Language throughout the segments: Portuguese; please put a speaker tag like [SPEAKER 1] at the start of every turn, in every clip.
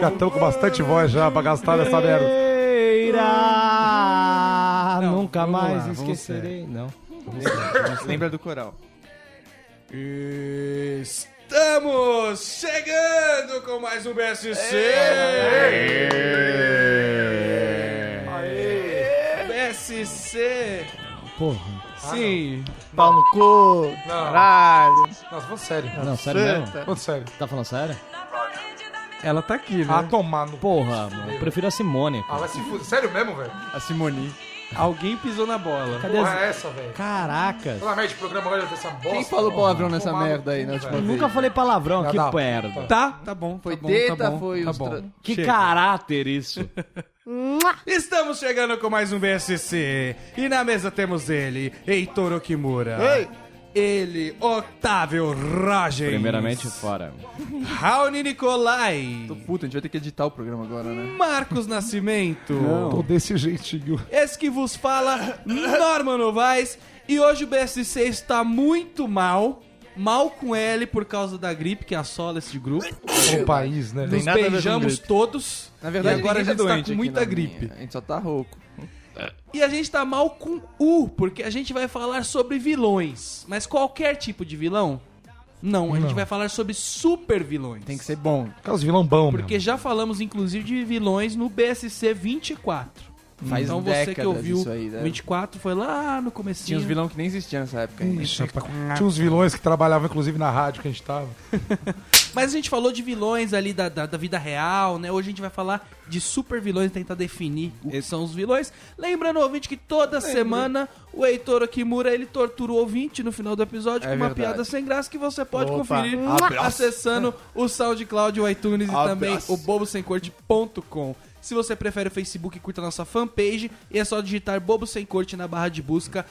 [SPEAKER 1] gatão com bastante voz já pra gastar nessa merda.
[SPEAKER 2] Feira,
[SPEAKER 3] Não,
[SPEAKER 2] Ah, nunca
[SPEAKER 3] vamos lá,
[SPEAKER 2] mais
[SPEAKER 3] vamos
[SPEAKER 2] esquecerei. Não.
[SPEAKER 3] Lembra do coral.
[SPEAKER 4] Estamos chegando com mais um BSC! BSC!
[SPEAKER 2] Porra.
[SPEAKER 4] Sim!
[SPEAKER 3] Pau no cu, caralho.
[SPEAKER 1] Nossa, vou sério.
[SPEAKER 2] Não, sério mesmo?
[SPEAKER 1] Vou sério.
[SPEAKER 2] Tá falando sério?
[SPEAKER 4] Ela tá aqui, né?
[SPEAKER 1] Ah, tomar no...
[SPEAKER 2] Porra, mano. Eu prefiro a Simone.
[SPEAKER 1] Ah, vai se fuder. Sério mesmo, velho?
[SPEAKER 3] A Simoni.
[SPEAKER 4] Alguém pisou na bola.
[SPEAKER 2] Cadê
[SPEAKER 1] Porra
[SPEAKER 2] as...
[SPEAKER 1] é essa, velho?
[SPEAKER 2] Caracas.
[SPEAKER 1] Pela merda de programa, olha essa bosta.
[SPEAKER 3] Quem falou palavrão nessa
[SPEAKER 1] Tomar no
[SPEAKER 3] merda aí
[SPEAKER 1] cu,
[SPEAKER 3] na última
[SPEAKER 1] velho.
[SPEAKER 3] vez?
[SPEAKER 2] Nunca falei palavrão, que
[SPEAKER 1] Nada.
[SPEAKER 2] merda.
[SPEAKER 4] Tá, tá bom,
[SPEAKER 3] Foi
[SPEAKER 4] tá bom,
[SPEAKER 3] teta,
[SPEAKER 4] tá bom,
[SPEAKER 3] foi
[SPEAKER 4] tá
[SPEAKER 3] os
[SPEAKER 4] bom.
[SPEAKER 3] tra-
[SPEAKER 2] Que caráter isso.
[SPEAKER 4] Estamos chegando com mais um BSC. E na mesa temos ele, Heitor Okimura.
[SPEAKER 3] Ei!
[SPEAKER 4] Ele, Otávio Ragens.
[SPEAKER 2] Primeiramente, fora.
[SPEAKER 4] Raoni Nicolai.
[SPEAKER 3] Tô puto, a gente vai ter que editar o programa agora, né?
[SPEAKER 4] Marcos Nascimento.
[SPEAKER 1] Tô desse jeitinho.
[SPEAKER 4] Esse que vos fala, Norman Novaes. E hoje o BSC está muito mal. Mal com L por causa da gripe que assola esse grupo.
[SPEAKER 1] O país, né?
[SPEAKER 4] Nos
[SPEAKER 3] nada a ver com
[SPEAKER 4] beijamos
[SPEAKER 3] gripe.
[SPEAKER 4] todos.
[SPEAKER 3] Na verdade,
[SPEAKER 4] e agora a
[SPEAKER 3] ninguém
[SPEAKER 4] gente
[SPEAKER 3] tá
[SPEAKER 4] está
[SPEAKER 3] doente
[SPEAKER 4] com
[SPEAKER 3] aqui
[SPEAKER 4] muita
[SPEAKER 3] na
[SPEAKER 4] gripe.
[SPEAKER 3] minha. A gente só tá rouco.
[SPEAKER 4] E a gente tá mal com U, porque a gente vai falar sobre vilões. Mas qualquer tipo de vilão? Não, a gente vai falar sobre super vilões.
[SPEAKER 3] Tem que ser bom.
[SPEAKER 1] Aquelas vilão bom, meu.
[SPEAKER 4] Porque já falamos, inclusive, de vilões no BSC 24.
[SPEAKER 3] Faz
[SPEAKER 4] então você
[SPEAKER 3] décadas
[SPEAKER 4] que ouviu
[SPEAKER 3] isso aí, né?
[SPEAKER 4] o 24 foi lá no comecinho.
[SPEAKER 3] Tinha uns vilão que nem existia nessa época. ainda.
[SPEAKER 1] Ixi, rapaz, Tinha uns vilões que trabalhavam, inclusive, na rádio que a gente tava.
[SPEAKER 4] Mas a gente falou de vilões ali da, da, da vida real, né? Hoje a gente vai falar de super vilões, tentar definir o que são os vilões. Lembrando, ouvinte, que toda semana o Heitor Okimura, ele tortura o ouvinte no final do episódio
[SPEAKER 3] É
[SPEAKER 4] com uma
[SPEAKER 3] verdade.
[SPEAKER 4] piada sem graça que você pode
[SPEAKER 3] Opa.
[SPEAKER 4] conferir
[SPEAKER 3] Abraço.
[SPEAKER 4] acessando o SoundCloud, o iTunes e
[SPEAKER 3] Abraço.
[SPEAKER 4] também o bobosemcorte.com. Se você prefere o Facebook, curta a nossa fanpage e é só digitar Bobo Sem Corte na barra de busca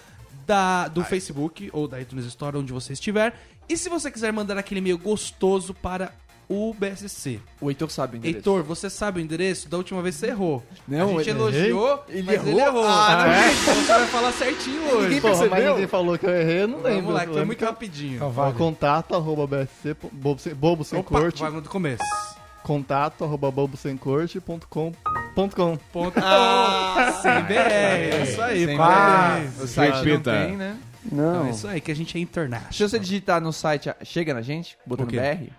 [SPEAKER 4] da, do Facebook ou da iTunes Store, onde você estiver. E se você quiser mandar aquele e-mail gostoso para o BSC.
[SPEAKER 3] O Heitor sabe o endereço.
[SPEAKER 4] Heitor, você sabe o endereço? Da última vez você errou.
[SPEAKER 3] Não,
[SPEAKER 4] a gente
[SPEAKER 3] ele-
[SPEAKER 4] elogiou,
[SPEAKER 3] ele
[SPEAKER 4] mas ele
[SPEAKER 3] errou?
[SPEAKER 4] errou.
[SPEAKER 3] Ah, não é?
[SPEAKER 4] Então Você vai falar certinho hoje.
[SPEAKER 5] Porra, mas ninguém falou que eu errei, eu não lembro.
[SPEAKER 4] Vamos lá, que
[SPEAKER 5] eu
[SPEAKER 4] foi
[SPEAKER 5] lembro
[SPEAKER 4] muito
[SPEAKER 5] que eu-
[SPEAKER 4] rapidinho.
[SPEAKER 1] Então,
[SPEAKER 5] Ó,
[SPEAKER 1] vai.
[SPEAKER 5] Contato arroba bsc, po- bobo sem, bobo sem
[SPEAKER 4] Opa,
[SPEAKER 5] corte.
[SPEAKER 4] vamos do começo.
[SPEAKER 5] Contato arroba bobo sem corte ponto com, ponto com.
[SPEAKER 4] Ponto. Ah, sem BR. É isso aí,
[SPEAKER 3] Sem
[SPEAKER 4] parabéns.
[SPEAKER 3] O site
[SPEAKER 2] Repita.
[SPEAKER 3] não tem, né?
[SPEAKER 4] Então, é isso aí, que a gente é
[SPEAKER 3] Se
[SPEAKER 4] internacional.
[SPEAKER 3] você digitar no site, a- chega na gente, botando
[SPEAKER 4] O quê?
[SPEAKER 3] BR.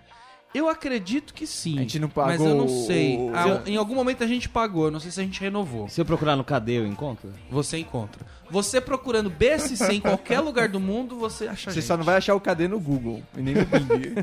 [SPEAKER 4] Eu acredito que sim.
[SPEAKER 3] A gente não
[SPEAKER 4] Mas
[SPEAKER 3] pagou
[SPEAKER 4] eu não sei.
[SPEAKER 3] o-
[SPEAKER 4] Ah, em algum momento a gente pagou, eu não sei se a gente renovou.
[SPEAKER 2] Se eu procurar no Cadê, eu encontro?
[SPEAKER 4] Você encontra. Você procurando BSC em qualquer lugar do mundo, você acha a
[SPEAKER 3] Você
[SPEAKER 4] gente.
[SPEAKER 3] só não vai achar o KD no Google e nem no Bing.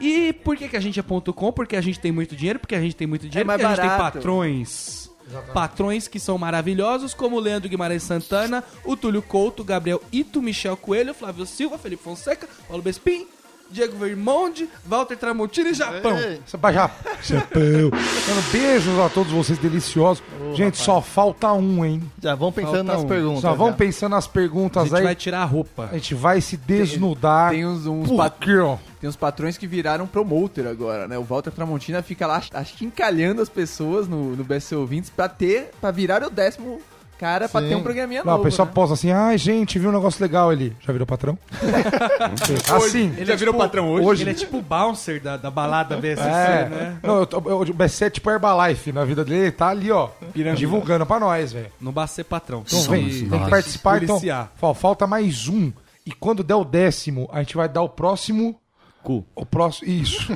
[SPEAKER 4] E por que, que a gente é ponto .com? Porque a gente tem muito dinheiro, porque a gente tem muito dinheiro,
[SPEAKER 3] É mais
[SPEAKER 4] porque a gente tem
[SPEAKER 3] barato.
[SPEAKER 4] patrões. Patrões que são maravilhosos, como o Leandro Guimarães Santana, o Túlio Couto, Gabriel Ito, Michel Coelho, Flávio Silva, Felipe Fonseca, Paulo Bespin, Diego Vermonde, Walter Tramontina e Japão.
[SPEAKER 5] Ei,
[SPEAKER 1] Então, Você vai já- Japão. Mano, beijos a todos vocês deliciosos. gente, só falta um, hein?
[SPEAKER 5] Já vão pensando
[SPEAKER 3] Falta
[SPEAKER 5] nas
[SPEAKER 3] um.
[SPEAKER 5] perguntas.
[SPEAKER 1] Só vão
[SPEAKER 5] já.
[SPEAKER 1] pensando nas
[SPEAKER 4] A
[SPEAKER 1] perguntas
[SPEAKER 4] gente
[SPEAKER 1] aí.
[SPEAKER 4] vai tirar a roupa.
[SPEAKER 1] A gente vai se desnudar.
[SPEAKER 3] Tem uns, uns
[SPEAKER 1] Por
[SPEAKER 3] pat-
[SPEAKER 1] quê, ó?
[SPEAKER 3] Tem uns patrões que viraram promoter agora, né? O Walter Tramontina fica lá, acho que encalhando as pessoas no, no BSC Ouvintes pra ter, pra virar o décimo cara pra
[SPEAKER 5] Sim.
[SPEAKER 3] ter um programinha
[SPEAKER 1] Não,
[SPEAKER 3] novo.
[SPEAKER 1] o pessoal
[SPEAKER 3] né?
[SPEAKER 1] posta assim, ai gente, viu um negócio legal ele. Já virou patrão? assim.
[SPEAKER 4] Ele já virou patrão
[SPEAKER 1] hoje?
[SPEAKER 4] Ele é tipo o bouncer da, da balada BSC,
[SPEAKER 1] É.
[SPEAKER 4] né?
[SPEAKER 1] Não, eu tô, eu- o BC é tipo Herbalife na vida dele, ele tá ali, ó, divulgando pra nós, velho.
[SPEAKER 4] Não basta ser patrão.
[SPEAKER 1] Então vem, tem que participar, então. Ó, falta mais um. E quando der o décimo, a gente vai dar o próximo.
[SPEAKER 2] Cu.
[SPEAKER 1] O próximo. Isso.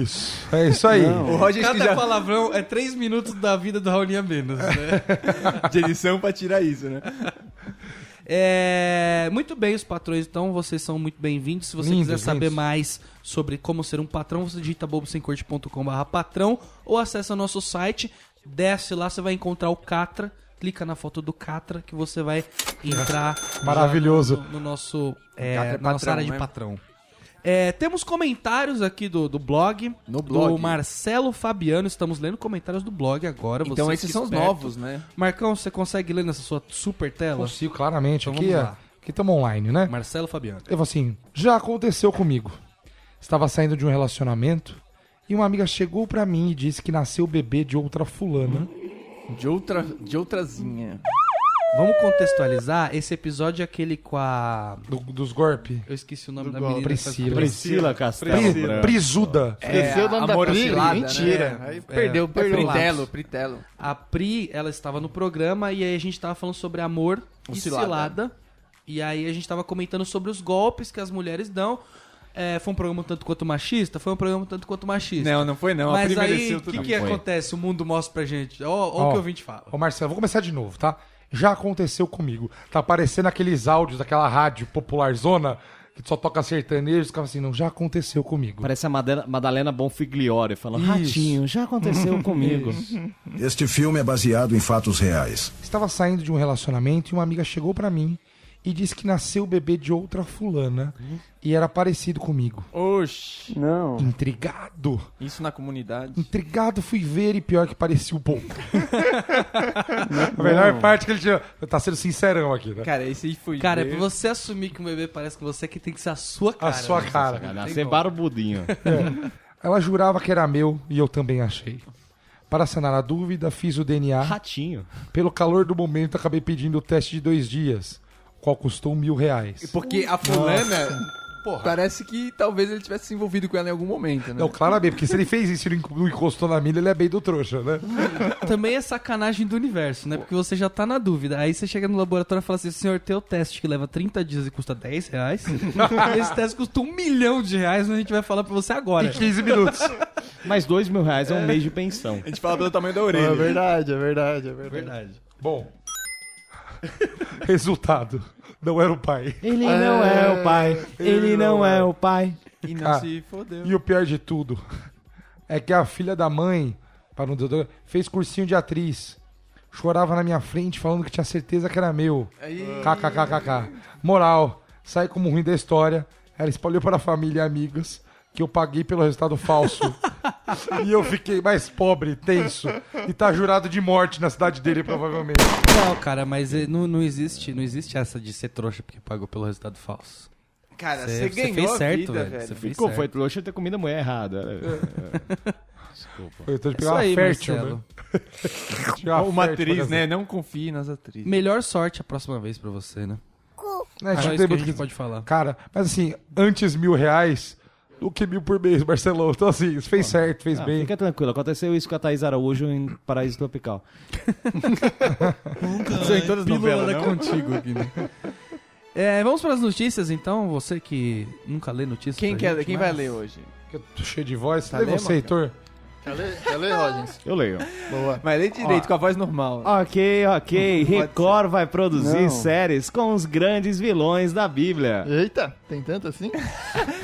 [SPEAKER 1] isso. É isso aí.
[SPEAKER 3] O Roger que
[SPEAKER 4] Cada
[SPEAKER 3] já
[SPEAKER 4] palavrão é três minutos da vida do Raulinha menos, né?
[SPEAKER 3] de edição pra tirar isso, né?
[SPEAKER 4] É, muito bem, os patrões, então, vocês são muito bem-vindos. Se você
[SPEAKER 1] Lindos,
[SPEAKER 4] quiser saber
[SPEAKER 1] lindos.
[SPEAKER 4] mais sobre como ser um patrão, você digita bobosemcorte.com.br patrão ou acessa o nosso site, desce lá, você vai encontrar o Catra, clica na foto do Catra que você vai entrar já
[SPEAKER 1] Maravilhoso.
[SPEAKER 4] no, no nosso, é,
[SPEAKER 3] Catra é
[SPEAKER 4] na nossa
[SPEAKER 3] patrão,
[SPEAKER 4] área de
[SPEAKER 3] né?
[SPEAKER 4] patrão. É, temos comentários aqui do, do blog,
[SPEAKER 3] No
[SPEAKER 4] do
[SPEAKER 3] blog.
[SPEAKER 4] Marcelo Fabiano, estamos lendo comentários do blog agora.
[SPEAKER 3] Então
[SPEAKER 4] vocês
[SPEAKER 3] esses
[SPEAKER 4] que
[SPEAKER 3] são os
[SPEAKER 4] espertos.
[SPEAKER 3] novos, né?
[SPEAKER 4] Marcão, você consegue ler nessa sua super tela?
[SPEAKER 1] Consigo, claramente.
[SPEAKER 4] Então
[SPEAKER 1] aqui
[SPEAKER 4] vamos
[SPEAKER 1] é-
[SPEAKER 4] lá.
[SPEAKER 1] aqui estamos online, né?
[SPEAKER 4] Marcelo Fabiano.
[SPEAKER 1] Eu falo assim, já aconteceu comigo. Estava saindo de um relacionamento e uma amiga chegou pra mim e disse que nasceu o bebê de outra fulana.
[SPEAKER 3] De outra, de outrazinha.
[SPEAKER 4] Vamos contextualizar. Esse episódio é aquele com a.
[SPEAKER 1] Do- dos golpes.
[SPEAKER 4] Eu esqueci o nome
[SPEAKER 5] Do
[SPEAKER 4] da
[SPEAKER 5] golpe.
[SPEAKER 4] menina. que faz
[SPEAKER 1] Priscila.
[SPEAKER 4] coisa.
[SPEAKER 2] Priscila Castelo
[SPEAKER 1] Pri,
[SPEAKER 2] Branco.
[SPEAKER 1] Prisuda.
[SPEAKER 5] Esqueceu o nome da
[SPEAKER 3] amor
[SPEAKER 5] Pri?
[SPEAKER 3] oscilada,
[SPEAKER 5] Mentira. Aí
[SPEAKER 4] perdeu, perdeu o
[SPEAKER 3] Pritelo,
[SPEAKER 4] lápis.
[SPEAKER 3] É. Pritelo, Pritelo.
[SPEAKER 4] A Pri, ela estava no programa e aí a gente tava falando sobre amor e
[SPEAKER 3] Oscilada.
[SPEAKER 4] cilada. E aí a gente tava comentando sobre os golpes que as mulheres dão. É, foi um programa um tanto quanto machista? Foi um programa um tanto quanto machista.
[SPEAKER 3] não foi não.
[SPEAKER 4] Mas aí, o que,
[SPEAKER 2] tudo.
[SPEAKER 4] que
[SPEAKER 2] Não foi.
[SPEAKER 4] acontece? O mundo mostra pra gente. Ó, ó
[SPEAKER 1] Ó.
[SPEAKER 4] o que o ouvinte fala.
[SPEAKER 1] Ô Marcelo, vou começar de novo, tá? Já aconteceu comigo. Tá aparecendo aqueles áudios daquela rádio popular zona que só toca sertanejos, ficava assim, não, já aconteceu comigo.
[SPEAKER 2] Parece a Madela- Madalena Bonfigliore falando, ratinho, já aconteceu comigo.
[SPEAKER 6] Este filme é baseado em fatos reais.
[SPEAKER 1] Estava saindo de um relacionamento e uma amiga chegou pra mim e disse que nasceu o bebê de outra fulana e era parecido comigo.
[SPEAKER 3] é? Oxi.
[SPEAKER 1] Intrigado.
[SPEAKER 3] Isso na comunidade.
[SPEAKER 1] Intrigado fui ver e pior que parecia um pouco. A melhor parte que ele tinha. Tá sendo sincerão aqui, né?
[SPEAKER 3] Cara, esse aí foi...
[SPEAKER 4] Cara, é pra
[SPEAKER 3] ver.
[SPEAKER 4] você assumir que um bebê parece com você que tem que ser a sua cara.
[SPEAKER 1] A sua
[SPEAKER 4] né?
[SPEAKER 1] cara.
[SPEAKER 2] Nascer barbudinho.
[SPEAKER 1] Ela jurava que era meu e eu também achei. Para sanar a dúvida, fiz o DNA.
[SPEAKER 2] Ratinho.
[SPEAKER 1] Pelo calor do momento, acabei pedindo o teste de dois dias, qual custou mil reais.
[SPEAKER 3] Porque a fulana... Parece que talvez ele tivesse se envolvido com ela em algum momento, né?
[SPEAKER 1] Não, claramente, porque se ele fez isso e não enc- não encostou na milha, ele é bem do trouxa, né?
[SPEAKER 4] Também é sacanagem do universo, né? Porque você já tá na dúvida. Aí você chega no laboratório e fala assim: senhor, tem o teste que leva 30 dias e custa 10 reais. E esse teste custa um milhão de reais, mas a gente vai falar pra você agora.
[SPEAKER 1] Em 15 minutos.
[SPEAKER 2] Mas dois mil reais é um mês de pensão.
[SPEAKER 3] A gente fala pelo tamanho da
[SPEAKER 5] É
[SPEAKER 3] orelha.
[SPEAKER 5] verdade, é verdade, é verdade.
[SPEAKER 4] Verdade.
[SPEAKER 1] Bom. Resultado. Não era o pai.
[SPEAKER 2] Ele não é o pai, ele não é o pai.
[SPEAKER 3] E não
[SPEAKER 1] Ah.
[SPEAKER 3] se fodeu.
[SPEAKER 1] E o pior de tudo é que a filha da mãe, para um doutor, fez cursinho de atriz. Chorava na minha frente falando que tinha certeza que era meu.
[SPEAKER 3] Aí...
[SPEAKER 1] KKKKK. Moral, sai como ruim da história. Ela espalhou para a família e amigos que eu paguei pelo resultado falso. e eu fiquei mais pobre, tenso. E tá jurado de morte na cidade dele, provavelmente.
[SPEAKER 4] Não, cara, mas eh, não, não existe, não existe essa de ser trouxa porque pagou pelo resultado falso.
[SPEAKER 3] Cara,
[SPEAKER 4] Cê-
[SPEAKER 3] você
[SPEAKER 4] cê
[SPEAKER 3] ganhou
[SPEAKER 4] fez
[SPEAKER 3] a
[SPEAKER 4] certo,
[SPEAKER 3] vida,
[SPEAKER 4] velho.
[SPEAKER 3] velho.
[SPEAKER 4] Cê fez
[SPEAKER 2] Ficou,
[SPEAKER 4] certo.
[SPEAKER 2] foi trouxa ter comido a mulher errada. É. Desculpa.
[SPEAKER 1] Eu tô
[SPEAKER 4] É
[SPEAKER 1] de
[SPEAKER 4] Isso
[SPEAKER 1] pegar uma
[SPEAKER 4] aí,
[SPEAKER 1] fértil,
[SPEAKER 4] Marcelo.
[SPEAKER 1] né? Tinha uma fértil, por exemplo.
[SPEAKER 3] né? Não confie nas atrizes.
[SPEAKER 4] Melhor sorte a próxima vez pra você, né?
[SPEAKER 1] Né,
[SPEAKER 4] Só
[SPEAKER 1] tipo,
[SPEAKER 4] isso
[SPEAKER 1] tem
[SPEAKER 4] que a
[SPEAKER 1] muito
[SPEAKER 4] gente
[SPEAKER 1] que-
[SPEAKER 4] pode falar.
[SPEAKER 1] Cara, mas assim, antes mil reais do que mil por mês, Marcelão. Então assim, isso fez certo, fez
[SPEAKER 2] Ah,
[SPEAKER 1] bem.
[SPEAKER 2] fica tranquilo, aconteceu isso com a Thaís Araújo em Paraíso Tropical.
[SPEAKER 3] São em todas as novelas, não?
[SPEAKER 4] contigo aqui, né? É, vamos para as notícias, então. Você que nunca lê notícias.
[SPEAKER 3] Quem,
[SPEAKER 4] pra
[SPEAKER 3] quer,
[SPEAKER 4] gente,
[SPEAKER 3] quem
[SPEAKER 4] mas-
[SPEAKER 3] vai ler hoje?
[SPEAKER 1] Eu tô cheio de voz. Tá
[SPEAKER 3] lendo,
[SPEAKER 1] você, Heitor?
[SPEAKER 2] Eu leio.
[SPEAKER 5] Boa.
[SPEAKER 3] Mas lê direito, com a voz normal.
[SPEAKER 2] Ok, ok. Record vai produzir
[SPEAKER 5] Não.
[SPEAKER 2] séries com os grandes vilões da Bíblia.
[SPEAKER 5] Eita, tem tanto assim?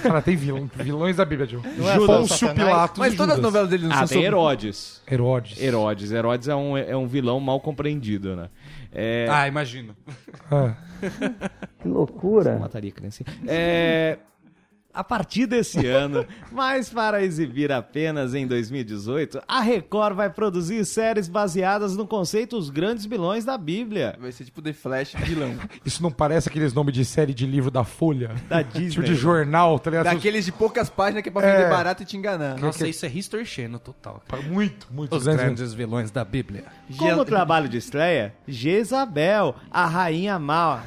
[SPEAKER 1] Cara, tem vilão, vilões da Bíblia, Diogo.
[SPEAKER 5] Não é só
[SPEAKER 1] Pôncio
[SPEAKER 5] Satanás?
[SPEAKER 1] Pilatos
[SPEAKER 3] Mas
[SPEAKER 1] e
[SPEAKER 3] todas as
[SPEAKER 1] Judas.
[SPEAKER 3] novelas dele não
[SPEAKER 2] Ah,
[SPEAKER 3] são
[SPEAKER 2] tem
[SPEAKER 3] sobre...
[SPEAKER 2] Herodes.
[SPEAKER 1] Herodes.
[SPEAKER 2] Herodes. Herodes é um, é um vilão mal compreendido, né? É,
[SPEAKER 4] Ah, imagino.
[SPEAKER 1] Ah.
[SPEAKER 2] Mataria criança. É, A partir desse ano, mas para exibir apenas em 2018, a Record vai produzir séries baseadas no conceito Os Grandes Vilões da Bíblia,
[SPEAKER 3] Vai ser tipo The Flash vilão.
[SPEAKER 1] Isso não parece aqueles nomes de série de livro da Folha?
[SPEAKER 2] da Disney.
[SPEAKER 1] tipo de jornal, tá ligado?
[SPEAKER 3] Daqueles de poucas páginas que é pra vender
[SPEAKER 1] É.
[SPEAKER 3] barato e te enganar.
[SPEAKER 4] Nossa, isso é History Channel total. cara.
[SPEAKER 1] Muito, muito.
[SPEAKER 4] Os grandes vilões da Bíblia.
[SPEAKER 2] Como trabalho de estreia, Jezabel, a rainha má,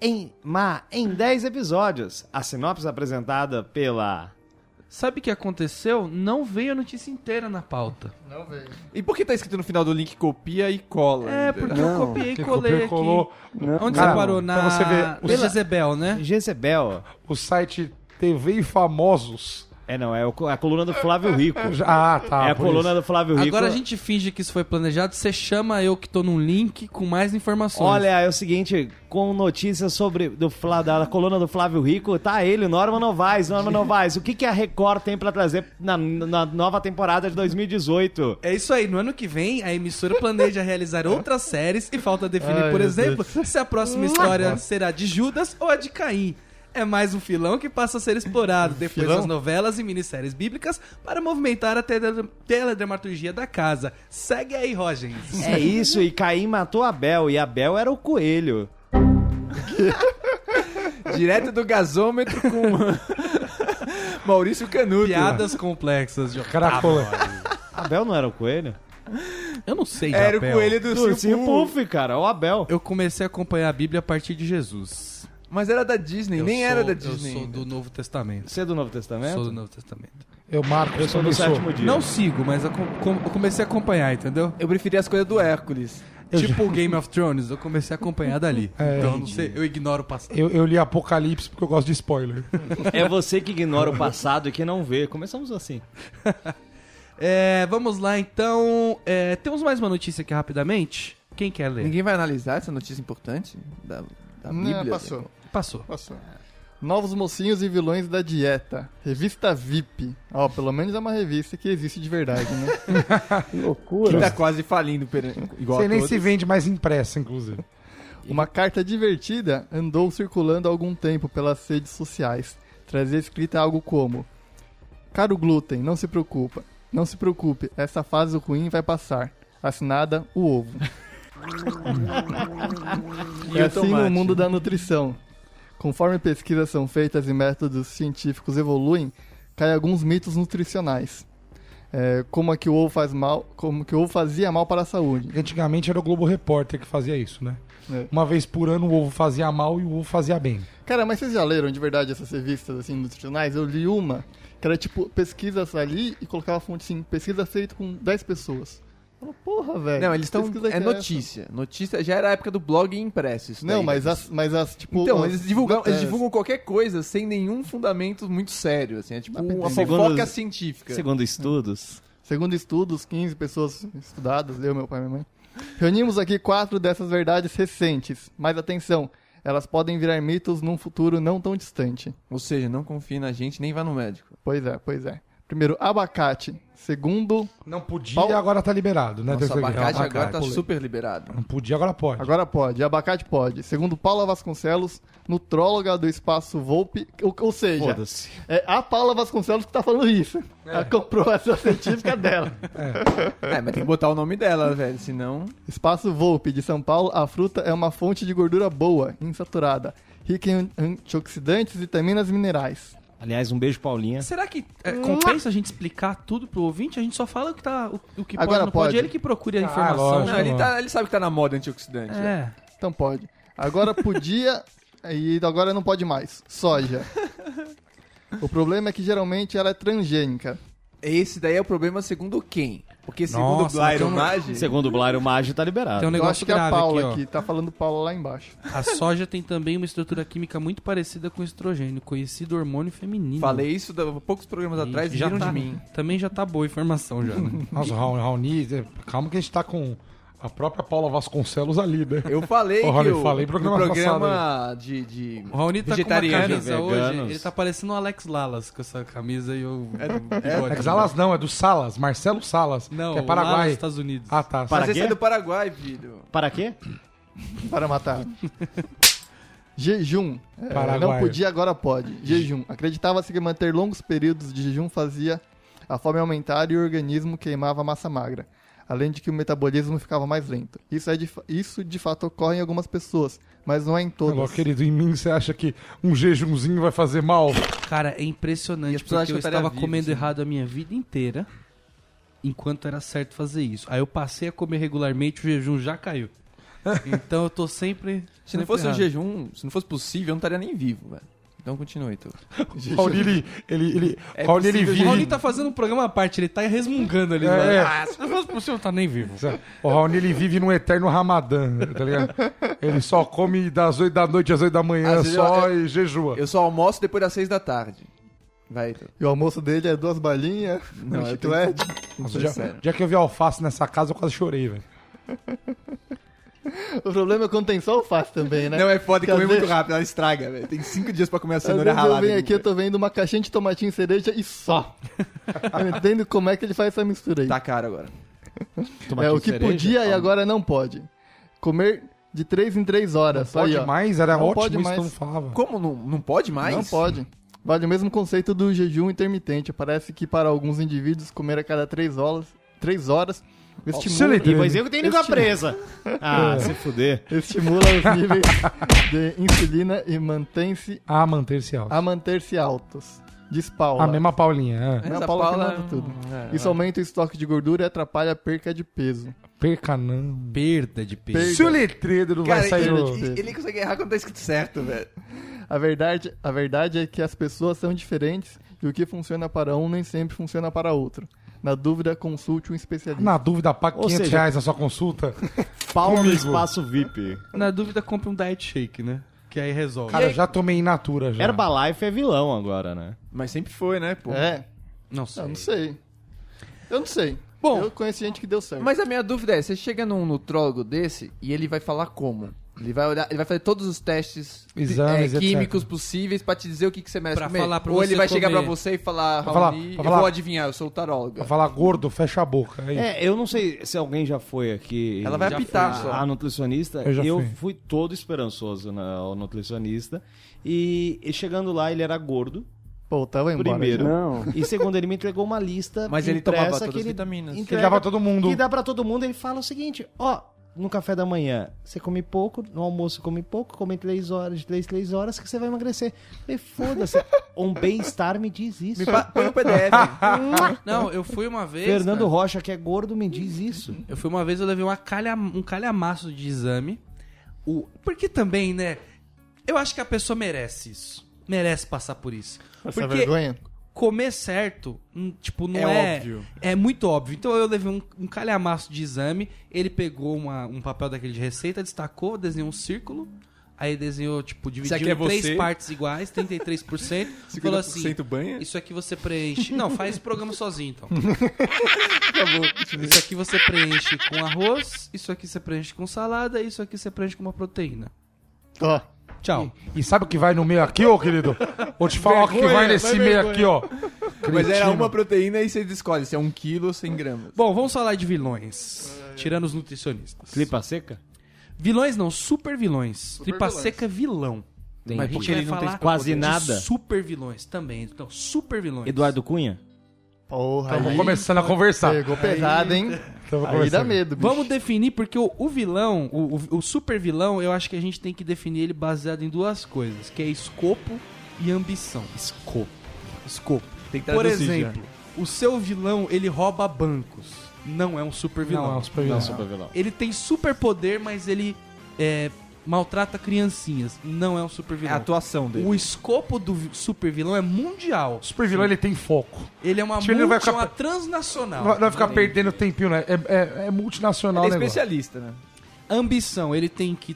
[SPEAKER 2] em, má, em 10 episódios. A sinopse apresentada pela...
[SPEAKER 4] Sabe o que aconteceu? Não veio a notícia inteira na pauta.
[SPEAKER 3] E por que tá escrito no final do link copia e cola?
[SPEAKER 4] É,
[SPEAKER 3] ainda?
[SPEAKER 4] porque eu copiei e
[SPEAKER 1] Que
[SPEAKER 4] colei
[SPEAKER 1] copiou,
[SPEAKER 4] aqui.
[SPEAKER 1] colou.
[SPEAKER 4] Onde
[SPEAKER 1] Cara,
[SPEAKER 4] você parou? Na...
[SPEAKER 1] pra você ver, o
[SPEAKER 4] Pela
[SPEAKER 1] sa-
[SPEAKER 4] Jezebel, né?
[SPEAKER 2] Jezebel.
[SPEAKER 1] O site TV e Famosos.
[SPEAKER 2] É, não, é o- a coluna do Flávio Rico.
[SPEAKER 1] Ah, tá.
[SPEAKER 2] é a
[SPEAKER 1] por
[SPEAKER 2] coluna
[SPEAKER 1] isso.
[SPEAKER 2] do Flávio Rico.
[SPEAKER 4] Agora a gente finge que isso foi planejado. Você chama eu que tô num link com mais informações.
[SPEAKER 2] Olha, é o seguinte, com notícias sobre do, Flá- da coluna do Flávio Rico, tá ele, Norma Novaes. Norma Novaes, o que, que a Record tem pra trazer na, na nova temporada de 2018?
[SPEAKER 4] É isso aí, no ano que vem a emissora planeja realizar outras séries e falta definir, por exemplo, se a próxima história será de Judas ou a de Caim. É mais um filão que passa a ser explorado depois das novelas e minisséries bíblicas para movimentar a tele- teledramaturgia da casa. Segue aí, Rogens.
[SPEAKER 2] É isso, e Caim matou Abel, e Abel era o coelho.
[SPEAKER 3] Direto do gasômetro com Maurício Canuto.
[SPEAKER 4] Piadas complexas, João.
[SPEAKER 2] Tá
[SPEAKER 1] Caracola.
[SPEAKER 2] Abel não era o coelho?
[SPEAKER 4] Eu não sei,
[SPEAKER 3] Era o
[SPEAKER 4] Japel.
[SPEAKER 3] coelho do
[SPEAKER 2] Do Ursinho
[SPEAKER 3] Ursinho Puff.
[SPEAKER 2] Puff, cara, o Abel.
[SPEAKER 4] É, Eu comecei a acompanhar a Bíblia a partir de Jesus.
[SPEAKER 3] Mas era da Disney,
[SPEAKER 4] Eu
[SPEAKER 3] nem
[SPEAKER 4] sou-
[SPEAKER 3] era da Disney.
[SPEAKER 4] Eu sou do Novo Testamento.
[SPEAKER 2] Você é do Novo Testamento?
[SPEAKER 4] Sou do Novo Testamento.
[SPEAKER 1] Eu, Marcos,
[SPEAKER 2] Eu sou do
[SPEAKER 1] também sou.
[SPEAKER 2] sétimo dia.
[SPEAKER 4] Não sigo, mas eu com- eu comecei a acompanhar, entendeu?
[SPEAKER 3] Eu preferia as coisas do Hércules.
[SPEAKER 4] tipo o Game of Thrones, eu comecei a acompanhar dali.
[SPEAKER 1] É.
[SPEAKER 4] então, eu não sei, eu ignoro o passado.
[SPEAKER 1] Eu, eu li Apocalipse porque eu gosto de spoiler.
[SPEAKER 2] É você que ignora o passado e que não vê. Começamos assim.
[SPEAKER 4] É, vamos lá, então. É, temos mais uma notícia aqui rapidamente. Quem quer ler?
[SPEAKER 3] Ninguém vai analisar essa notícia importante da, da
[SPEAKER 5] Ah, Não,
[SPEAKER 3] Bíblia.
[SPEAKER 5] passou.
[SPEAKER 4] Passou.
[SPEAKER 5] Passou. Novos mocinhos e vilões da dieta. Revista VIP. Ó, pelo menos é uma revista que existe de verdade, né?
[SPEAKER 3] Que tá quase falindo per- igual
[SPEAKER 1] Você
[SPEAKER 3] a
[SPEAKER 1] nem
[SPEAKER 3] todos.
[SPEAKER 1] se vende mais impressa, inclusive.
[SPEAKER 5] Uma carta divertida andou circulando há algum tempo pelas redes sociais. Trazia escrita é algo como: Caro glúten, não se preocupa. Não se preocupe, essa fase ruim vai passar. Assinada o ovo. é assim no mundo da nutrição. Conforme pesquisas são feitas e métodos científicos evoluem, caem alguns mitos nutricionais. É, como é que o ovo faz mal, como que o ovo fazia mal para a saúde.
[SPEAKER 1] Antigamente era o Globo Repórter que fazia isso, né?
[SPEAKER 5] É.
[SPEAKER 1] Uma vez por ano o ovo fazia mal e o ovo fazia bem.
[SPEAKER 5] Cara, mas vocês já leram de verdade essas revistas assim nutricionais? Eu li uma que era tipo pesquisas ali e colocava a fonte assim, pesquisa feita com 10 pessoas. Eu falo, Porra, velho.
[SPEAKER 3] Não, eles estão.
[SPEAKER 5] pesquisa que
[SPEAKER 3] É notícia. Notícia já era a época do blog impresso. Isso
[SPEAKER 5] essa? Não,
[SPEAKER 3] daí,
[SPEAKER 5] mas
[SPEAKER 3] né?
[SPEAKER 5] as, mas as tipo
[SPEAKER 3] Então,
[SPEAKER 5] as-
[SPEAKER 3] eles divulgam, eles
[SPEAKER 5] é,
[SPEAKER 3] divulgam qualquer coisa sem nenhum fundamento muito sério, assim, é tipo uma
[SPEAKER 2] Segundo-
[SPEAKER 3] fofoca científica.
[SPEAKER 2] Segundo estudos.
[SPEAKER 5] Segundo estudos, 15 pessoas estudadas, eu, meu pai e minha mãe. Reunimos aqui quatro dessas verdades recentes, mas atenção, elas podem virar mitos num futuro não tão distante.
[SPEAKER 3] Ou seja, não confie na gente, nem vá no médico.
[SPEAKER 5] Pois é, pois é. Primeiro, abacate. Segundo,
[SPEAKER 1] Não podia,
[SPEAKER 5] Pau-
[SPEAKER 1] agora tá liberado, né?
[SPEAKER 3] Nossa,
[SPEAKER 1] Terceiro grau.
[SPEAKER 3] abacate agora tá
[SPEAKER 1] Abacate.
[SPEAKER 3] super liberado.
[SPEAKER 1] Não podia, agora pode.
[SPEAKER 5] Agora pode, abacate pode. Segundo Paula Vasconcelos, nutróloga do espaço Volpe, ou, ou seja,
[SPEAKER 2] Foda-se.
[SPEAKER 5] é a Paula Vasconcelos que tá falando isso.
[SPEAKER 4] É.
[SPEAKER 5] A comprovação científica dela.
[SPEAKER 3] É, mas tem que botar o nome dela, velho, senão...
[SPEAKER 5] Espaço Volpe de São Paulo, a fruta é uma fonte de gordura boa, insaturada, rica em antioxidantes, vitaminas e minerais.
[SPEAKER 2] Aliás, um beijo, Paulinha.
[SPEAKER 4] Será que é, compensa a gente explicar tudo pro ouvinte? A gente só fala o que, tá, o, o que pode,
[SPEAKER 5] Agora
[SPEAKER 4] não pode.
[SPEAKER 5] pode.
[SPEAKER 4] Ele que procure a
[SPEAKER 1] Ah,
[SPEAKER 4] informação.
[SPEAKER 1] lógico.
[SPEAKER 3] Não, ele, tá- ele sabe que tá na moda antioxidante. né?
[SPEAKER 4] É.
[SPEAKER 5] Então pode. Agora podia e agora não pode mais. Soja. O problema é que geralmente ela é transgênica.
[SPEAKER 3] Esse daí é o problema segundo quem? Porque segundo
[SPEAKER 1] Nossa,
[SPEAKER 3] o Byron
[SPEAKER 1] então-
[SPEAKER 3] Maggi,
[SPEAKER 2] Segundo o Blário, o Maggi tá liberado.
[SPEAKER 4] Tem um
[SPEAKER 5] Eu acho
[SPEAKER 4] negócio
[SPEAKER 5] que é a
[SPEAKER 4] grave
[SPEAKER 5] Paula
[SPEAKER 4] aqui,
[SPEAKER 5] aqui, tá falando Paula lá embaixo.
[SPEAKER 4] ó. A soja tem também uma estrutura química muito parecida com o estrogênio, conhecido hormônio feminino.
[SPEAKER 3] falei isso da- poucos programas atrás,
[SPEAKER 4] já
[SPEAKER 3] viram
[SPEAKER 4] tá,
[SPEAKER 3] de mim.
[SPEAKER 4] Também já tá boa a informação já, né?
[SPEAKER 1] Nossa, Raoni, Raoni, é, calma que a gente tá com a própria Paula Vasconcelos ali, né?
[SPEAKER 3] Eu falei
[SPEAKER 1] Ô, Rony,
[SPEAKER 3] que o,
[SPEAKER 1] falei
[SPEAKER 3] no
[SPEAKER 1] programa
[SPEAKER 3] programa de, de
[SPEAKER 4] O Raoni tá com uma
[SPEAKER 3] vegetariano.
[SPEAKER 4] camisa
[SPEAKER 2] veganos.
[SPEAKER 4] hoje, ele tá parecendo o Alex Lalas com essa camisa e o...
[SPEAKER 1] É que
[SPEAKER 4] bigode.
[SPEAKER 1] Salas não, é do Salas, Marcelo Salas,
[SPEAKER 4] Não,
[SPEAKER 1] que é
[SPEAKER 4] o
[SPEAKER 1] Paraguai.
[SPEAKER 4] Lalas, Estados Unidos.
[SPEAKER 1] Ah, tá.
[SPEAKER 2] Para
[SPEAKER 3] Mas esse
[SPEAKER 2] quê?
[SPEAKER 3] é do Paraguai, filho.
[SPEAKER 2] Para quê?
[SPEAKER 5] para matar. Jejum. É,
[SPEAKER 1] Paraguai.
[SPEAKER 5] não podia, agora pode. Jejum. Acreditava-se que manter longos períodos de jejum fazia a fome aumentar e o organismo queimava a massa magra. Além de que o metabolismo ficava mais lento. Isso, é de, fa- isso de fato ocorre em algumas pessoas, mas não é em
[SPEAKER 1] Alô,
[SPEAKER 5] todas.
[SPEAKER 1] querido, em mim você acha que um jejumzinho vai fazer mal?
[SPEAKER 4] Cara, é
[SPEAKER 3] E
[SPEAKER 4] impressionante
[SPEAKER 3] as pessoas
[SPEAKER 4] porque eu
[SPEAKER 3] acham que eu estaria
[SPEAKER 4] estava
[SPEAKER 3] vivo,
[SPEAKER 4] comendo
[SPEAKER 3] assim.
[SPEAKER 4] errado a minha vida inteira, enquanto era certo fazer isso. Aí eu passei a comer regularmente, o jejum já caiu. Então eu tô sempre.
[SPEAKER 3] Se não
[SPEAKER 4] sempre
[SPEAKER 3] fosse um
[SPEAKER 4] errado.
[SPEAKER 3] jejum, se não fosse possível, eu não estaria nem vivo, velho. Então continue, tu.
[SPEAKER 1] O Raoni, ele, ele, ele,
[SPEAKER 3] É
[SPEAKER 1] Raoni, ele
[SPEAKER 3] possível,
[SPEAKER 1] vive...
[SPEAKER 4] O Raoni tá fazendo um programa à parte, ele tá resmungando ali.
[SPEAKER 1] É,
[SPEAKER 4] mano.
[SPEAKER 1] é.
[SPEAKER 4] Ah, se não fosse possível, tá nem vivo.
[SPEAKER 1] O Raoni, ele vive num eterno ramadã, tá ligado? Ele só come das 8 da noite às 8 da manhã
[SPEAKER 3] Às vezes
[SPEAKER 1] só
[SPEAKER 3] eu-
[SPEAKER 1] e jejua.
[SPEAKER 3] Eu só almoço depois das seis da tarde. Vai, tu.
[SPEAKER 5] E o almoço dele é duas balinhas,
[SPEAKER 3] Não,
[SPEAKER 5] um
[SPEAKER 3] é
[SPEAKER 5] chiclete.
[SPEAKER 1] Nossa,
[SPEAKER 3] Isso é
[SPEAKER 1] já,
[SPEAKER 3] sério.
[SPEAKER 1] já que eu vi alface nessa casa, eu quase chorei, velho.
[SPEAKER 5] O problema é quando tem só alface também, né?
[SPEAKER 3] Não, é foda
[SPEAKER 5] Porque
[SPEAKER 3] comer
[SPEAKER 5] às
[SPEAKER 3] muito
[SPEAKER 5] vezes-
[SPEAKER 3] rápido, ela estraga, velho. Tem cinco dias pra comer a
[SPEAKER 5] Às
[SPEAKER 3] cenoura
[SPEAKER 5] vezes eu
[SPEAKER 3] ralada. né?
[SPEAKER 5] venho aqui, eu
[SPEAKER 3] velho.
[SPEAKER 5] tô vendo uma caixinha de tomatinho cereja e só. eu não entendo como é que ele faz essa mistura aí.
[SPEAKER 3] Tá caro agora.
[SPEAKER 5] É
[SPEAKER 2] Tomatinho
[SPEAKER 5] o que
[SPEAKER 2] cereja?
[SPEAKER 5] podia e agora não pode. Comer de 3 em 3 horas.
[SPEAKER 1] Pode
[SPEAKER 5] aí, ó.
[SPEAKER 1] mais, era
[SPEAKER 5] Não
[SPEAKER 1] ótimo
[SPEAKER 5] pode
[SPEAKER 1] isso
[SPEAKER 5] mais.
[SPEAKER 1] que eu não falava.
[SPEAKER 3] Como? Não, não pode mais?
[SPEAKER 5] Não pode. Vale o mesmo conceito do jejum intermitente. Parece que para alguns indivíduos comer a cada 3 horas, 3 horas estimula,
[SPEAKER 1] excelente.
[SPEAKER 2] E pois eu que tenho língua presa. Ah, se fuder.
[SPEAKER 5] estimula os níveis de insulina e mantém-se
[SPEAKER 1] Ah, manter-se alto.
[SPEAKER 5] a manter-se altos. Diz Paula.
[SPEAKER 1] A mesma Paulinha, é.
[SPEAKER 5] Não,
[SPEAKER 3] Essa
[SPEAKER 5] Paula, que
[SPEAKER 3] Paula-
[SPEAKER 5] manda tudo.
[SPEAKER 3] É,
[SPEAKER 5] Isso aumenta o estoque de gordura e atrapalha a perca de peso.
[SPEAKER 1] Perca não.
[SPEAKER 4] Perda de peso.
[SPEAKER 5] Perda.
[SPEAKER 1] Se o letreiro não vai sair
[SPEAKER 5] ele-
[SPEAKER 1] no...
[SPEAKER 5] ele-
[SPEAKER 3] consegue errar quando tá escrito certo, velho.
[SPEAKER 5] A verdade, a verdade é que as pessoas são diferentes e o que funciona para um nem sempre funciona para outro. Na dúvida, consulte um especialista.
[SPEAKER 1] Na dúvida, paga
[SPEAKER 2] Ou
[SPEAKER 1] 500
[SPEAKER 2] seja-
[SPEAKER 1] reais na sua consulta.
[SPEAKER 2] Palma
[SPEAKER 1] Comigo.
[SPEAKER 2] espaço VIP.
[SPEAKER 4] Na dúvida, compra um diet shake, né? Que aí resolve.
[SPEAKER 1] Cara, eu já tomei in natura já.
[SPEAKER 2] Herbalife é vilão agora, né?
[SPEAKER 3] Mas sempre foi, né, pô?
[SPEAKER 5] É,
[SPEAKER 4] Não sei.
[SPEAKER 5] eu não sei. Eu não sei.
[SPEAKER 3] Bom,
[SPEAKER 5] eu conheci gente que deu certo.
[SPEAKER 3] Mas a minha dúvida é, você chega num nutrólogo desse e ele vai falar como? Ele vai olhar, ele vai fazer todos os testes é,
[SPEAKER 1] Exames, etc.
[SPEAKER 3] químicos possíveis pra te dizer o que, que você merece
[SPEAKER 4] Pra
[SPEAKER 3] comer.
[SPEAKER 4] falar pra
[SPEAKER 3] Ou
[SPEAKER 4] você
[SPEAKER 3] ele vai chegar
[SPEAKER 4] comer.
[SPEAKER 3] pra você e falar,
[SPEAKER 1] Pra falar-
[SPEAKER 3] Raoni,
[SPEAKER 1] pra
[SPEAKER 3] eu
[SPEAKER 1] falar-
[SPEAKER 3] vou adivinhar, eu sou o taróloga.
[SPEAKER 1] Pra falar gordo, fecha a boca. É isso.
[SPEAKER 2] É, eu não sei se alguém já foi aqui.
[SPEAKER 3] Ela vai
[SPEAKER 2] Já
[SPEAKER 3] apitar
[SPEAKER 2] foi
[SPEAKER 3] só.
[SPEAKER 2] A nutricionista.
[SPEAKER 1] Eu
[SPEAKER 2] Eu,
[SPEAKER 1] já fui.
[SPEAKER 2] fui todo esperançoso na, ao nutricionista. E, e chegando lá, ele era gordo,
[SPEAKER 5] Pô, tava embora.
[SPEAKER 2] primeiro.
[SPEAKER 5] já.
[SPEAKER 2] E segundo, ele me entregou uma lista.
[SPEAKER 3] Mas ele
[SPEAKER 2] impressa
[SPEAKER 3] tomava todas
[SPEAKER 2] que
[SPEAKER 3] as
[SPEAKER 2] ele
[SPEAKER 3] vitaminas.
[SPEAKER 1] Que
[SPEAKER 2] entrega-
[SPEAKER 1] dá pra todo mundo.
[SPEAKER 2] é. Que dá pra todo mundo. Ele fala o seguinte: ó, no café da manhã você come pouco, no almoço come pouco, come três horas, de três, três horas, que você vai emagrecer. Eu falei, foda-se. um bem-estar me diz isso.
[SPEAKER 3] Me pa- põe o PDF.
[SPEAKER 4] Não, eu fui uma vez.
[SPEAKER 2] Fernando Rocha, que é gordo, me diz isso.
[SPEAKER 4] Eu fui uma vez, eu levei uma calha, um calhamaço de exame. O, porque também, né? Eu acho que a pessoa merece isso. Merece passar por isso.
[SPEAKER 5] Essa
[SPEAKER 4] porque
[SPEAKER 5] vergonha.
[SPEAKER 4] comer certo, hum, tipo, não
[SPEAKER 3] É
[SPEAKER 4] é.
[SPEAKER 3] óbvio.
[SPEAKER 4] É muito óbvio. Então eu levei um, um calhamaço de exame, ele pegou uma- um papel daquele de receita, destacou, desenhou um círculo. Aí desenhou, tipo, dividiu
[SPEAKER 3] aqui é
[SPEAKER 4] em três
[SPEAKER 3] você.
[SPEAKER 4] partes iguais, 33%. falou assim,
[SPEAKER 3] 50% banha?
[SPEAKER 4] isso aqui você preenche... Não, faz esse programa sozinho, então. Isso aqui você preenche com arroz, isso aqui você preenche com salada, isso aqui você preenche com uma proteína.
[SPEAKER 5] Ó,
[SPEAKER 4] Tchau.
[SPEAKER 1] E sabe o que vai no meio aqui, ô querido? Vou te falar o que
[SPEAKER 3] Vergonha,
[SPEAKER 1] vai nesse
[SPEAKER 3] vai
[SPEAKER 1] meio
[SPEAKER 3] vergonha.
[SPEAKER 1] aqui, ó.
[SPEAKER 3] Mas era
[SPEAKER 1] Cretino.
[SPEAKER 3] uma proteína e você escolhe se é um quilo ou 100 gramas.
[SPEAKER 4] Bom, vamos falar de vilões. Tirando os nutricionistas.
[SPEAKER 2] Clipa seca?
[SPEAKER 4] Vilões não, super vilões. Tripa
[SPEAKER 3] vilões.
[SPEAKER 4] seca é vilão.
[SPEAKER 3] Mas porque
[SPEAKER 4] A gente
[SPEAKER 3] ele
[SPEAKER 4] vai
[SPEAKER 3] não tem
[SPEAKER 4] falar
[SPEAKER 2] quase
[SPEAKER 4] de
[SPEAKER 2] nada.
[SPEAKER 4] Super vilões também. Então, super vilões.
[SPEAKER 2] Eduardo Cunha?
[SPEAKER 5] porra.
[SPEAKER 1] Estamos
[SPEAKER 5] aí
[SPEAKER 1] começando a conversar.
[SPEAKER 5] Pegou pesado, hein?
[SPEAKER 1] Tamo
[SPEAKER 5] Aí
[SPEAKER 1] conversando.
[SPEAKER 5] dá medo, bicho.
[SPEAKER 4] Vamos definir, porque o, o vilão, o, o- o super vilão, eu acho que a gente tem que definir ele baseado em duas coisas, que é escopo e ambição. Escopo. Escopo.
[SPEAKER 3] Tem que é.
[SPEAKER 4] Por
[SPEAKER 3] traduzir já.
[SPEAKER 4] exemplo, o seu vilão, ele rouba bancos. Não é um super vilão.
[SPEAKER 1] Não, é um super vilão.
[SPEAKER 2] Super vilão.
[SPEAKER 4] Ele tem super poder, mas ele é, maltrata criancinhas. Não é um super
[SPEAKER 3] É a
[SPEAKER 4] vilão.
[SPEAKER 3] atuação dele.
[SPEAKER 4] o escopo do vi- super vilão é mundial.
[SPEAKER 1] Super vilão, ele tem foco.
[SPEAKER 4] Ele é uma,
[SPEAKER 1] Tipo, ele não vai
[SPEAKER 4] multi,
[SPEAKER 1] ficar-
[SPEAKER 4] uma
[SPEAKER 1] Não
[SPEAKER 4] transnacional.
[SPEAKER 1] vai- não vai ficar perdendo tempinho, né? É, é- é multinacional,
[SPEAKER 3] Ele é
[SPEAKER 1] né? negócio.
[SPEAKER 3] especialista, né?
[SPEAKER 4] Ambição, ele tem que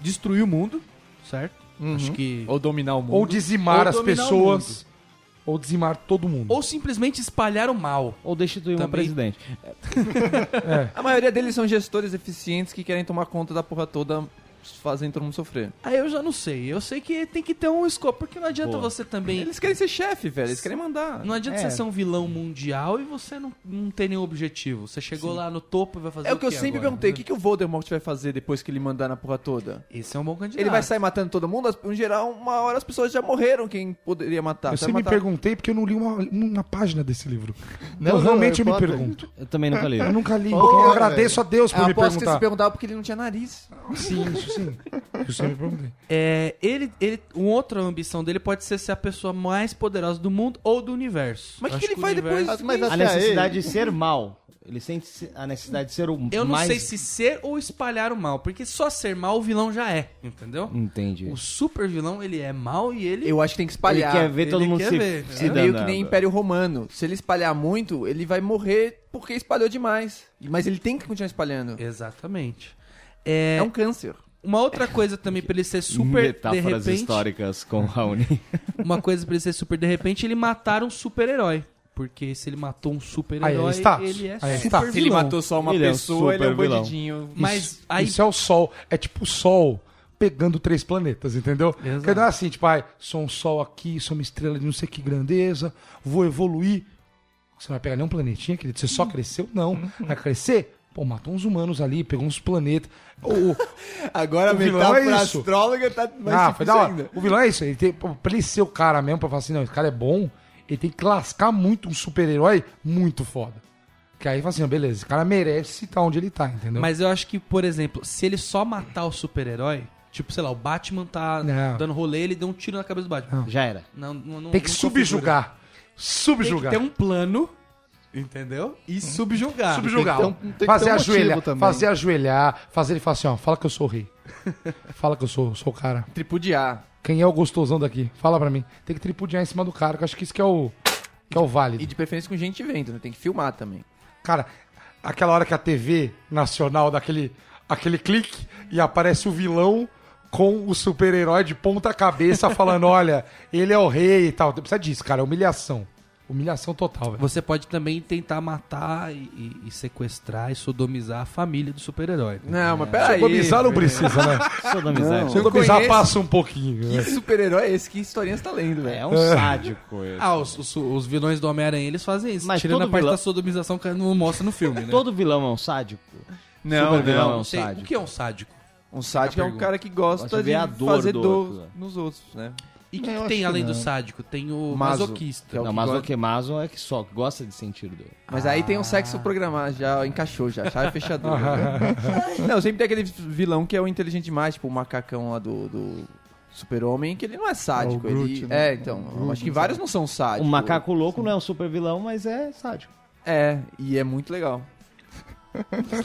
[SPEAKER 4] destruir o mundo, certo?
[SPEAKER 1] Uhum.
[SPEAKER 4] Acho que
[SPEAKER 3] Ou dominar o mundo.
[SPEAKER 1] Ou dizimar
[SPEAKER 4] Ou
[SPEAKER 1] as
[SPEAKER 4] dominar o
[SPEAKER 1] pessoas. Ou dizimar todo mundo.
[SPEAKER 4] ou simplesmente espalhar o mal.
[SPEAKER 2] Ou destituir um
[SPEAKER 4] Também.
[SPEAKER 2] presidente.
[SPEAKER 3] A maioria deles são gestores eficientes que querem tomar conta da porra toda, fazendo todo mundo sofrer.
[SPEAKER 4] Aí eu já não sei. Eu sei que tem que ter um escopo, porque não adianta
[SPEAKER 2] Boa.
[SPEAKER 4] você também.
[SPEAKER 3] Eles querem ser chefe, velho. Eles querem mandar.
[SPEAKER 4] Não adianta
[SPEAKER 2] É.
[SPEAKER 4] você ser um vilão mundial e você não, não ter nenhum objetivo. Você chegou lá no topo e vai fazer
[SPEAKER 3] É o que eu sempre
[SPEAKER 4] agora?
[SPEAKER 3] perguntei. O que, que o Voldemort vai fazer depois que ele mandar na porra toda?
[SPEAKER 4] Esse é um bom candidato.
[SPEAKER 3] Ele vai sair matando todo mundo? As- Em geral, uma hora as pessoas já morreram quem poderia matar.
[SPEAKER 1] eu
[SPEAKER 3] Você
[SPEAKER 1] sempre
[SPEAKER 3] vai
[SPEAKER 1] me
[SPEAKER 3] matar-
[SPEAKER 1] perguntei porque eu não li uma, uma página desse livro.
[SPEAKER 5] Não,
[SPEAKER 1] eu
[SPEAKER 5] não,
[SPEAKER 1] realmente
[SPEAKER 5] Harry
[SPEAKER 1] eu me
[SPEAKER 5] Potter.
[SPEAKER 1] pergunto.
[SPEAKER 2] Eu também nunca li.
[SPEAKER 1] Eu nunca li.
[SPEAKER 5] Porra,
[SPEAKER 1] porque eu
[SPEAKER 5] velho.
[SPEAKER 1] agradeço a Deus por
[SPEAKER 3] Eu
[SPEAKER 1] me
[SPEAKER 3] aposto É que você
[SPEAKER 1] perguntar.
[SPEAKER 3] se perguntava porque ele não tinha nariz.
[SPEAKER 1] Sim, isso sim. Isso eu me perguntei.
[SPEAKER 4] É, ele, ele, uma outra ambição dele pode ser ser a pessoa mais poderosa do mundo ou do universo.
[SPEAKER 3] Mas o
[SPEAKER 4] Acho
[SPEAKER 3] que ele faz depois?
[SPEAKER 5] Mas- mas
[SPEAKER 2] A
[SPEAKER 5] até
[SPEAKER 2] necessidade
[SPEAKER 5] ele-
[SPEAKER 2] de ser mal. Ele sente se- a necessidade de ser o
[SPEAKER 4] Eu não
[SPEAKER 2] mais...
[SPEAKER 4] sei se ser ou espalhar o mal, porque só ser mal o vilão já é, entendeu?
[SPEAKER 2] Entendi.
[SPEAKER 4] O super vilão ele é mal e ele
[SPEAKER 3] Eu acho que tem que
[SPEAKER 2] Ele
[SPEAKER 3] espalhar.
[SPEAKER 2] quer ver
[SPEAKER 4] ele
[SPEAKER 2] todo mundo
[SPEAKER 4] quer
[SPEAKER 2] se,
[SPEAKER 4] ver, né?
[SPEAKER 2] se
[SPEAKER 3] É meio que
[SPEAKER 2] danando.
[SPEAKER 3] nem Império Romano. Se ele espalhar muito, ele vai morrer porque espalhou demais. Mas ele tem que continuar espalhando.
[SPEAKER 4] exatamente. É,
[SPEAKER 3] É, um câncer.
[SPEAKER 4] uma outra coisa também pra ele ser super
[SPEAKER 2] Metáforas
[SPEAKER 4] de repente,
[SPEAKER 2] históricas com Raoni.
[SPEAKER 4] uma coisa pra ele ser super de repente, ele matar um super-herói. Porque se ele matou um
[SPEAKER 1] Aí,
[SPEAKER 4] super-herói,
[SPEAKER 1] status.
[SPEAKER 4] ele é
[SPEAKER 1] Aí,
[SPEAKER 4] super
[SPEAKER 1] status.
[SPEAKER 4] vilão.
[SPEAKER 3] só
[SPEAKER 2] Tá. Ele é um super vilão.
[SPEAKER 3] bandidinho.
[SPEAKER 4] Mas
[SPEAKER 1] isso,
[SPEAKER 4] aí
[SPEAKER 1] isso é o sol. É tipo o sol pegando três planetas, entendeu?
[SPEAKER 4] Exato.
[SPEAKER 1] Porque não é assim, tipo, ai, sou um sol aqui, sou uma estrela de não sei que grandeza, vou evoluir. Você não vai pegar nenhum planetinha, querido? Você só cresceu? Não.
[SPEAKER 4] Uhum.
[SPEAKER 1] Vai crescer? Pô, matou uns humanos ali, pegou uns planetas. O, o-
[SPEAKER 3] Agora
[SPEAKER 1] O vilão é isso.
[SPEAKER 3] astróloga tá
[SPEAKER 1] ah, foi da hora. O vilão é isso. Ele tem, pra ele ser o cara mesmo, pra falar assim, não, esse cara é bom, ele tem que lascar muito um super-herói muito foda. Que aí fala assim, ó, beleza, esse cara merece estar onde ele tá, entendeu?
[SPEAKER 4] Mas eu acho que, por exemplo, se ele só matar o super-herói, tipo, sei lá, o Batman tá
[SPEAKER 1] Não.
[SPEAKER 4] dando rolê, ele deu um tiro na cabeça do Batman.
[SPEAKER 2] Já era.
[SPEAKER 4] Não, não, não-
[SPEAKER 1] É. tem que
[SPEAKER 4] não configura.
[SPEAKER 1] subjugar. Uhum.
[SPEAKER 4] Tem que um
[SPEAKER 1] Subjugar.
[SPEAKER 4] ter um plano Entendeu? E subjugar.
[SPEAKER 1] Subjugar.
[SPEAKER 5] Tem que ter um- tem que
[SPEAKER 1] fazer
[SPEAKER 5] ter um motivo
[SPEAKER 1] ajoelhar.
[SPEAKER 5] também.
[SPEAKER 1] Fazer ajoelhar. Fazer ele falar assim, ó. Fala que eu sou o rei. fala que eu sou, sou o cara.
[SPEAKER 3] Tripudiar.
[SPEAKER 1] Quem é o gostosão daqui? Fala pra mim. Tem que tripudiar em cima do cara, que eu acho que isso que é o. Que é o válido.
[SPEAKER 3] E de preferência com gente vendo, né? Tem que filmar também.
[SPEAKER 1] Cara, aquela hora que a TV nacional dá aquele, aquele clique e aparece o vilão com o super-herói de ponta cabeça falando, olha, ele é o rei e tal. Precisa disso, cara. é Humilhação. Humilhação total, velho.
[SPEAKER 4] Você pode também tentar matar e, e- e sequestrar e sodomizar a família do super-herói.
[SPEAKER 3] Não, mas peraí.
[SPEAKER 1] Sodomizar não
[SPEAKER 3] velho.
[SPEAKER 1] precisa, né?
[SPEAKER 2] Sou da amizade.
[SPEAKER 1] Sodomizar
[SPEAKER 3] é conheço-
[SPEAKER 1] passa um pouquinho. né?
[SPEAKER 3] Que super-herói é esse? Que historinha você tá lendo, velho?
[SPEAKER 2] É um sádico esse.
[SPEAKER 4] Ah, os, os- os vilões do Homem-Aranha, eles fazem isso.
[SPEAKER 2] Mas
[SPEAKER 4] tirando a
[SPEAKER 2] todo
[SPEAKER 4] parte
[SPEAKER 2] vilão-
[SPEAKER 4] da sodomização que não mostra no filme, né?
[SPEAKER 2] Todo vilão é um sádico? Super vilão é um
[SPEAKER 4] sei.
[SPEAKER 2] sádico.
[SPEAKER 4] O que é um sádico?
[SPEAKER 3] Um sádico é um cara que gosta
[SPEAKER 2] Gosta de
[SPEAKER 3] de,
[SPEAKER 2] ver a dor
[SPEAKER 3] fazer
[SPEAKER 2] do
[SPEAKER 3] dor
[SPEAKER 2] outro, né?
[SPEAKER 3] nos outros, né?
[SPEAKER 4] E o
[SPEAKER 5] Eu
[SPEAKER 4] que
[SPEAKER 5] acho
[SPEAKER 4] tem
[SPEAKER 5] que
[SPEAKER 4] além do
[SPEAKER 5] não.
[SPEAKER 4] sádico? Tem o
[SPEAKER 3] Maso, que
[SPEAKER 4] masoquista.
[SPEAKER 3] é o
[SPEAKER 2] Não, mas o que maso é que só gosta de sentir dor.
[SPEAKER 3] Mas aí tem um sexo programado, já encaixou, já, chave fechadura. né? não, sempre tem aquele vilão que é o inteligente demais, tipo o macacão lá do, do super-homem, que ele não é sádico.
[SPEAKER 5] É, o
[SPEAKER 3] ele...
[SPEAKER 5] Groot, né?
[SPEAKER 3] É, então, eu
[SPEAKER 5] Groot,
[SPEAKER 3] acho que
[SPEAKER 5] não
[SPEAKER 3] vários não são sádicos.
[SPEAKER 2] o macaco louco não é um super vilão, mas é sádico.
[SPEAKER 3] É, e é muito legal.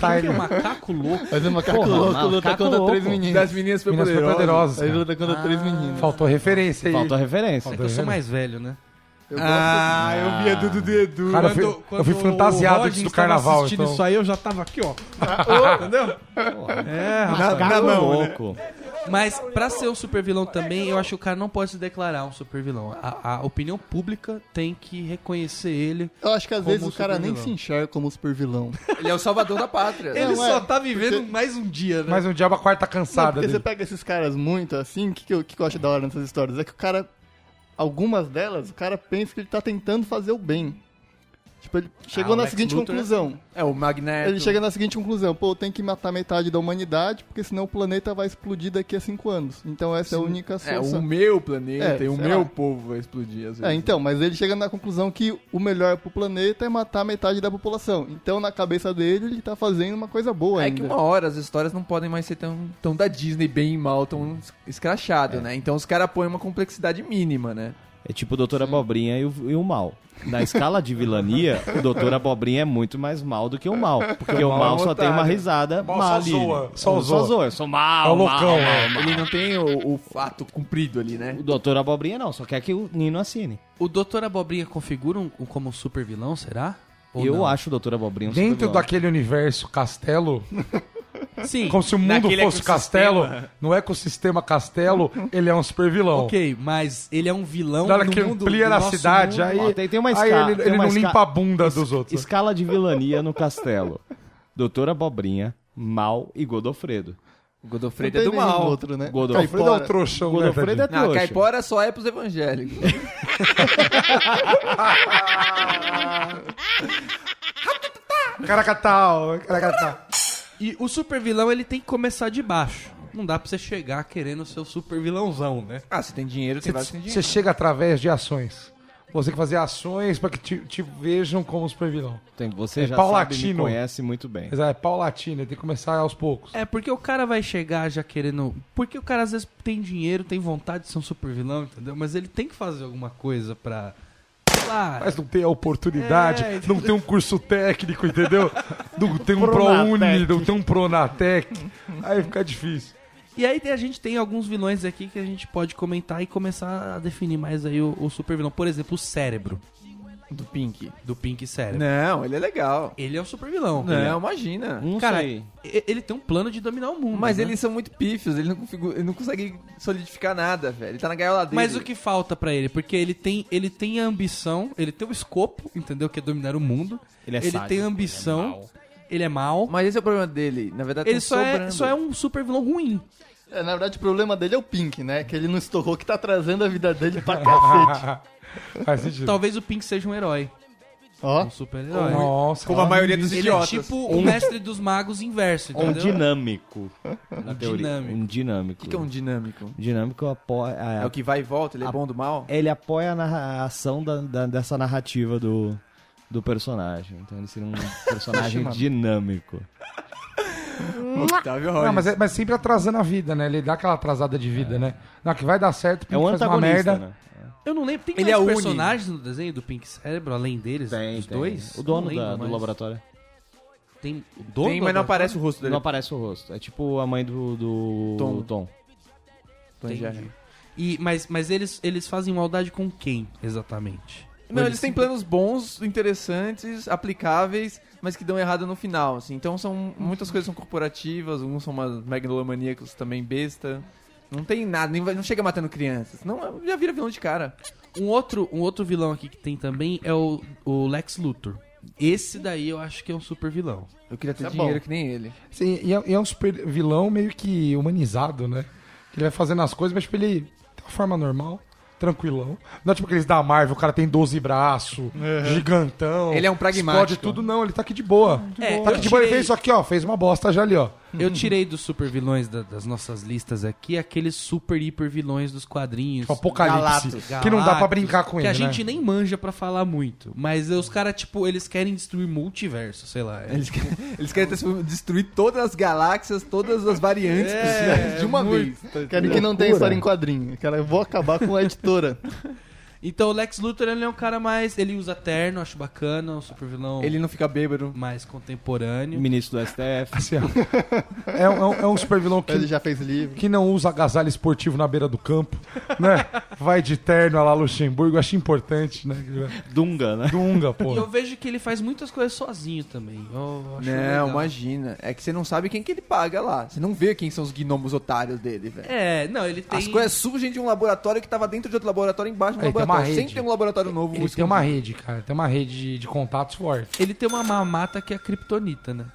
[SPEAKER 1] Tá, ele-
[SPEAKER 4] é um macaco louco.
[SPEAKER 5] Mas é macaco
[SPEAKER 2] Porra,
[SPEAKER 5] louco
[SPEAKER 2] macaco
[SPEAKER 5] luta contra
[SPEAKER 2] louco.
[SPEAKER 5] três meninas. Ah.
[SPEAKER 3] Das meninas foi
[SPEAKER 1] Minas
[SPEAKER 3] poderosas.
[SPEAKER 1] Poderosas.
[SPEAKER 5] Aí
[SPEAKER 1] cara.
[SPEAKER 5] luta contra três meninas.
[SPEAKER 1] Faltou referência aí. Tá
[SPEAKER 2] Falta a referência.
[SPEAKER 4] É que eu sou mais velho, né?
[SPEAKER 5] Eu
[SPEAKER 3] Ah, eu vi a Dudu do Edu.
[SPEAKER 1] Cara, eu fui, eu fui fantasiado antes do carnaval,
[SPEAKER 4] assistindo
[SPEAKER 1] então.
[SPEAKER 4] isso aí, eu já tava aqui, ó. Entendeu? É,
[SPEAKER 2] Macaco
[SPEAKER 3] na mão, né?
[SPEAKER 2] Tá louco.
[SPEAKER 4] Mas pra ser um super vilão também, eu acho que o cara não pode se declarar um super vilão. A, a opinião pública tem que reconhecer ele.
[SPEAKER 5] Eu acho que às
[SPEAKER 4] Como
[SPEAKER 5] vezes
[SPEAKER 4] um
[SPEAKER 5] o cara nem
[SPEAKER 4] supervilão.
[SPEAKER 5] se enxerga como super vilão.
[SPEAKER 3] Ele é o salvador da pátria.
[SPEAKER 4] Ele
[SPEAKER 5] Não, é,
[SPEAKER 4] só tá vivendo mais um dia, né?
[SPEAKER 1] Mas um diabo a quarta
[SPEAKER 5] Não,
[SPEAKER 1] cansada
[SPEAKER 5] porque você
[SPEAKER 4] tá
[SPEAKER 1] dele.
[SPEAKER 5] pega esses caras muito assim, o que, que, eu, que que eu acho da hora nessas histórias? É que o cara, algumas delas, o cara pensa que ele tá tentando fazer o bem. Tipo, ele chegou
[SPEAKER 3] Ah,
[SPEAKER 4] o
[SPEAKER 5] na
[SPEAKER 4] Lex
[SPEAKER 5] seguinte
[SPEAKER 4] Luthor é
[SPEAKER 5] conclusão.
[SPEAKER 3] É o Magneto.
[SPEAKER 5] Ele chega na seguinte conclusão, pô, tem que matar metade da humanidade, porque senão o planeta vai explodir daqui a cinco anos. Então essa é a única
[SPEAKER 3] É, o
[SPEAKER 5] solução.
[SPEAKER 3] meu planeta
[SPEAKER 5] É,
[SPEAKER 3] e o
[SPEAKER 5] sei
[SPEAKER 3] meu
[SPEAKER 5] lá.
[SPEAKER 3] povo vai explodir às vezes.
[SPEAKER 5] É, então, mas ele chega na conclusão que o melhor pro planeta é matar metade da população. Então, na cabeça dele, ele tá fazendo uma coisa boa
[SPEAKER 3] É
[SPEAKER 5] ainda.
[SPEAKER 3] que uma hora as histórias não podem mais ser tão, tão da Disney, bem e mal, tão
[SPEAKER 5] É.
[SPEAKER 3] escrachado, né? Então os caras põem uma complexidade mínima, né?
[SPEAKER 2] É tipo o Doutor Abobrinha e o, e o mal. Na escala de vilania, o Doutor Abobrinha é muito mais mal do que o mal. Porque o
[SPEAKER 3] mal é um
[SPEAKER 2] mal só tem uma
[SPEAKER 3] otário.
[SPEAKER 2] risada
[SPEAKER 1] mal
[SPEAKER 2] mal
[SPEAKER 1] só
[SPEAKER 2] ali.
[SPEAKER 1] zoa, só zoa.
[SPEAKER 2] Eu sou mal,
[SPEAKER 1] É o
[SPEAKER 2] mal,
[SPEAKER 1] loucão,
[SPEAKER 2] mal,
[SPEAKER 1] é.
[SPEAKER 2] mal.
[SPEAKER 3] Ele não tem o, o fato cumprido ali, né?
[SPEAKER 2] O Doutor Abobrinha não, só quer que o Nino assine.
[SPEAKER 4] O Doutor Abobrinha configura um, um- como um super vilão, será? Ou
[SPEAKER 2] eu
[SPEAKER 4] não?
[SPEAKER 2] acho o Doutor Abobrinha um
[SPEAKER 1] Dentro
[SPEAKER 2] supervilão.
[SPEAKER 1] daquele universo castelo,
[SPEAKER 4] Sim.
[SPEAKER 1] como se o mundo
[SPEAKER 3] Naquele
[SPEAKER 1] fosse
[SPEAKER 3] ecossistema.
[SPEAKER 1] castelo, no ecossistema castelo, ele é um super vilão.
[SPEAKER 4] Ok, mas ele é um vilão
[SPEAKER 1] Na hora
[SPEAKER 4] no
[SPEAKER 1] que
[SPEAKER 4] mundo-
[SPEAKER 1] amplia
[SPEAKER 4] no
[SPEAKER 1] na
[SPEAKER 4] nosso
[SPEAKER 1] cidade,
[SPEAKER 4] mundo.
[SPEAKER 1] aí,
[SPEAKER 2] Ó, tem- tem uma
[SPEAKER 1] aí
[SPEAKER 2] escala-
[SPEAKER 1] ele,
[SPEAKER 2] tem
[SPEAKER 1] ele
[SPEAKER 2] uma
[SPEAKER 1] não
[SPEAKER 2] esca-
[SPEAKER 1] limpa a bunda dos outros.
[SPEAKER 2] Escala de vilania no castelo. Doutor Abobrinha, mal e Godofredo.
[SPEAKER 3] O
[SPEAKER 5] Não
[SPEAKER 3] Godofredo
[SPEAKER 5] tem
[SPEAKER 3] é do
[SPEAKER 5] nenhum
[SPEAKER 3] mal.
[SPEAKER 5] outro, né?
[SPEAKER 2] Godofredo
[SPEAKER 1] Ele dá o
[SPEAKER 5] Caipora.
[SPEAKER 1] trouxão, né,
[SPEAKER 2] Godofredo é
[SPEAKER 1] tadinho?
[SPEAKER 3] Não, a
[SPEAKER 2] trouxa.
[SPEAKER 3] caipora só é pros evangélicos.
[SPEAKER 1] Caracatal, caracatal.
[SPEAKER 4] E o super vilão, ele tem que começar de baixo. Não dá pra você chegar querendo ser o super vilãozão, né?
[SPEAKER 3] Ah, se tem dinheiro, você vai sem dinheiro.
[SPEAKER 1] Você chega através de ações. Você tem que fazer ações pra que te, te vejam como super vilão.
[SPEAKER 2] Tem- Você já sabe, me
[SPEAKER 1] paulatino.
[SPEAKER 2] conhece muito bem.
[SPEAKER 1] Mas é paulatino, tem que começar aos poucos.
[SPEAKER 4] É, porque o cara vai chegar já querendo. Porque o cara às vezes tem dinheiro, tem vontade de ser um super vilão, entendeu? Mas ele tem que fazer alguma coisa pra. Sei lá.
[SPEAKER 1] Mas não tem a oportunidade,
[SPEAKER 4] É, entendeu?
[SPEAKER 1] não tem um curso técnico, entendeu? Não tem um
[SPEAKER 2] Pronatec.
[SPEAKER 1] ProUni, não tem um Pronatec. Aí fica difícil.
[SPEAKER 4] E aí tem- a gente tem alguns vilões aqui que a gente pode comentar e começar a definir mais aí o, o super vilão. Por exemplo, o cérebro
[SPEAKER 3] É Do Pink.
[SPEAKER 4] do Pink Cérebro.
[SPEAKER 3] Não, ele é legal.
[SPEAKER 4] Ele é um super vilão.
[SPEAKER 3] Não, imagina.
[SPEAKER 2] Não
[SPEAKER 4] Cara,
[SPEAKER 2] sei.
[SPEAKER 4] e- ele tem um plano de dominar o mundo.
[SPEAKER 3] Mas
[SPEAKER 4] né?
[SPEAKER 3] eles são muito pífios, ele não, configu- ele não consegue solidificar nada, velho. Ele tá na gaiola dele.
[SPEAKER 4] Mas o que falta pra ele? Porque ele tem, ele tem a ambição, ele tem o escopo, entendeu? Que é dominar o mundo.
[SPEAKER 2] Ele é sádico,
[SPEAKER 4] tem a
[SPEAKER 2] ele é
[SPEAKER 4] ambição,
[SPEAKER 2] mau.
[SPEAKER 4] ele é mau.
[SPEAKER 3] Mas esse é o problema dele. Na verdade,
[SPEAKER 4] Ele
[SPEAKER 3] tá
[SPEAKER 4] só é,
[SPEAKER 3] sobrando.
[SPEAKER 4] só é um super vilão ruim.
[SPEAKER 5] É, na verdade, o problema dele é o Pink, né? Que ele não estourou, que tá atrasando a vida dele pra cacete.
[SPEAKER 1] Faz sentido.
[SPEAKER 4] Talvez o Pink seja um herói.
[SPEAKER 5] Ó,
[SPEAKER 4] Um super herói.
[SPEAKER 1] Nossa,
[SPEAKER 3] Como a maioria dos
[SPEAKER 4] Ele
[SPEAKER 3] idiotas.
[SPEAKER 4] é tipo o mestre dos magos inverso,
[SPEAKER 2] Um
[SPEAKER 4] entendeu?
[SPEAKER 2] dinâmico. Na teoria.
[SPEAKER 4] dinâmico.
[SPEAKER 2] Um
[SPEAKER 3] O
[SPEAKER 2] dinâmico.
[SPEAKER 3] que, que é um dinâmico?
[SPEAKER 2] Dinâmico apoia.
[SPEAKER 3] É o que vai e volta, ele é
[SPEAKER 2] A-
[SPEAKER 3] bom do mal?
[SPEAKER 2] Ele apoia a narra- a ação da- da- dessa narrativa do, do personagem. Então ele seria um personagem dinâmico.
[SPEAKER 3] Octavio
[SPEAKER 1] Não,
[SPEAKER 3] Hollis.
[SPEAKER 1] mas, é- mas sempre atrasando a vida, né? Ele dá aquela atrasada de vida, né? Não, que vai dar certo,
[SPEAKER 2] É um
[SPEAKER 1] faz uma
[SPEAKER 2] antagonista.
[SPEAKER 1] merda.
[SPEAKER 2] né?
[SPEAKER 4] Eu não lembro. Tem
[SPEAKER 3] Ele
[SPEAKER 4] mais
[SPEAKER 3] é o único.
[SPEAKER 4] personagens no desenho do Pink Cérebro, além deles?
[SPEAKER 2] Tem,
[SPEAKER 4] os
[SPEAKER 2] tem.
[SPEAKER 4] dois?
[SPEAKER 2] O dono
[SPEAKER 4] Não
[SPEAKER 2] da-
[SPEAKER 4] lembro
[SPEAKER 2] do
[SPEAKER 4] mais.
[SPEAKER 2] laboratório.
[SPEAKER 4] Tem o dono
[SPEAKER 3] Tem,
[SPEAKER 4] do
[SPEAKER 3] mas
[SPEAKER 4] laboratório?
[SPEAKER 3] não aparece o rosto dele.
[SPEAKER 2] Não aparece o rosto. É tipo a mãe do, do
[SPEAKER 3] Tom.
[SPEAKER 2] Tom.
[SPEAKER 3] Tom e
[SPEAKER 4] Entendi.
[SPEAKER 3] Jerry.
[SPEAKER 4] E, mas mas eles, eles fazem maldade com quem, exatamente?
[SPEAKER 3] Não, eles têm planos bons, interessantes, aplicáveis, mas que dão errado no final, assim. Então são muitas coisas são corporativas, alguns são umas megalomaníacos também besta. Não tem nada, nem vai- não chega matando crianças. Não, já vira vilão de cara.
[SPEAKER 4] Um outro, um outro vilão aqui que tem também é o, o Lex Luthor. Esse daí eu acho que é um super vilão.
[SPEAKER 3] Eu queria ter
[SPEAKER 5] Tá bom.
[SPEAKER 3] dinheiro que nem ele.
[SPEAKER 1] Sim, e é, e é um super vilão meio que humanizado, né? Que ele vai fazendo as coisas, mas tipo, ele tem uma forma normal, tranquilão. Não é tipo aqueles da Marvel, o cara tem 12 braços, gigantão.
[SPEAKER 3] Ele é um pragmático.
[SPEAKER 1] Explode tudo, não, ele tá aqui de boa.
[SPEAKER 4] É, eu
[SPEAKER 1] tá aqui de boa, ele
[SPEAKER 4] tirei-
[SPEAKER 1] fez isso aqui, ó, fez uma bosta já ali, ó. Tipo,
[SPEAKER 4] Eu tirei dos super vilões da- das nossas listas aqui aqueles super hiper vilões dos quadrinhos.
[SPEAKER 1] Tipo, apocalipse.
[SPEAKER 4] Galactus,
[SPEAKER 1] que não dá pra brincar com
[SPEAKER 4] Que
[SPEAKER 1] ele,
[SPEAKER 4] a gente
[SPEAKER 1] né?
[SPEAKER 4] nem manja pra falar muito. Mas os caras, tipo, eles querem destruir multiverso, sei lá. É,
[SPEAKER 3] Eles, querem- eles querem transform- destruir todas as galáxias, todas as
[SPEAKER 4] É.
[SPEAKER 3] variantes possíveis de uma vez.
[SPEAKER 5] Quero que não tenha história em quadrinho. Cara, eu vou acabar com a editora.
[SPEAKER 4] Então o Lex Luthor ele é um cara mais. Ele usa terno, acho bacana, um super vilão
[SPEAKER 3] Ele não fica bêbado.
[SPEAKER 4] mais contemporâneo.
[SPEAKER 2] Ministro do STF.
[SPEAKER 1] Assim, ó. é, um- é um, é um super vilão
[SPEAKER 5] Ele
[SPEAKER 1] que,
[SPEAKER 5] já fez livro.
[SPEAKER 1] que não usa agasalho esportivo na beira do campo, né? Vai de terno lá Luxemburgo, acho importante, né?
[SPEAKER 2] Dunga, né?
[SPEAKER 1] Dunga, pô.
[SPEAKER 4] E eu vejo que ele faz muitas coisas sozinho também. Eu acho
[SPEAKER 3] Não,
[SPEAKER 4] legal.
[SPEAKER 3] imagina. É que você não sabe quem que ele paga lá. Você não vê quem são os gnomos otários dele, velho.
[SPEAKER 4] É, não, ele tem.
[SPEAKER 3] As coisas surgem de um laboratório que tava dentro de outro laboratório, embaixo de um
[SPEAKER 1] É, tem uma
[SPEAKER 3] laboratório.
[SPEAKER 1] rede.
[SPEAKER 3] Sempre tem um laboratório novo.
[SPEAKER 1] Ele tem
[SPEAKER 3] escondido.
[SPEAKER 1] uma rede, cara. Tem uma rede de, de contatos forte.
[SPEAKER 4] Ele tem uma mamata que é a Kryptonita, né?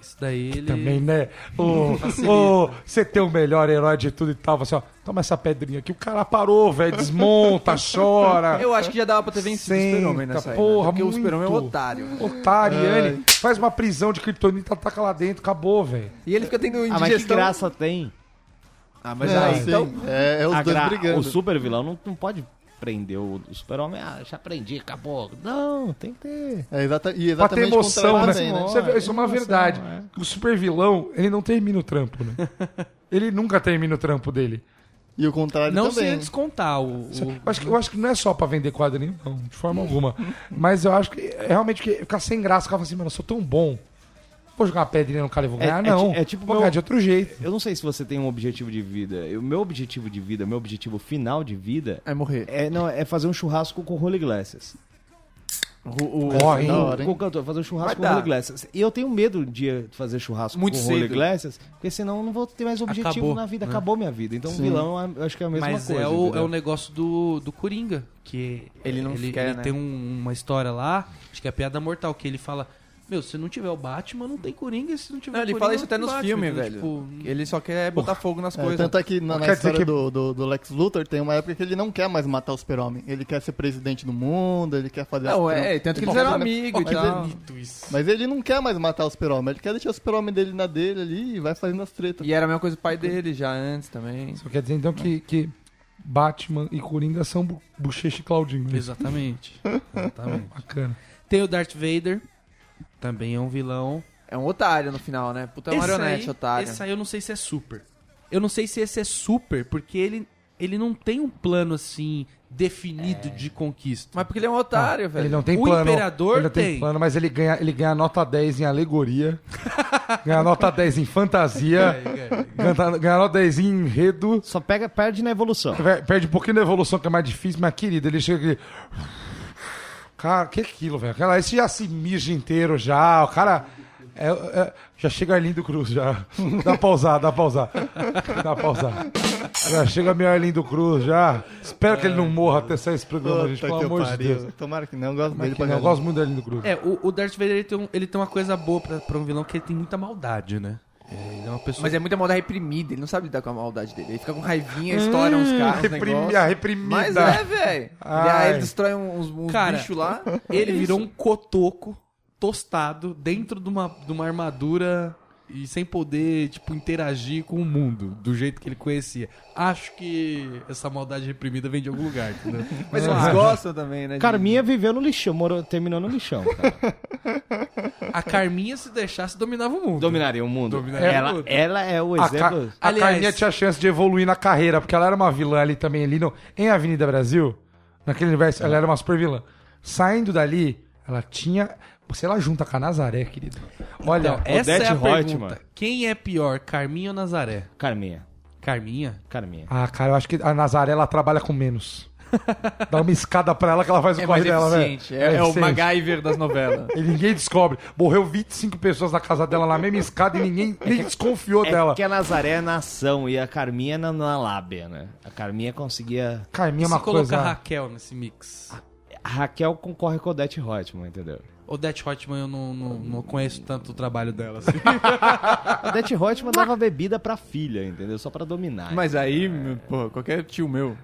[SPEAKER 4] Isso daí ele.
[SPEAKER 1] Também, né? Ô, ô, Você tem o melhor herói de tudo e tal. Você, ó, toma essa pedrinha aqui. O cara parou, velho. Desmonta, chora.
[SPEAKER 3] Eu acho que já dava pra ter vencido
[SPEAKER 1] Senta,
[SPEAKER 3] o Super-Homem nessa aí, né?
[SPEAKER 1] porra,
[SPEAKER 3] Porque
[SPEAKER 1] muito.
[SPEAKER 3] o Super-Homem é um otário.
[SPEAKER 1] Otário, Yane. Faz uma prisão de kriptonita, taca lá dentro. Acabou, velho.
[SPEAKER 3] E ele fica tendo
[SPEAKER 2] Ah, mas que
[SPEAKER 3] indigestão.
[SPEAKER 2] graça tem.
[SPEAKER 3] Ah, mas
[SPEAKER 5] Ah,
[SPEAKER 3] aí,
[SPEAKER 5] sim.
[SPEAKER 3] então...
[SPEAKER 5] é, é os
[SPEAKER 2] A
[SPEAKER 5] dois
[SPEAKER 2] gra-
[SPEAKER 5] brigando.
[SPEAKER 2] O super vilão não, não pode prender o, o super-homem. Ah, já prendi, acabou. Não, tem que ter.
[SPEAKER 5] É exata... E
[SPEAKER 1] Pra ter
[SPEAKER 5] exatamente o
[SPEAKER 1] emoção,
[SPEAKER 5] contrário
[SPEAKER 1] né?
[SPEAKER 5] também,
[SPEAKER 1] Você vê, isso é uma verdade. O super vilão, ele não termina o trampo, né? Ele nunca termina o trampo dele.
[SPEAKER 5] E o contrário
[SPEAKER 4] Não
[SPEAKER 5] também.
[SPEAKER 4] sem descontar o. o-
[SPEAKER 1] Eu acho, que, eu acho que não é só pra vender quadrinho, não, de forma alguma. Mas eu acho que é realmente que ficar sem graça, ficar assim, mano, eu sou tão bom. Vou jogar uma pedrinha no cara e vou
[SPEAKER 2] É-
[SPEAKER 1] ganhar,
[SPEAKER 2] é
[SPEAKER 1] não.
[SPEAKER 2] ti- é tipo
[SPEAKER 1] vou
[SPEAKER 2] meu-
[SPEAKER 1] ganhar de outro jeito.
[SPEAKER 2] Eu não sei se você tem um objetivo de vida. O meu objetivo de vida, meu objetivo final de vida
[SPEAKER 3] É morrer.
[SPEAKER 2] é, não, é fazer um churrasco com o Holy Glasses.
[SPEAKER 3] O- o-
[SPEAKER 1] Corre,
[SPEAKER 5] da
[SPEAKER 1] hein?
[SPEAKER 5] hora,
[SPEAKER 2] Com o
[SPEAKER 5] hein?
[SPEAKER 2] cantor, fazer um churrasco
[SPEAKER 3] Vai
[SPEAKER 2] com o
[SPEAKER 3] dar.
[SPEAKER 2] Holy Glasses. E eu tenho medo de fazer churrasco
[SPEAKER 3] Muito
[SPEAKER 2] com o Holy
[SPEAKER 3] cedo.
[SPEAKER 2] Glasses, porque senão eu não vou ter mais objetivo
[SPEAKER 4] Acabou,
[SPEAKER 2] na vida. Acabou minha vida. Então o vilão, eu acho que é a mesma
[SPEAKER 4] Mas
[SPEAKER 2] coisa.
[SPEAKER 4] é, o, é
[SPEAKER 2] entendeu?
[SPEAKER 4] o negócio do, do Coringa. Que
[SPEAKER 3] Ele não
[SPEAKER 4] ele,
[SPEAKER 3] quer,
[SPEAKER 4] ele
[SPEAKER 3] né?
[SPEAKER 4] tem um- uma história lá, acho que é a piada mortal, que ele fala. Meu, se não tiver o Batman, não tem Coringa. e Se não tiver
[SPEAKER 3] Não, ele
[SPEAKER 4] Coringa,
[SPEAKER 3] fala isso
[SPEAKER 4] não
[SPEAKER 3] até
[SPEAKER 4] tem
[SPEAKER 3] nos
[SPEAKER 4] Batman",
[SPEAKER 3] filmes,
[SPEAKER 4] entendeu?
[SPEAKER 3] velho.
[SPEAKER 4] Tipo,
[SPEAKER 3] Ele só quer botar fogo nas
[SPEAKER 5] É,
[SPEAKER 3] coisas.
[SPEAKER 5] tanto é que na, na
[SPEAKER 1] Quer dizer
[SPEAKER 5] história
[SPEAKER 1] que-
[SPEAKER 5] do, do, do Lex Luthor tem uma época que ele não quer mais matar o super-homem. Ele quer ser presidente do mundo, ele quer fazer...
[SPEAKER 3] Não,
[SPEAKER 5] as tram-
[SPEAKER 3] é, tanto que
[SPEAKER 5] Ele
[SPEAKER 3] eles
[SPEAKER 5] quer
[SPEAKER 3] eram
[SPEAKER 5] fazer-
[SPEAKER 3] amigos e
[SPEAKER 5] Mas
[SPEAKER 3] tal.
[SPEAKER 5] Mas ele não quer mais matar o super-homem. Ele quer deixar o super-homem dele na dele ali e vai fazendo as tretas.
[SPEAKER 3] E era a mesma coisa do pai dele já antes também.
[SPEAKER 1] Só quer dizer, então, que, que Batman e Coringa são bu- Bochecha e Claudinho. né?
[SPEAKER 4] Exatamente. Exatamente.
[SPEAKER 1] Bacana.
[SPEAKER 4] Tem o Darth Vader. Também é um vilão.
[SPEAKER 3] É um otário no final, né? Puta
[SPEAKER 4] Esse
[SPEAKER 3] marionete,
[SPEAKER 4] aí-
[SPEAKER 3] otário.
[SPEAKER 4] Esse aí eu não sei se é super. Eu não sei se esse é super, porque ele, ele não tem um plano assim definido de conquista.
[SPEAKER 3] Mas porque ele é um otário, velho.
[SPEAKER 1] Ele não tem
[SPEAKER 4] O
[SPEAKER 1] plano.
[SPEAKER 4] Imperador
[SPEAKER 1] ele não tem,
[SPEAKER 4] tem.
[SPEAKER 1] plano, mas ele ganha, ele ganha nota 10 em alegoria, ganha nota 10 em fantasia, ganha, ganha nota 10 em enredo.
[SPEAKER 2] Só pega, perde na evolução.
[SPEAKER 1] Vé, Perde um pouquinho da evolução, que é mais difícil, mas querido, ele chega aqui. Cara, que aquilo, velho? Cara, esse já se mija inteiro já. O cara. é- é- já chega Arlindo Cruz, já. Dá pra usar, dá pra usar. Dá pra usar. Já chega meu Arlindo Cruz já. Espero que ele não morra até sair esse programa, gente. Pelo
[SPEAKER 5] que
[SPEAKER 1] amor de
[SPEAKER 5] pariu.
[SPEAKER 1] Deus.
[SPEAKER 5] Tomara que não, eu gosto dele pra
[SPEAKER 1] Eu
[SPEAKER 5] caralho.
[SPEAKER 1] gosto muito do Arlindo Cruz.
[SPEAKER 4] É, o, o Darth Vader ele tem, um- ele tem uma coisa boa pra, pra um vilão que ele tem muita maldade, né? Ele é uma pessoa.
[SPEAKER 3] Mas é muita maldade reprimida, ele não sabe lidar com a maldade dele. Ele fica com raivinha, estoura uns carros, uns
[SPEAKER 1] Reprimi,
[SPEAKER 3] negócios.
[SPEAKER 1] a Ah, reprimida.
[SPEAKER 3] Mas é, velho. E
[SPEAKER 1] Ai.
[SPEAKER 3] aí ele destrói um, uns, uns
[SPEAKER 4] Cara,
[SPEAKER 3] bichos lá.
[SPEAKER 4] Ele virou um cotoco tostado dentro de uma, de uma armadura e sem poder, tipo, interagir com o mundo do jeito que ele conhecia. Acho que essa maldade reprimida vem de algum lugar, entendeu?
[SPEAKER 3] Mas eles gostam também, né? de-
[SPEAKER 2] Carminha viveu no lixão, morou, terminou no lixão. cara.
[SPEAKER 4] A Carminha, se deixasse, dominava o mundo.
[SPEAKER 2] Dominaria o mundo.
[SPEAKER 4] Dominaria
[SPEAKER 2] ela,
[SPEAKER 4] o mundo.
[SPEAKER 2] ela é o
[SPEAKER 1] A, Ca-
[SPEAKER 2] exemplo.
[SPEAKER 1] a
[SPEAKER 4] Aliás-
[SPEAKER 1] Carminha tinha chance de evoluir na carreira, porque ela era uma vilã ali também, ali no, em Avenida Brasil. Naquele universo,
[SPEAKER 4] É.
[SPEAKER 1] ela era uma super vilã. Saindo dali, ela tinha. Se ela junta com a Nazaré, querido. Olha,
[SPEAKER 4] Então, essa é a
[SPEAKER 2] Odete
[SPEAKER 4] pergunta.
[SPEAKER 2] Reutemann.
[SPEAKER 4] Quem é pior, Carminha ou Nazaré?
[SPEAKER 2] Carminha.
[SPEAKER 4] Carminha?
[SPEAKER 2] Carminha.
[SPEAKER 1] Ah, cara, eu acho que a Nazaré ela trabalha com menos. Dá uma escada pra ela que ela faz o
[SPEAKER 3] É
[SPEAKER 1] corre
[SPEAKER 3] mais
[SPEAKER 1] dela, velho.
[SPEAKER 3] eficiente. É, é o
[SPEAKER 1] eficiente.
[SPEAKER 3] MacGyver das novelas.
[SPEAKER 1] E ninguém descobre. Morreu 25 pessoas na casa dela na mesma escada e ninguém nem desconfiou
[SPEAKER 2] É
[SPEAKER 1] dela.
[SPEAKER 2] que a Nazaré é na ação e a Carminha é na, na lábia, né? A Carminha conseguia...
[SPEAKER 1] Carminha é
[SPEAKER 4] Se
[SPEAKER 1] uma
[SPEAKER 4] colocar
[SPEAKER 1] coisa.
[SPEAKER 4] Raquel nesse mix.
[SPEAKER 2] A Raquel concorre com Odete Reutemann, entendeu?
[SPEAKER 4] Odette Hotman, eu não, não, não conheço tanto o trabalho dela. assim.
[SPEAKER 2] Odete Reutemann dava bebida pra filha, entendeu? Só pra dominar.
[SPEAKER 3] Mas aí, meu, porra, qualquer tio meu.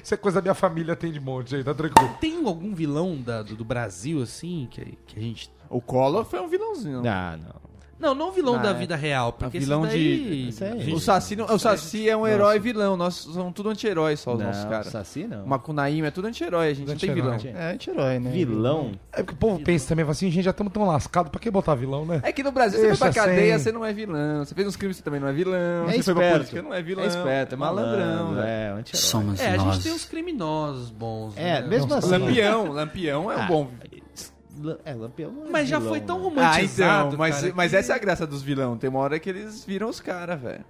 [SPEAKER 1] Isso é coisa da minha família tem de monte aí, tá tranquilo.
[SPEAKER 4] Tem algum vilão da- do, do Brasil, assim, que, que a gente...
[SPEAKER 3] O Collor foi um vilãozinho.
[SPEAKER 2] Ah, não.
[SPEAKER 4] Não, não vilão
[SPEAKER 3] Ah,
[SPEAKER 4] da
[SPEAKER 3] é.
[SPEAKER 4] vida real, porque
[SPEAKER 3] vilão é
[SPEAKER 4] vilão daí...
[SPEAKER 2] Isso aí.
[SPEAKER 3] O Saci, não- o Saci é um herói vilão. Nós somos tudo anti-herói só, os
[SPEAKER 2] Não,
[SPEAKER 3] nossos caras.
[SPEAKER 2] Saci não.
[SPEAKER 3] Macunaíma é tudo anti-herói, a gente não tem vilão.
[SPEAKER 1] Anti-herói.
[SPEAKER 5] É anti-herói, né?
[SPEAKER 2] Vilão?
[SPEAKER 1] É porque o povo pensa também, fala assim, gente, já estamos tão lascados, pra que botar vilão, né?
[SPEAKER 3] É que no Brasil, você
[SPEAKER 1] Deixa
[SPEAKER 3] foi pra cadeia,
[SPEAKER 1] assim.
[SPEAKER 3] você não é vilão. Você fez uns crimes, você também não é vilão.
[SPEAKER 2] É
[SPEAKER 3] você foi pra
[SPEAKER 2] esperto.
[SPEAKER 3] política, não é vilão.
[SPEAKER 2] É esperto, é malandrão, é anti-herói.
[SPEAKER 7] Somos
[SPEAKER 4] É, a
[SPEAKER 7] nós.
[SPEAKER 4] gente tem uns criminosos bons.
[SPEAKER 2] É,
[SPEAKER 4] né?
[SPEAKER 2] mesmo assim...
[SPEAKER 3] Lampião, Lampião é um
[SPEAKER 2] Ah,
[SPEAKER 3] bom
[SPEAKER 2] La- É, Lampião não é
[SPEAKER 4] Mas já
[SPEAKER 2] vilão,
[SPEAKER 4] foi tão
[SPEAKER 2] né?
[SPEAKER 3] Ah,
[SPEAKER 4] romantizado,
[SPEAKER 3] então, mas,
[SPEAKER 4] cara,
[SPEAKER 3] mas
[SPEAKER 4] que-
[SPEAKER 3] essa é a graça dos vilão. Tem uma hora que eles viram os caras, velho.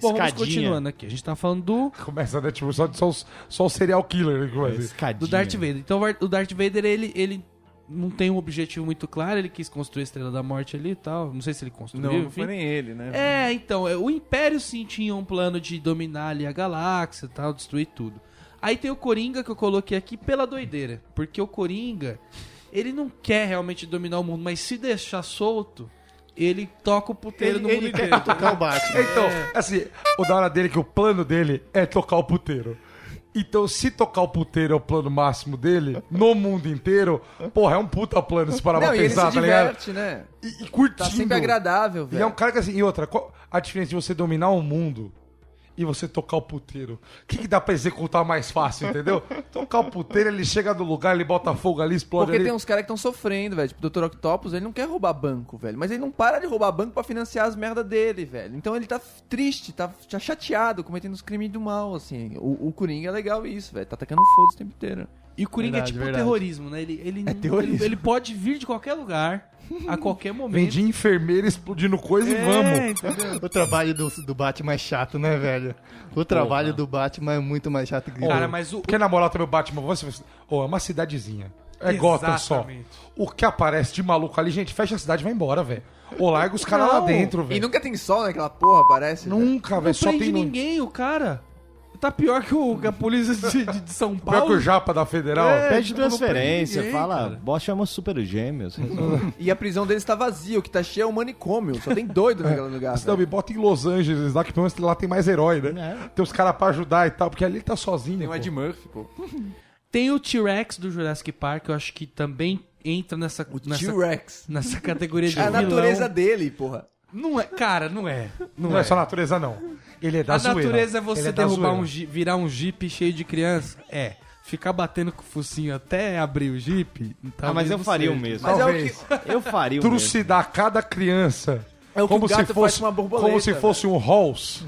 [SPEAKER 4] Bom, vamos
[SPEAKER 2] Escadinha.
[SPEAKER 4] continuando aqui. A gente tá falando do,
[SPEAKER 1] Começa, né? Tipo, só, só, os- só o serial killer,
[SPEAKER 3] É
[SPEAKER 1] inclusive.
[SPEAKER 2] Escadinha.
[SPEAKER 4] do Darth Vader. Então o Darth Vader, ele, ele não tem um objetivo muito claro, ele quis construir a Estrela da Morte ali e tal. Não sei se ele construiu,
[SPEAKER 3] Não, não
[SPEAKER 4] enfim.
[SPEAKER 3] foi nem ele, né?
[SPEAKER 4] É, então, é, o Império sim tinha um plano de dominar ali a galáxia e tal, destruir tudo. Aí tem o Coringa que eu coloquei aqui pela doideira, porque o Coringa, ele não quer realmente dominar o mundo, mas se deixar solto, ele toca o puteiro no mundo inteiro.
[SPEAKER 5] Tocar o Batman.
[SPEAKER 1] Então,
[SPEAKER 3] É.
[SPEAKER 1] assim, o da hora dele é que o plano dele é tocar o puteiro. Então, se tocar o puteiro é o plano máximo dele, no mundo inteiro, porra, é um puta plano se parar
[SPEAKER 3] Não,
[SPEAKER 1] pra
[SPEAKER 3] e ele
[SPEAKER 1] pensar,
[SPEAKER 3] se
[SPEAKER 1] tá ligado?
[SPEAKER 3] diverte, né?
[SPEAKER 1] E, e curtindo.
[SPEAKER 3] Tá sempre agradável,
[SPEAKER 1] E é um
[SPEAKER 3] velho.
[SPEAKER 1] cara que assim, e outra, qual a diferença de você dominar o mundo e você tocar o puteiro? O que, que dá pra executar mais fácil, entendeu? tocar o puteiro, ele chega no lugar, ele bota fogo ali, explode
[SPEAKER 3] Porque
[SPEAKER 1] ali.
[SPEAKER 3] tem um uns caras que estão sofrendo, velho. Tipo, o Dr. Octopus, ele não quer roubar banco, velho. Mas ele não para de roubar banco pra financiar as merdas dele, velho. Então ele tá f- triste, tá f- tá chateado, cometendo os crimes do mal, assim. O, o Coringa é legal isso, velho. Tá atacando foda o tempo inteiro.
[SPEAKER 4] E o Coringa
[SPEAKER 5] Verdade,
[SPEAKER 4] é tipo
[SPEAKER 5] verdade. É
[SPEAKER 4] o terrorismo, né? Ele, ele, não-
[SPEAKER 3] terrorismo.
[SPEAKER 4] ele, ele pode vir de qualquer lugar, a qualquer
[SPEAKER 1] Vem
[SPEAKER 4] momento. então.
[SPEAKER 1] de enfermeira explodindo coisa
[SPEAKER 4] É.
[SPEAKER 1] e vamos.
[SPEAKER 5] O trabalho do, do Batman é chato, né, velho? O trabalho do Batman é muito mais chato que
[SPEAKER 4] Cara, mas o.
[SPEAKER 1] Porque na moral também o Batman, você oh, é uma cidadezinha. É Gotham só.
[SPEAKER 4] Exatamente.
[SPEAKER 1] O que aparece de maluco ali, gente, fecha a cidade e vai embora, velho. Ou larga os caras lá
[SPEAKER 4] Não,
[SPEAKER 1] dentro,
[SPEAKER 3] E
[SPEAKER 1] velho.
[SPEAKER 3] nunca tem sol naquela porra, parece. né? velho.
[SPEAKER 1] Nunca,
[SPEAKER 4] Não
[SPEAKER 1] velho. Só
[SPEAKER 4] prende
[SPEAKER 1] tem no...
[SPEAKER 4] ninguém, o cara. Tá pior que, o, que a polícia de, de- de São
[SPEAKER 1] Pior que o
[SPEAKER 4] Paulo.
[SPEAKER 1] Japa da Federal.
[SPEAKER 2] Pede
[SPEAKER 4] É, tipo, não prende
[SPEAKER 2] transferência,
[SPEAKER 4] ninguém,
[SPEAKER 2] fala. Boss chama os super gêmeos. Ah,
[SPEAKER 3] E a prisão deles tá vazia, o que tá cheio é o manicômio. Só tem doido
[SPEAKER 1] É.
[SPEAKER 3] naquele lugar.
[SPEAKER 1] Não,
[SPEAKER 3] velho.
[SPEAKER 1] me bota em Los Angeles lá, que pelo menos lá tem mais herói, né?
[SPEAKER 4] É.
[SPEAKER 1] Tem os caras pra ajudar e tal, porque ali ele tá sozinho.
[SPEAKER 4] um
[SPEAKER 3] Tem o
[SPEAKER 1] pô.
[SPEAKER 3] Ed Murphy, pô.
[SPEAKER 4] Tem o T-Rex do Jurassic Park, eu acho que também entra nessa, nessa,
[SPEAKER 3] T-Rex. É
[SPEAKER 4] nessa categoria de
[SPEAKER 3] A
[SPEAKER 4] vilão.
[SPEAKER 3] natureza dele, porra.
[SPEAKER 4] Não é, cara, não é.
[SPEAKER 1] Não é só natureza, não. Ele é da
[SPEAKER 4] a
[SPEAKER 1] zoeira.
[SPEAKER 4] natureza é
[SPEAKER 1] Ele
[SPEAKER 4] você
[SPEAKER 1] da
[SPEAKER 4] derrubar
[SPEAKER 1] zoeira.
[SPEAKER 4] um ji- virar um jipe cheio de criança. É. Ficar batendo com o focinho até abrir o jipe.
[SPEAKER 2] Ah, mas
[SPEAKER 4] talvez
[SPEAKER 2] eu
[SPEAKER 4] não
[SPEAKER 2] faria o
[SPEAKER 4] seja.
[SPEAKER 2] mesmo.
[SPEAKER 3] Mas é o
[SPEAKER 1] Talvez.
[SPEAKER 3] que-
[SPEAKER 2] Eu faria o mesmo.
[SPEAKER 1] Trucidar cada criança.
[SPEAKER 3] É o que
[SPEAKER 1] como
[SPEAKER 3] o gato
[SPEAKER 1] se
[SPEAKER 3] faz
[SPEAKER 1] fosse
[SPEAKER 3] com uma borboleta, né?
[SPEAKER 1] Como se
[SPEAKER 3] velho.
[SPEAKER 1] fosse um Halls.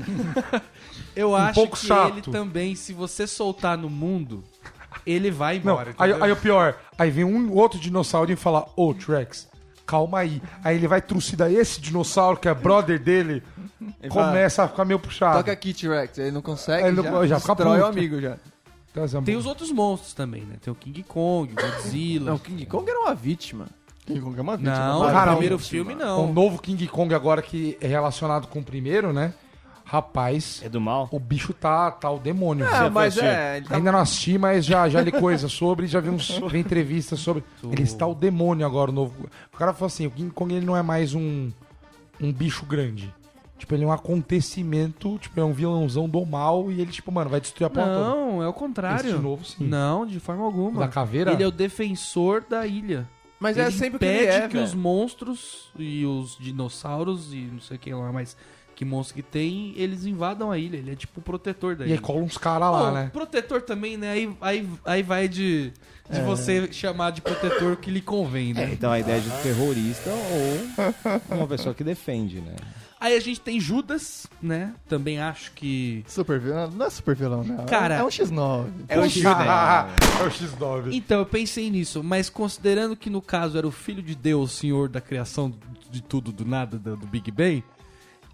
[SPEAKER 4] Eu acho
[SPEAKER 1] Um pouco
[SPEAKER 4] que
[SPEAKER 1] chato.
[SPEAKER 4] ele também, se você soltar no mundo, ele vai
[SPEAKER 1] Não,
[SPEAKER 4] embora.
[SPEAKER 1] aí,
[SPEAKER 4] entendeu?
[SPEAKER 1] aí o pior, aí vem um outro dinossauro e fala, ô Trex, calma aí. Aí ele vai trucidar esse dinossauro que é brother dele, começa a ficar meio puxado.
[SPEAKER 3] Toca aqui, T-Rex. Ele não consegue.
[SPEAKER 1] Ah. Ele não-
[SPEAKER 3] já,
[SPEAKER 1] já fica
[SPEAKER 3] destrói o
[SPEAKER 1] puto.
[SPEAKER 3] amigo já.
[SPEAKER 1] Então, assim,
[SPEAKER 4] Tem os outros monstros também, né? Tem o King Kong, o Godzilla.
[SPEAKER 3] Não, King Kong era uma vítima.
[SPEAKER 5] é uma vítima.
[SPEAKER 4] Não,
[SPEAKER 1] Cara,
[SPEAKER 4] o
[SPEAKER 1] não.
[SPEAKER 4] primeiro filme
[SPEAKER 1] O
[SPEAKER 4] não.
[SPEAKER 1] é um novo King Kong agora que é relacionado com o primeiro, né? Rapaz,
[SPEAKER 2] É do mal?
[SPEAKER 1] o bicho tá, tá o demônio.
[SPEAKER 3] Ah,
[SPEAKER 1] Você-
[SPEAKER 3] mas
[SPEAKER 2] fosse-
[SPEAKER 3] é. Ele tá...
[SPEAKER 1] Ainda não assisti, mas já, já li coisa sobre, já vi, uns, vi entrevistas sobre. Ele está o demônio agora, o novo. O cara falou assim: o King Kong ele não é mais um, um bicho grande. Tipo, ele é um acontecimento, tipo, é um vilãozão do mal e ele, tipo, mano, vai destruir a porra toda.
[SPEAKER 4] Não, é o contrário.
[SPEAKER 1] Esse de novo, sim.
[SPEAKER 4] Não, de forma alguma.
[SPEAKER 1] Da caveira?
[SPEAKER 4] Ele é o defensor da ilha.
[SPEAKER 3] Mas é sempre o que ele
[SPEAKER 4] impede
[SPEAKER 3] é,
[SPEAKER 4] que
[SPEAKER 3] velho.
[SPEAKER 4] os monstros e os dinossauros e não sei quem lá mais que monstro que tem, eles invadam a ilha. Ele é tipo o protetor da
[SPEAKER 1] E
[SPEAKER 4] ilha.
[SPEAKER 1] aí cola uns caras lá,
[SPEAKER 4] Bom,
[SPEAKER 1] né?
[SPEAKER 4] Protetor também, né? Aí, aí, aí vai de, de você chamar de protetor o que lhe convém, né?
[SPEAKER 2] Então a ideia de terrorista ou uma pessoa que defende, né?
[SPEAKER 4] Aí a gente tem Judas, né? Também acho que.
[SPEAKER 5] Super vilão. Não é super vilão, não.
[SPEAKER 4] Cara-
[SPEAKER 5] é um X9.
[SPEAKER 3] É o
[SPEAKER 2] né?
[SPEAKER 4] Ah,
[SPEAKER 1] é o X9.
[SPEAKER 4] Então, eu pensei nisso, mas considerando que no caso era o filho de Deus, senhor da criação de tudo, do nada, do, do Big Bang,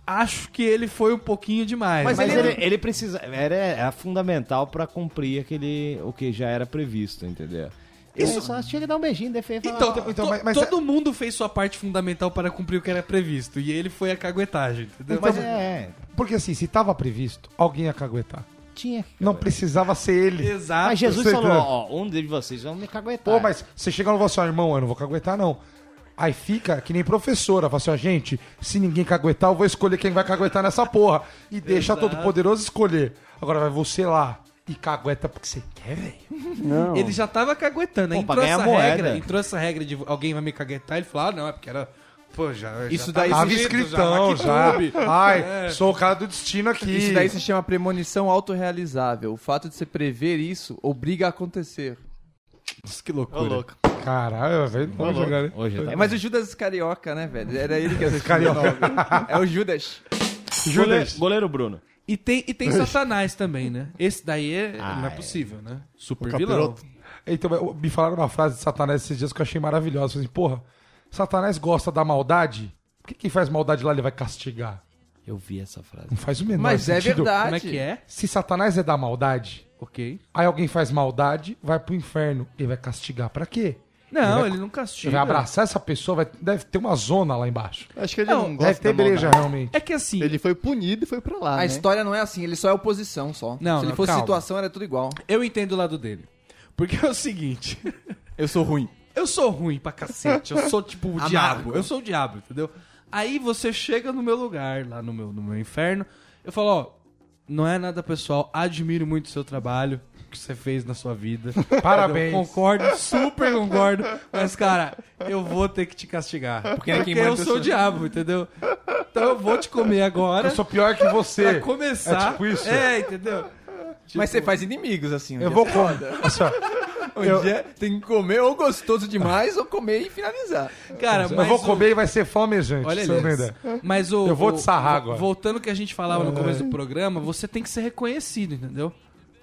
[SPEAKER 4] acho que ele foi um pouquinho demais.
[SPEAKER 2] Mas,
[SPEAKER 4] Mas
[SPEAKER 2] ele, é- ele precisa. Era, era fundamental pra cumprir aquele, o que já era previsto, entendeu? Isso só tinha que dar um beijinho, defender e falar,
[SPEAKER 4] Então,
[SPEAKER 2] ó,
[SPEAKER 4] to-
[SPEAKER 1] então, mas- mas-
[SPEAKER 4] todo mundo fez sua parte fundamental para cumprir o que era previsto. E ele foi a caguetagem, entendeu?
[SPEAKER 2] Mas é,
[SPEAKER 1] Porque assim, se tava previsto, alguém ia caguetar.
[SPEAKER 2] tinha que.
[SPEAKER 1] Não precisava ser ele.
[SPEAKER 4] Exato.
[SPEAKER 2] Mas Jesus
[SPEAKER 1] Você
[SPEAKER 2] falou,
[SPEAKER 1] viu?
[SPEAKER 4] é.
[SPEAKER 2] ó, ó, um de vocês vai me caguetar.
[SPEAKER 3] Tá.
[SPEAKER 1] Pô, mas você chega no vosso "Ah, irmão, eu não vou caguetar, não. Aí fica que nem professora, fala assim, ó, gente, se ninguém caguetar, eu vou escolher quem vai caguetar nessa porra. E deixa todo poderoso escolher. Agora vai você lá e cagueta porque você quer, velho.
[SPEAKER 7] Não.
[SPEAKER 4] Ele já tava caguetando. aí
[SPEAKER 2] Pô, pra
[SPEAKER 4] entrou
[SPEAKER 2] ganhar
[SPEAKER 4] essa
[SPEAKER 2] moeda.
[SPEAKER 4] regra, entrou essa regra de alguém vai me caguetar. Ele falou, ah, não, é porque era... Pô, já... tá
[SPEAKER 3] Isso
[SPEAKER 4] já
[SPEAKER 3] daí
[SPEAKER 4] tava
[SPEAKER 1] Tava
[SPEAKER 3] É jeito,
[SPEAKER 1] escritão já. Ai, sou o cara do destino aqui.
[SPEAKER 3] É. Isso daí se chama premonição autorrealizável. O fato de você prever isso obriga a acontecer.
[SPEAKER 4] Que loucura.
[SPEAKER 1] Caralho, velho, não vou jogar, né?
[SPEAKER 2] Hoje tá
[SPEAKER 3] É, mas o Judas Carioca, né, velho? Era ele que assistia.
[SPEAKER 1] Carioca.
[SPEAKER 3] É o Judas.
[SPEAKER 1] Judas.
[SPEAKER 2] Goleiro, goleiro Bruno.
[SPEAKER 4] E tem, e tem Satanás também, né? Esse daí é,
[SPEAKER 2] Ah,
[SPEAKER 4] não é
[SPEAKER 2] é.
[SPEAKER 4] possível, né? Super
[SPEAKER 5] O
[SPEAKER 4] vilão.
[SPEAKER 5] capiroto.
[SPEAKER 1] Então, eu- me falaram uma frase de Satanás esses dias que eu achei maravilhosa. Falei assim, porra, Satanás gosta da maldade? Por que quem faz maldade lá ele vai castigar?
[SPEAKER 2] Eu vi essa frase.
[SPEAKER 1] Não faz o menor
[SPEAKER 3] Mas é
[SPEAKER 1] sentido.
[SPEAKER 3] verdade.
[SPEAKER 4] Como é que é?
[SPEAKER 1] Se Satanás é da maldade,
[SPEAKER 4] Ok.
[SPEAKER 1] aí alguém faz maldade, vai pro inferno. Ele vai castigar pra quê?
[SPEAKER 4] Não,
[SPEAKER 1] vai-
[SPEAKER 4] ele não
[SPEAKER 1] Ele
[SPEAKER 4] castiga.
[SPEAKER 1] vai abraçar essa pessoa, vai- deve ter uma zona lá embaixo.
[SPEAKER 5] Acho que ele não, gosta
[SPEAKER 1] Deve ter
[SPEAKER 5] da maldade.
[SPEAKER 1] breja, realmente.
[SPEAKER 4] É que assim...
[SPEAKER 5] Ele foi punido e foi pra lá,
[SPEAKER 3] A
[SPEAKER 5] né?
[SPEAKER 3] história não é assim, ele só é oposição só.
[SPEAKER 4] Não,
[SPEAKER 3] Se ele
[SPEAKER 4] não,
[SPEAKER 3] fosse
[SPEAKER 4] calma.
[SPEAKER 3] situação, era tudo igual.
[SPEAKER 4] Eu entendo o lado dele. Porque é o seguinte.
[SPEAKER 3] Eu sou ruim.
[SPEAKER 4] Eu sou ruim pra cacete. Eu sou tipo o
[SPEAKER 3] Amargo.
[SPEAKER 4] diabo. Eu sou o diabo, entendeu? Aí você chega no meu lugar, lá no meu, no meu inferno. Eu falo, ó, não é nada pessoal. Admiro muito o seu trabalho o que você fez na sua vida.
[SPEAKER 1] Parabéns.
[SPEAKER 4] Eu concordo, super concordo. Mas, cara, eu vou ter que te castigar.
[SPEAKER 1] é
[SPEAKER 4] Porque,
[SPEAKER 3] quem manda
[SPEAKER 4] eu
[SPEAKER 3] eu
[SPEAKER 4] sou o
[SPEAKER 3] sou.
[SPEAKER 4] diabo, entendeu? Então eu vou te comer agora.
[SPEAKER 1] Eu sou pior que
[SPEAKER 4] pra
[SPEAKER 1] você.
[SPEAKER 4] começar.
[SPEAKER 1] É tipo isso?
[SPEAKER 4] É, entendeu?
[SPEAKER 3] Mas você faz inimigos, assim. um
[SPEAKER 1] Tipo, Eu
[SPEAKER 3] dia
[SPEAKER 1] vou
[SPEAKER 4] É
[SPEAKER 3] você-
[SPEAKER 1] comer. Assim, ó,
[SPEAKER 3] Um
[SPEAKER 1] eu-
[SPEAKER 3] dia tem que comer ou gostoso demais ou comer e finalizar.
[SPEAKER 4] Cara,
[SPEAKER 1] eu
[SPEAKER 4] mas
[SPEAKER 1] vou
[SPEAKER 4] o-
[SPEAKER 1] comer e vai ser flamejante.
[SPEAKER 4] Olha
[SPEAKER 1] se eu
[SPEAKER 4] ali. é
[SPEAKER 1] vender.
[SPEAKER 4] Mas o.
[SPEAKER 1] Eu vou te
[SPEAKER 4] o-
[SPEAKER 1] sarrar
[SPEAKER 4] vo-
[SPEAKER 1] agora. É.
[SPEAKER 4] Voltando ao que a gente falava no começo do programa, você tem que ser reconhecido, entendeu?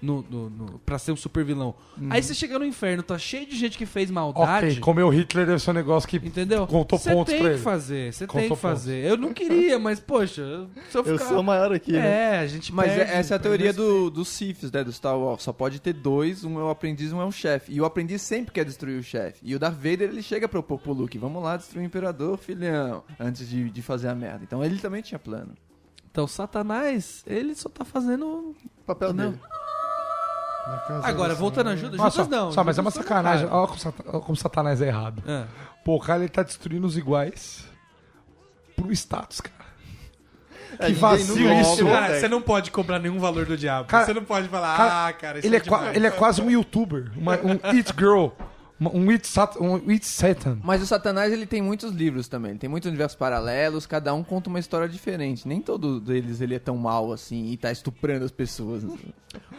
[SPEAKER 4] No, no, no- pra ser um super vilão. Aí você chega no inferno, tá cheio de gente que fez maldade.
[SPEAKER 1] Uhum. Ok, comer o Hitler deve ser um negócio que
[SPEAKER 4] Entendeu?
[SPEAKER 1] contou
[SPEAKER 4] Você
[SPEAKER 1] pontos
[SPEAKER 4] tem
[SPEAKER 1] pra
[SPEAKER 4] que
[SPEAKER 1] ele.
[SPEAKER 4] fazer, você tem
[SPEAKER 1] Contou
[SPEAKER 4] que fazer. Eu não queria, mas poxa, eu- se eu
[SPEAKER 5] Eu
[SPEAKER 4] ficar.
[SPEAKER 5] sou maior aqui, né?
[SPEAKER 4] É, a gente
[SPEAKER 3] um Mas
[SPEAKER 4] perde,
[SPEAKER 3] é- essa é a
[SPEAKER 4] perde
[SPEAKER 3] teoria
[SPEAKER 4] esse-
[SPEAKER 3] do, dos Siths, né? Do Star Wars. Só pode ter dois, um é o aprendiz e um é o chefe. E o aprendiz sempre quer destruir o chefe. E o Darth Vader, ele chega pro, pro Luke, vamos lá destruir o Imperador, filhão, antes de, de fazer a merda. Então ele também tinha plano.
[SPEAKER 4] Então, Satanás, ele só tá fazendo.
[SPEAKER 5] O papel dele.
[SPEAKER 4] Agora, voltando a ajuda,
[SPEAKER 1] Nossa,
[SPEAKER 4] Judas não.
[SPEAKER 1] só, mas é uma
[SPEAKER 4] Judas foi um
[SPEAKER 1] sacanagem.
[SPEAKER 4] cara.
[SPEAKER 1] Olha como, satan- olha como Satanás é errado.
[SPEAKER 4] Ah.
[SPEAKER 1] Pô, o cara ele tá destruindo os iguais pro status, cara.
[SPEAKER 5] É,
[SPEAKER 1] Que
[SPEAKER 5] ninguém
[SPEAKER 1] vazio
[SPEAKER 5] nunca-
[SPEAKER 1] isso.
[SPEAKER 4] Cara, você não pode cobrar nenhum valor do diabo.
[SPEAKER 1] Cara,
[SPEAKER 4] você não pode falar,
[SPEAKER 1] cara,
[SPEAKER 4] ah, cara, isso
[SPEAKER 1] Ele é, qua-
[SPEAKER 4] demais."
[SPEAKER 1] ele é quase um youtuber, uma- um it girl, uma- um it, sat, um it satan.
[SPEAKER 3] Mas o Satanás, ele tem muitos livros também. Ele tem muitos universos paralelos, cada um conta uma história diferente. Nem todo deles ele é tão mal assim e tá estuprando as pessoas.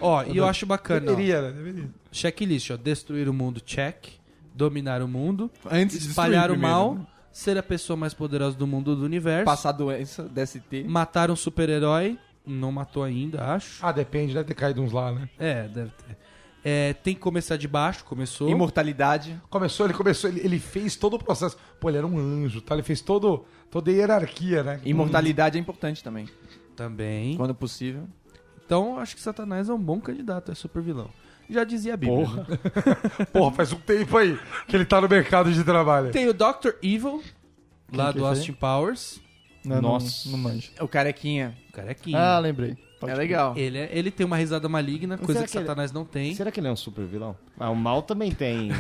[SPEAKER 4] Ó, e eu acho bacana. ó.
[SPEAKER 1] Deveria, né? Deveria.
[SPEAKER 4] Checklist, ó. Destruir o mundo, check. Dominar o mundo.
[SPEAKER 3] Antes de
[SPEAKER 4] espalhar o
[SPEAKER 3] destruir
[SPEAKER 4] mal.
[SPEAKER 3] primeiro,
[SPEAKER 4] Ser a pessoa mais poderosa do mundo do universo.
[SPEAKER 3] Passar doença, DST.
[SPEAKER 4] Matar um super-herói. Não matou ainda, acho.
[SPEAKER 1] Ah, depende, deve ter caído uns lá, né?
[SPEAKER 4] É, deve ter. É, tem que começar de baixo, começou.
[SPEAKER 3] Imortalidade.
[SPEAKER 1] Começou, ele começou, ele, ele fez todo o processo. Pô, ele era um anjo, tá? Ele fez todo, toda a hierarquia, né?
[SPEAKER 3] Imortalidade é importante também.
[SPEAKER 4] Também.
[SPEAKER 3] Quando possível.
[SPEAKER 4] Então, acho que Satanás é um bom candidato, é super vilão. Já dizia a Bíblia.
[SPEAKER 2] Porra.
[SPEAKER 4] né?
[SPEAKER 1] Porra, faz um tempo aí que ele tá no mercado de trabalho.
[SPEAKER 4] Tem o Dr. Evil, lá do
[SPEAKER 5] que é esse
[SPEAKER 4] Austin Powers.
[SPEAKER 5] Não,
[SPEAKER 2] Nossa.
[SPEAKER 5] Não, não manjo.
[SPEAKER 3] O carequinha.
[SPEAKER 4] Carequinha.
[SPEAKER 5] Ah, lembrei. Pode
[SPEAKER 3] é
[SPEAKER 5] crer.
[SPEAKER 3] legal.
[SPEAKER 4] Ele, é- ele tem uma risada maligna, coisa
[SPEAKER 2] será
[SPEAKER 4] que,
[SPEAKER 2] que ele-
[SPEAKER 4] Satanás não tem.
[SPEAKER 2] Será que ele é um super vilão? É, Ah, o mal também tem.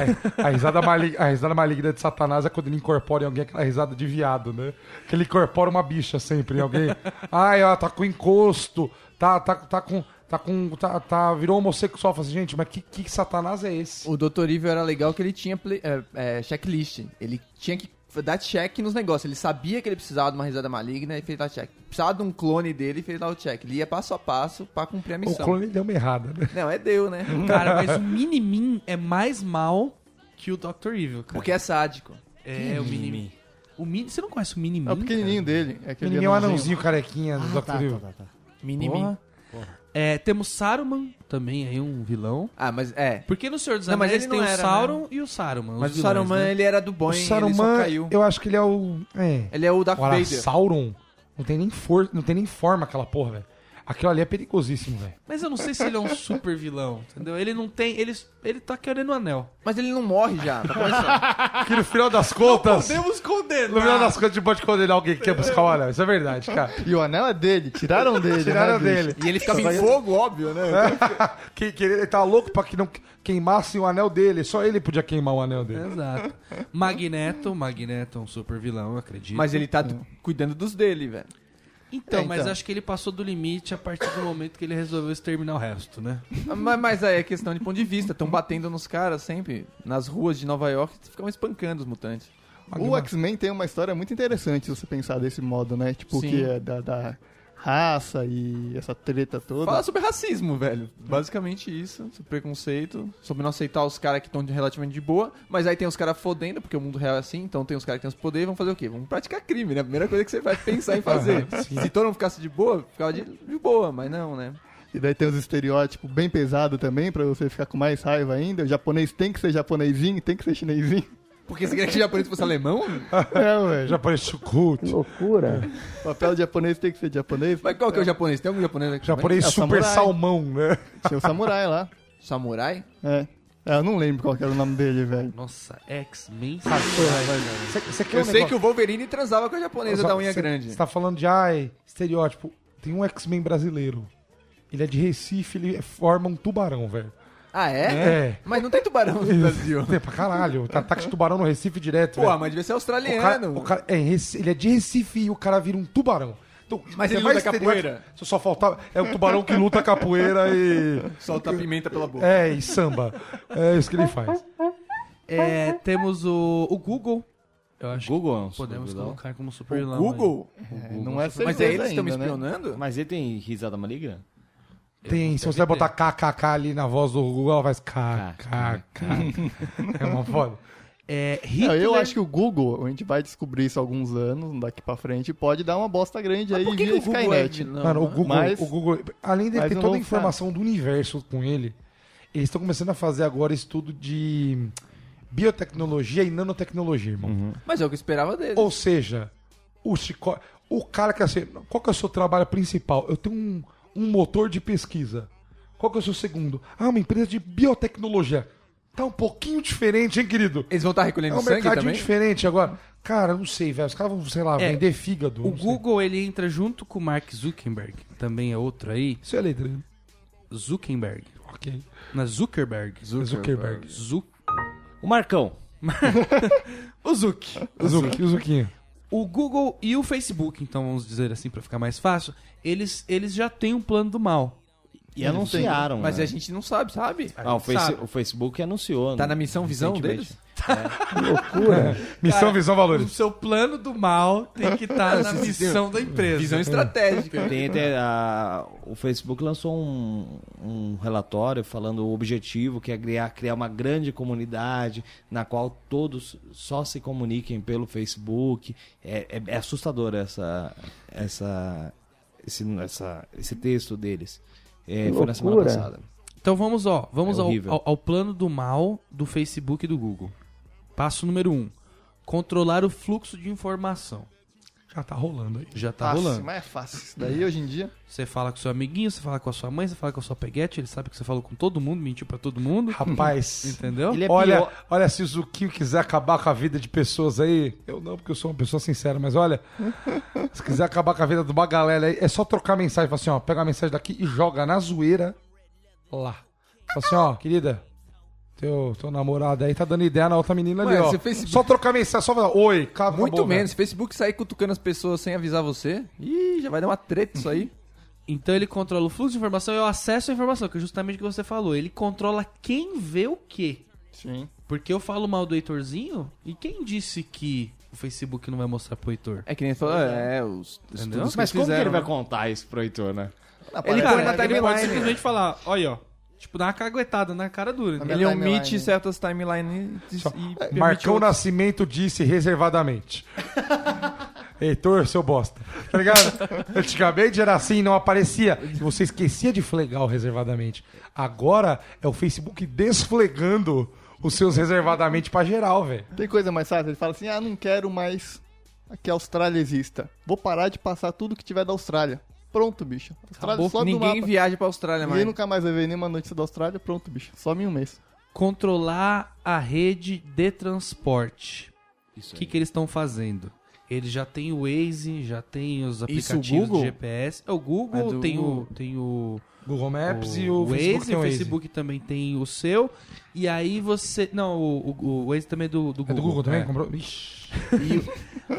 [SPEAKER 1] A risada, mali- a risada maligna de Satanás é quando ele incorpora em alguém aquela risada de viado, né? Que ele incorpora uma bicha sempre em alguém. Ai, ó, tá com encosto, tá, tá, tá com. Tá com. Tá, tá- virou homossexual. Fala assim, gente, mas que, que Satanás é esse?
[SPEAKER 3] O Dr. Evil era legal que ele tinha play- é, é, checklist. Ele tinha que dar check nos negócios. Ele sabia que ele precisava de uma risada maligna e fez dar check. Precisava de um clone dele e fez dar o check. Ele ia passo a passo pra cumprir a
[SPEAKER 1] O
[SPEAKER 3] missão.
[SPEAKER 1] clone deu uma errada, né?
[SPEAKER 3] Não, é deu, né?
[SPEAKER 4] Cara, mas o Minimin é mais mal que o Dr. Evil, cara.
[SPEAKER 3] Porque é sádico.
[SPEAKER 4] É, o Minimin. O Mini, você não conhece o Minimin?
[SPEAKER 5] É o pequenininho dele. É aquele
[SPEAKER 1] Ninguém é um anãozinho carequinha do
[SPEAKER 2] Ah,
[SPEAKER 1] Dr. Evil.
[SPEAKER 2] tá, tá.
[SPEAKER 3] Minimin.
[SPEAKER 4] É, temos Saruman também, aí um vilão.
[SPEAKER 3] Ah, mas é.
[SPEAKER 4] Porque no Senhor dos
[SPEAKER 3] Não, mas
[SPEAKER 4] Anéis
[SPEAKER 3] ele
[SPEAKER 4] tem
[SPEAKER 3] não
[SPEAKER 4] o
[SPEAKER 3] era, né?
[SPEAKER 4] Sauron e o Saruman.
[SPEAKER 3] Mas
[SPEAKER 4] os
[SPEAKER 3] o
[SPEAKER 4] vilões,
[SPEAKER 3] Saruman, é
[SPEAKER 4] né?
[SPEAKER 3] ele era do bom,
[SPEAKER 1] O
[SPEAKER 3] ele só
[SPEAKER 1] Saruman,
[SPEAKER 3] caiu.
[SPEAKER 1] eu acho que ele é o. É.
[SPEAKER 3] Ele é o Darth
[SPEAKER 1] Ora,
[SPEAKER 3] Vader.
[SPEAKER 1] Sauron não tem nem força, não tem nem forma aquela porra, velho. Aquilo ali é perigosíssimo, velho.
[SPEAKER 4] Mas eu não sei se ele é um super vilão, entendeu? Ele não tem. Ele, ele tá querendo o anel.
[SPEAKER 3] Mas ele não morre já.
[SPEAKER 1] Que no final das contas.
[SPEAKER 4] Podemos
[SPEAKER 1] No final
[SPEAKER 4] condenar.
[SPEAKER 1] das contas, a gente pode condenar alguém que quer buscar o anel. Isso é verdade, cara.
[SPEAKER 5] E o anel é dele. Tiraram dele.
[SPEAKER 1] Tiraram
[SPEAKER 5] né, bicho?
[SPEAKER 1] dele.
[SPEAKER 3] e ele ficava em
[SPEAKER 5] fogo, óbvio, né?
[SPEAKER 1] Que, que ele tá louco pra que não queimassem o anel dele. Só ele podia queimar o anel dele.
[SPEAKER 4] Exato. Magneto, Magneto é um super vilão, eu acredito.
[SPEAKER 3] Mas ele tá cuidando dos dele, velho.
[SPEAKER 4] Então,
[SPEAKER 5] É,
[SPEAKER 4] mas
[SPEAKER 5] então.
[SPEAKER 4] acho que ele passou do limite a partir do momento que ele resolveu exterminar o resto, né?
[SPEAKER 3] Mas, mas aí é questão de ponto de vista. Estão batendo nos caras sempre. Nas ruas de Nova York, ficam espancando os mutantes.
[SPEAKER 5] O X-Men tem uma história muito interessante se você pensar desse modo, né? Tipo,
[SPEAKER 3] Sim.
[SPEAKER 5] que é da, da raça e essa treta toda.
[SPEAKER 3] Fala sobre racismo, velho. Basicamente isso. Sobre preconceito. Sobre não aceitar os caras que estão relativamente de boa. Mas aí tem os caras fodendo, porque o mundo real é assim. Então tem os caras que têm os poderes. Vão fazer o quê? Vão praticar crime, né? A primeira coisa que você vai pensar em fazer.
[SPEAKER 1] Ah,
[SPEAKER 3] Se todo mundo ficasse de boa, ficava de, de boa. Mas não, né?
[SPEAKER 5] E daí tem os estereótipos bem pesados também, pra você ficar com mais raiva ainda. O japonês tem que ser japonesinho, tem que ser chinesinho.
[SPEAKER 3] Porque você queria que o japonês fosse alemão?
[SPEAKER 5] É, velho.
[SPEAKER 1] Japonês chucrute.
[SPEAKER 5] O papel de japonês tem que ser de japonês.
[SPEAKER 3] Mas qual que é o japonês? Tem algum japonês aqui?
[SPEAKER 1] Japonês
[SPEAKER 5] É o
[SPEAKER 1] super
[SPEAKER 5] samurai.
[SPEAKER 1] salmão, né?
[SPEAKER 5] Tinha o samurai lá.
[SPEAKER 3] Samurai?
[SPEAKER 5] É. É, Eu não lembro qual que era o nome dele, velho.
[SPEAKER 4] Nossa, X-Men.
[SPEAKER 1] Você- Você quer
[SPEAKER 3] Eu
[SPEAKER 1] um
[SPEAKER 3] sei
[SPEAKER 1] negócio-
[SPEAKER 3] que o Wolverine transava com a japonesa da unha é
[SPEAKER 1] Você-
[SPEAKER 3] grande.
[SPEAKER 1] Você tá falando de, ai, estereótipo. Tem um X-Men brasileiro. Ele é de Recife, ele forma um tubarão, velho.
[SPEAKER 3] Ah, é?
[SPEAKER 1] É.
[SPEAKER 3] Mas não tem tubarão no Brasil. né?
[SPEAKER 1] Tem pra caralho. Tá ataque de tubarão no Recife direto,
[SPEAKER 3] Porra,
[SPEAKER 1] velho.
[SPEAKER 3] mas devia ser
[SPEAKER 1] O cara,
[SPEAKER 3] australiano.
[SPEAKER 1] o cara- é, Reci- ele é de Recife e o cara vira um tubarão. Então,
[SPEAKER 3] Mas
[SPEAKER 1] tem
[SPEAKER 3] ele luta
[SPEAKER 1] estereótipo-
[SPEAKER 3] capoeira?
[SPEAKER 1] Se só faltava... É o tubarão que luta capoeira e...
[SPEAKER 3] Solta a pimenta pela boca.
[SPEAKER 1] É, e samba. É isso que ele faz.
[SPEAKER 4] É, temos o, o Google. Eu acho
[SPEAKER 2] Google é um
[SPEAKER 4] que podemos
[SPEAKER 2] super vilão.
[SPEAKER 4] colocar como super vilão.
[SPEAKER 3] Google?
[SPEAKER 5] Não é
[SPEAKER 3] Mas
[SPEAKER 5] certeza
[SPEAKER 3] é eles que estão me
[SPEAKER 5] ainda, né?
[SPEAKER 3] espionando?
[SPEAKER 2] Mas ele tem risada maligna?
[SPEAKER 1] Tem, se você vai botar KKK ali na voz do Google, ela faz KKK. É uma foda.
[SPEAKER 4] É,
[SPEAKER 5] Não,
[SPEAKER 4] Hitler.
[SPEAKER 5] eu acho que o Google, a gente vai descobrir isso há alguns anos, daqui pra frente, pode dar uma bosta grande aí
[SPEAKER 3] Por que,
[SPEAKER 5] via
[SPEAKER 3] que o Google é
[SPEAKER 5] Skynet.
[SPEAKER 3] vilão?
[SPEAKER 1] Mano, o Google,
[SPEAKER 5] Mas-
[SPEAKER 1] o Google, além de
[SPEAKER 5] mas
[SPEAKER 1] ter
[SPEAKER 5] eu tá.
[SPEAKER 1] toda
[SPEAKER 5] vou
[SPEAKER 1] a informação do universo com ele, eles estão começando a fazer agora estudo de biotecnologia e nanotecnologia, irmão.
[SPEAKER 3] Mas é o que eu esperava dele.
[SPEAKER 1] Ou seja, o Chico, o cara que assim, qual que é o seu trabalho principal? Eu tenho um, um motor de pesquisa. Qual que é o seu segundo? Ah, uma empresa de biotecnologia. Tá um pouquinho diferente, hein, querido?
[SPEAKER 3] Eles vão estar
[SPEAKER 1] É
[SPEAKER 3] recolhendo
[SPEAKER 1] um
[SPEAKER 3] sangue
[SPEAKER 1] mercadinho
[SPEAKER 3] também?
[SPEAKER 1] diferente agora. Cara, não sei, velho. Os caras vão, sei lá,
[SPEAKER 4] É,
[SPEAKER 1] vender fígado.
[SPEAKER 4] O
[SPEAKER 1] não sei.
[SPEAKER 4] Google ele entra junto com o Mark Zuckerberg, também é outro aí.
[SPEAKER 1] Isso é letra. né?
[SPEAKER 4] Zuckerberg.
[SPEAKER 1] Ok.
[SPEAKER 4] Na Zuckerberg.
[SPEAKER 1] Zuckerberg.
[SPEAKER 4] Zu-
[SPEAKER 2] O Marcão.
[SPEAKER 4] O Zuck.
[SPEAKER 1] Zuquinho, Zuquinho.
[SPEAKER 4] O Google e o Facebook, então vamos dizer assim pra ficar mais fácil, eles, eles já têm um plano do mal.
[SPEAKER 2] E anunciaram.
[SPEAKER 3] Mas
[SPEAKER 2] né?
[SPEAKER 3] a gente não sabe, sabe?
[SPEAKER 2] Ah, o, Face-
[SPEAKER 4] sabe.
[SPEAKER 2] o Facebook anunciou.
[SPEAKER 3] Tá
[SPEAKER 2] né?
[SPEAKER 3] na missão visão
[SPEAKER 2] Recentemente.
[SPEAKER 3] deles?
[SPEAKER 1] É. Missão, visão,
[SPEAKER 4] O
[SPEAKER 1] valores.
[SPEAKER 4] seu plano do mal tem que estar na missão da empresa.
[SPEAKER 3] Visão estratégica.
[SPEAKER 2] Tem até a- o Facebook lançou um, um relatório falando o objetivo que é criar, criar uma grande comunidade na qual todos só se comuniquem pelo Facebook. É, é- é assustador essa, essa, esse, essa- esse texto deles. É, foi na semana passada.
[SPEAKER 4] Então vamos, ó, vamos
[SPEAKER 2] É
[SPEAKER 4] ao,
[SPEAKER 2] horrível.
[SPEAKER 4] ao- ao plano do mal do Facebook e do Google. Passo número um: controlar o fluxo de informação.
[SPEAKER 1] Já tá rolando aí.
[SPEAKER 4] Já tá
[SPEAKER 5] Fácil,
[SPEAKER 4] rolando.
[SPEAKER 5] mas é fácil. Isso daí hoje em dia.
[SPEAKER 4] Você fala com seu amiguinho, você fala com a sua mãe, você fala com a sua peguete, ele sabe que você falou com todo mundo, mentiu pra todo mundo,
[SPEAKER 1] Rapaz.
[SPEAKER 4] entendeu?
[SPEAKER 2] Ele é
[SPEAKER 1] olha,
[SPEAKER 2] pior.
[SPEAKER 1] olha, se o Zuquinho quiser acabar com a vida de pessoas aí, eu não, porque eu sou uma pessoa sincera, mas olha, se quiser acabar com a vida de uma galera aí, é só trocar mensagem, fala assim, ó, pega a mensagem daqui e joga na zoeira lá. Fala assim, ó, querida, teu, teu namorado aí tá dando ideia na outra menina ali,
[SPEAKER 3] Ué,
[SPEAKER 1] ó.
[SPEAKER 3] você fez-
[SPEAKER 1] Só trocar mensagem, só falar, oi, acabou.
[SPEAKER 3] Muito
[SPEAKER 1] acabou,
[SPEAKER 3] menos. Se o Facebook sair cutucando as pessoas sem avisar você, ih, já vai dar uma treta isso aí.
[SPEAKER 4] Então ele controla o fluxo de informação e o acesso à informação, que é justamente o que você falou. Ele controla quem vê o quê.
[SPEAKER 5] Sim.
[SPEAKER 4] Porque eu falo mal do Heitorzinho e quem disse que o Facebook não vai mostrar pro Heitor?
[SPEAKER 3] É que nem falou, é, os os
[SPEAKER 4] Entendeu?
[SPEAKER 3] estudos que
[SPEAKER 2] Mas como que
[SPEAKER 3] fizeram,
[SPEAKER 2] ele vai
[SPEAKER 3] né?
[SPEAKER 2] contar isso pro Heitor, né?
[SPEAKER 4] Ele,
[SPEAKER 3] Cara,
[SPEAKER 4] põe na
[SPEAKER 3] é
[SPEAKER 4] timeline, pode
[SPEAKER 3] timeline.
[SPEAKER 4] simplesmente falar, olha, ó. Tipo, dá uma caguetada na cara dura.
[SPEAKER 5] Na
[SPEAKER 4] entendeu?
[SPEAKER 3] Ele
[SPEAKER 5] minha timeline,
[SPEAKER 3] um omite
[SPEAKER 5] né?
[SPEAKER 3] certas timelines e- e permite
[SPEAKER 1] é, Marcão
[SPEAKER 3] outras.
[SPEAKER 1] Nascimento disse reservadamente. Heitor, seu bosta. Tá ligado? Antigamente era assim, não aparecia. E você esquecia de flegar o reservadamente. Agora é o Facebook desflegando os seus reservadamente pra geral, velho.
[SPEAKER 5] Tem coisa mais fácil? Ele fala assim: ah, não quero mais que a Austrália exista. Vou parar de passar tudo que tiver da Austrália. Pronto, bicho. A Austrália
[SPEAKER 3] Acabou.
[SPEAKER 5] sobe do
[SPEAKER 3] Ninguém
[SPEAKER 5] mapa.
[SPEAKER 3] viaja pra Austrália
[SPEAKER 5] Ninguém
[SPEAKER 3] mais.
[SPEAKER 5] nunca mais vai ver nenhuma notícia da Austrália. Pronto, bicho. Some em um mês.
[SPEAKER 4] Controlar a rede de transporte. O que, que eles estão fazendo? Eles já têm o Waze, já tem os aplicativos de
[SPEAKER 3] Google?
[SPEAKER 4] GPS. É o Google,
[SPEAKER 3] É do
[SPEAKER 4] tem,
[SPEAKER 3] Google.
[SPEAKER 4] O, tem o
[SPEAKER 1] Google Maps
[SPEAKER 4] o
[SPEAKER 1] e o Facebook tem
[SPEAKER 4] o
[SPEAKER 1] o Waze.
[SPEAKER 4] Facebook também tem o seu. E aí você. Não, o, o- o Waze também é do, do Google.
[SPEAKER 1] É do Google também?
[SPEAKER 4] é.
[SPEAKER 1] Comprou? Ixi.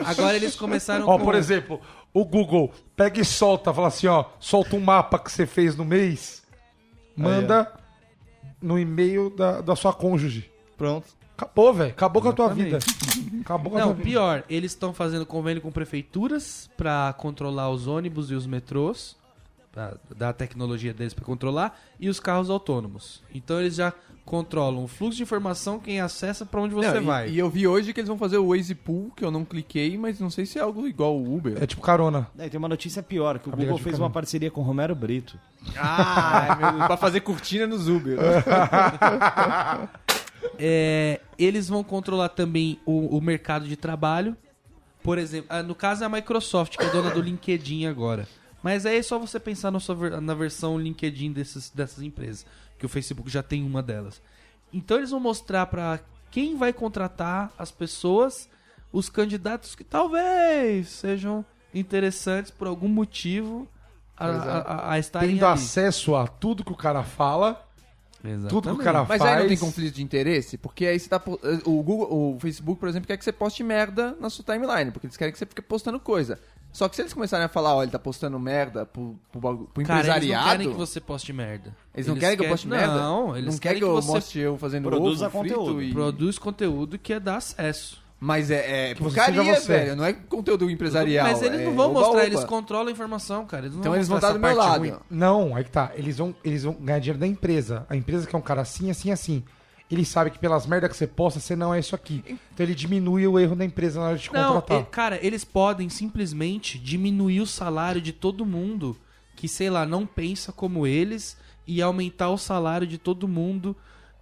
[SPEAKER 4] Agora eles começaram
[SPEAKER 1] Ó,
[SPEAKER 4] com-
[SPEAKER 1] por exemplo, o Google pega e solta, fala assim, ó, solta um mapa que você fez no mês, manda no e-mail da, da sua cônjuge.
[SPEAKER 5] Pronto.
[SPEAKER 1] Acabou, velho. Acabou com a tua vida.
[SPEAKER 4] Exatamente.
[SPEAKER 1] Acabou com a tua
[SPEAKER 4] Não,
[SPEAKER 1] vida.
[SPEAKER 4] pior, eles estão fazendo convênio com prefeituras pra controlar os ônibus e os metrôs, pra dar a tecnologia deles pra controlar, e os carros autônomos. Então eles já controlam o fluxo de informação, quem acessa, pra onde você
[SPEAKER 3] Não, e-
[SPEAKER 4] vai.
[SPEAKER 3] E, eu vi hoje que eles vão fazer o Waze Pool, que eu não cliquei, mas não sei se é algo igual o Uber.
[SPEAKER 1] É tipo carona.
[SPEAKER 2] Daí tem uma notícia pior, que o
[SPEAKER 1] Obrigado
[SPEAKER 2] Google
[SPEAKER 1] de
[SPEAKER 2] fez
[SPEAKER 1] ficar-
[SPEAKER 2] uma parceria com o Romero Brito.
[SPEAKER 3] Ah, meu, pra fazer cortina nos Uber. né?
[SPEAKER 4] É, eles vão controlar também o, o mercado de trabalho. Por exemplo, ah, no caso é a Microsoft, que é dona do LinkedIn agora. Mas aí é só você pensar na, sua ver- na versão LinkedIn desses, dessas empresas, que o Facebook já tem uma delas. Então eles vão mostrar pra quem vai contratar as pessoas, os candidatos que talvez sejam interessantes por algum motivo a, a, a, a estarem
[SPEAKER 1] Tendo
[SPEAKER 4] ali.
[SPEAKER 1] acesso a tudo que o cara fala, tudo que o
[SPEAKER 4] Ah,
[SPEAKER 1] cara
[SPEAKER 3] Mas
[SPEAKER 1] faz.
[SPEAKER 3] aí não tem conflito de interesse, porque aí você tá. po- O, Google, o Facebook, por exemplo, quer que você poste merda na sua timeline, porque eles querem que você fique postando coisa. Só que se eles começarem a falar, ó, ele tá postando merda pro, pro, bagu- pro
[SPEAKER 4] Cara, eles não
[SPEAKER 3] empresariado.
[SPEAKER 4] querem que você poste merda.
[SPEAKER 3] eles não querem que eu poste merda?
[SPEAKER 4] Não, eles
[SPEAKER 3] não
[SPEAKER 4] querem
[SPEAKER 3] querem
[SPEAKER 4] que,
[SPEAKER 3] eu
[SPEAKER 4] você
[SPEAKER 3] mostre eu fazendo
[SPEAKER 2] produza
[SPEAKER 3] ovo frito
[SPEAKER 2] conteúdo.
[SPEAKER 3] e-
[SPEAKER 4] produz conteúdo que é dar acesso.
[SPEAKER 3] Mas é, é
[SPEAKER 1] você seja
[SPEAKER 3] porcaria,
[SPEAKER 1] você.
[SPEAKER 3] velho. Não é conteúdo empresarial.
[SPEAKER 4] Mas eles
[SPEAKER 3] é
[SPEAKER 4] não vão
[SPEAKER 3] oba,
[SPEAKER 4] mostrar,
[SPEAKER 3] oba.
[SPEAKER 4] eles controlam a informação, cara. Eles não
[SPEAKER 3] Então eles vão
[SPEAKER 4] mostrar
[SPEAKER 3] estar do meu
[SPEAKER 4] essa parte
[SPEAKER 3] lado.
[SPEAKER 4] ruim.
[SPEAKER 1] Não, aí que tá. Eles vão, eles vão ganhar dinheiro da empresa. A empresa que é um cara assim, assim, assim. Ele sabe que pelas merdas que você posta, você não é isso aqui. Então ele diminui o erro da empresa na hora de te
[SPEAKER 4] Não,
[SPEAKER 1] contratar.
[SPEAKER 4] e- cara, eles podem simplesmente diminuir o salário de todo mundo que, sei lá, não pensa como eles e aumentar o salário de todo mundo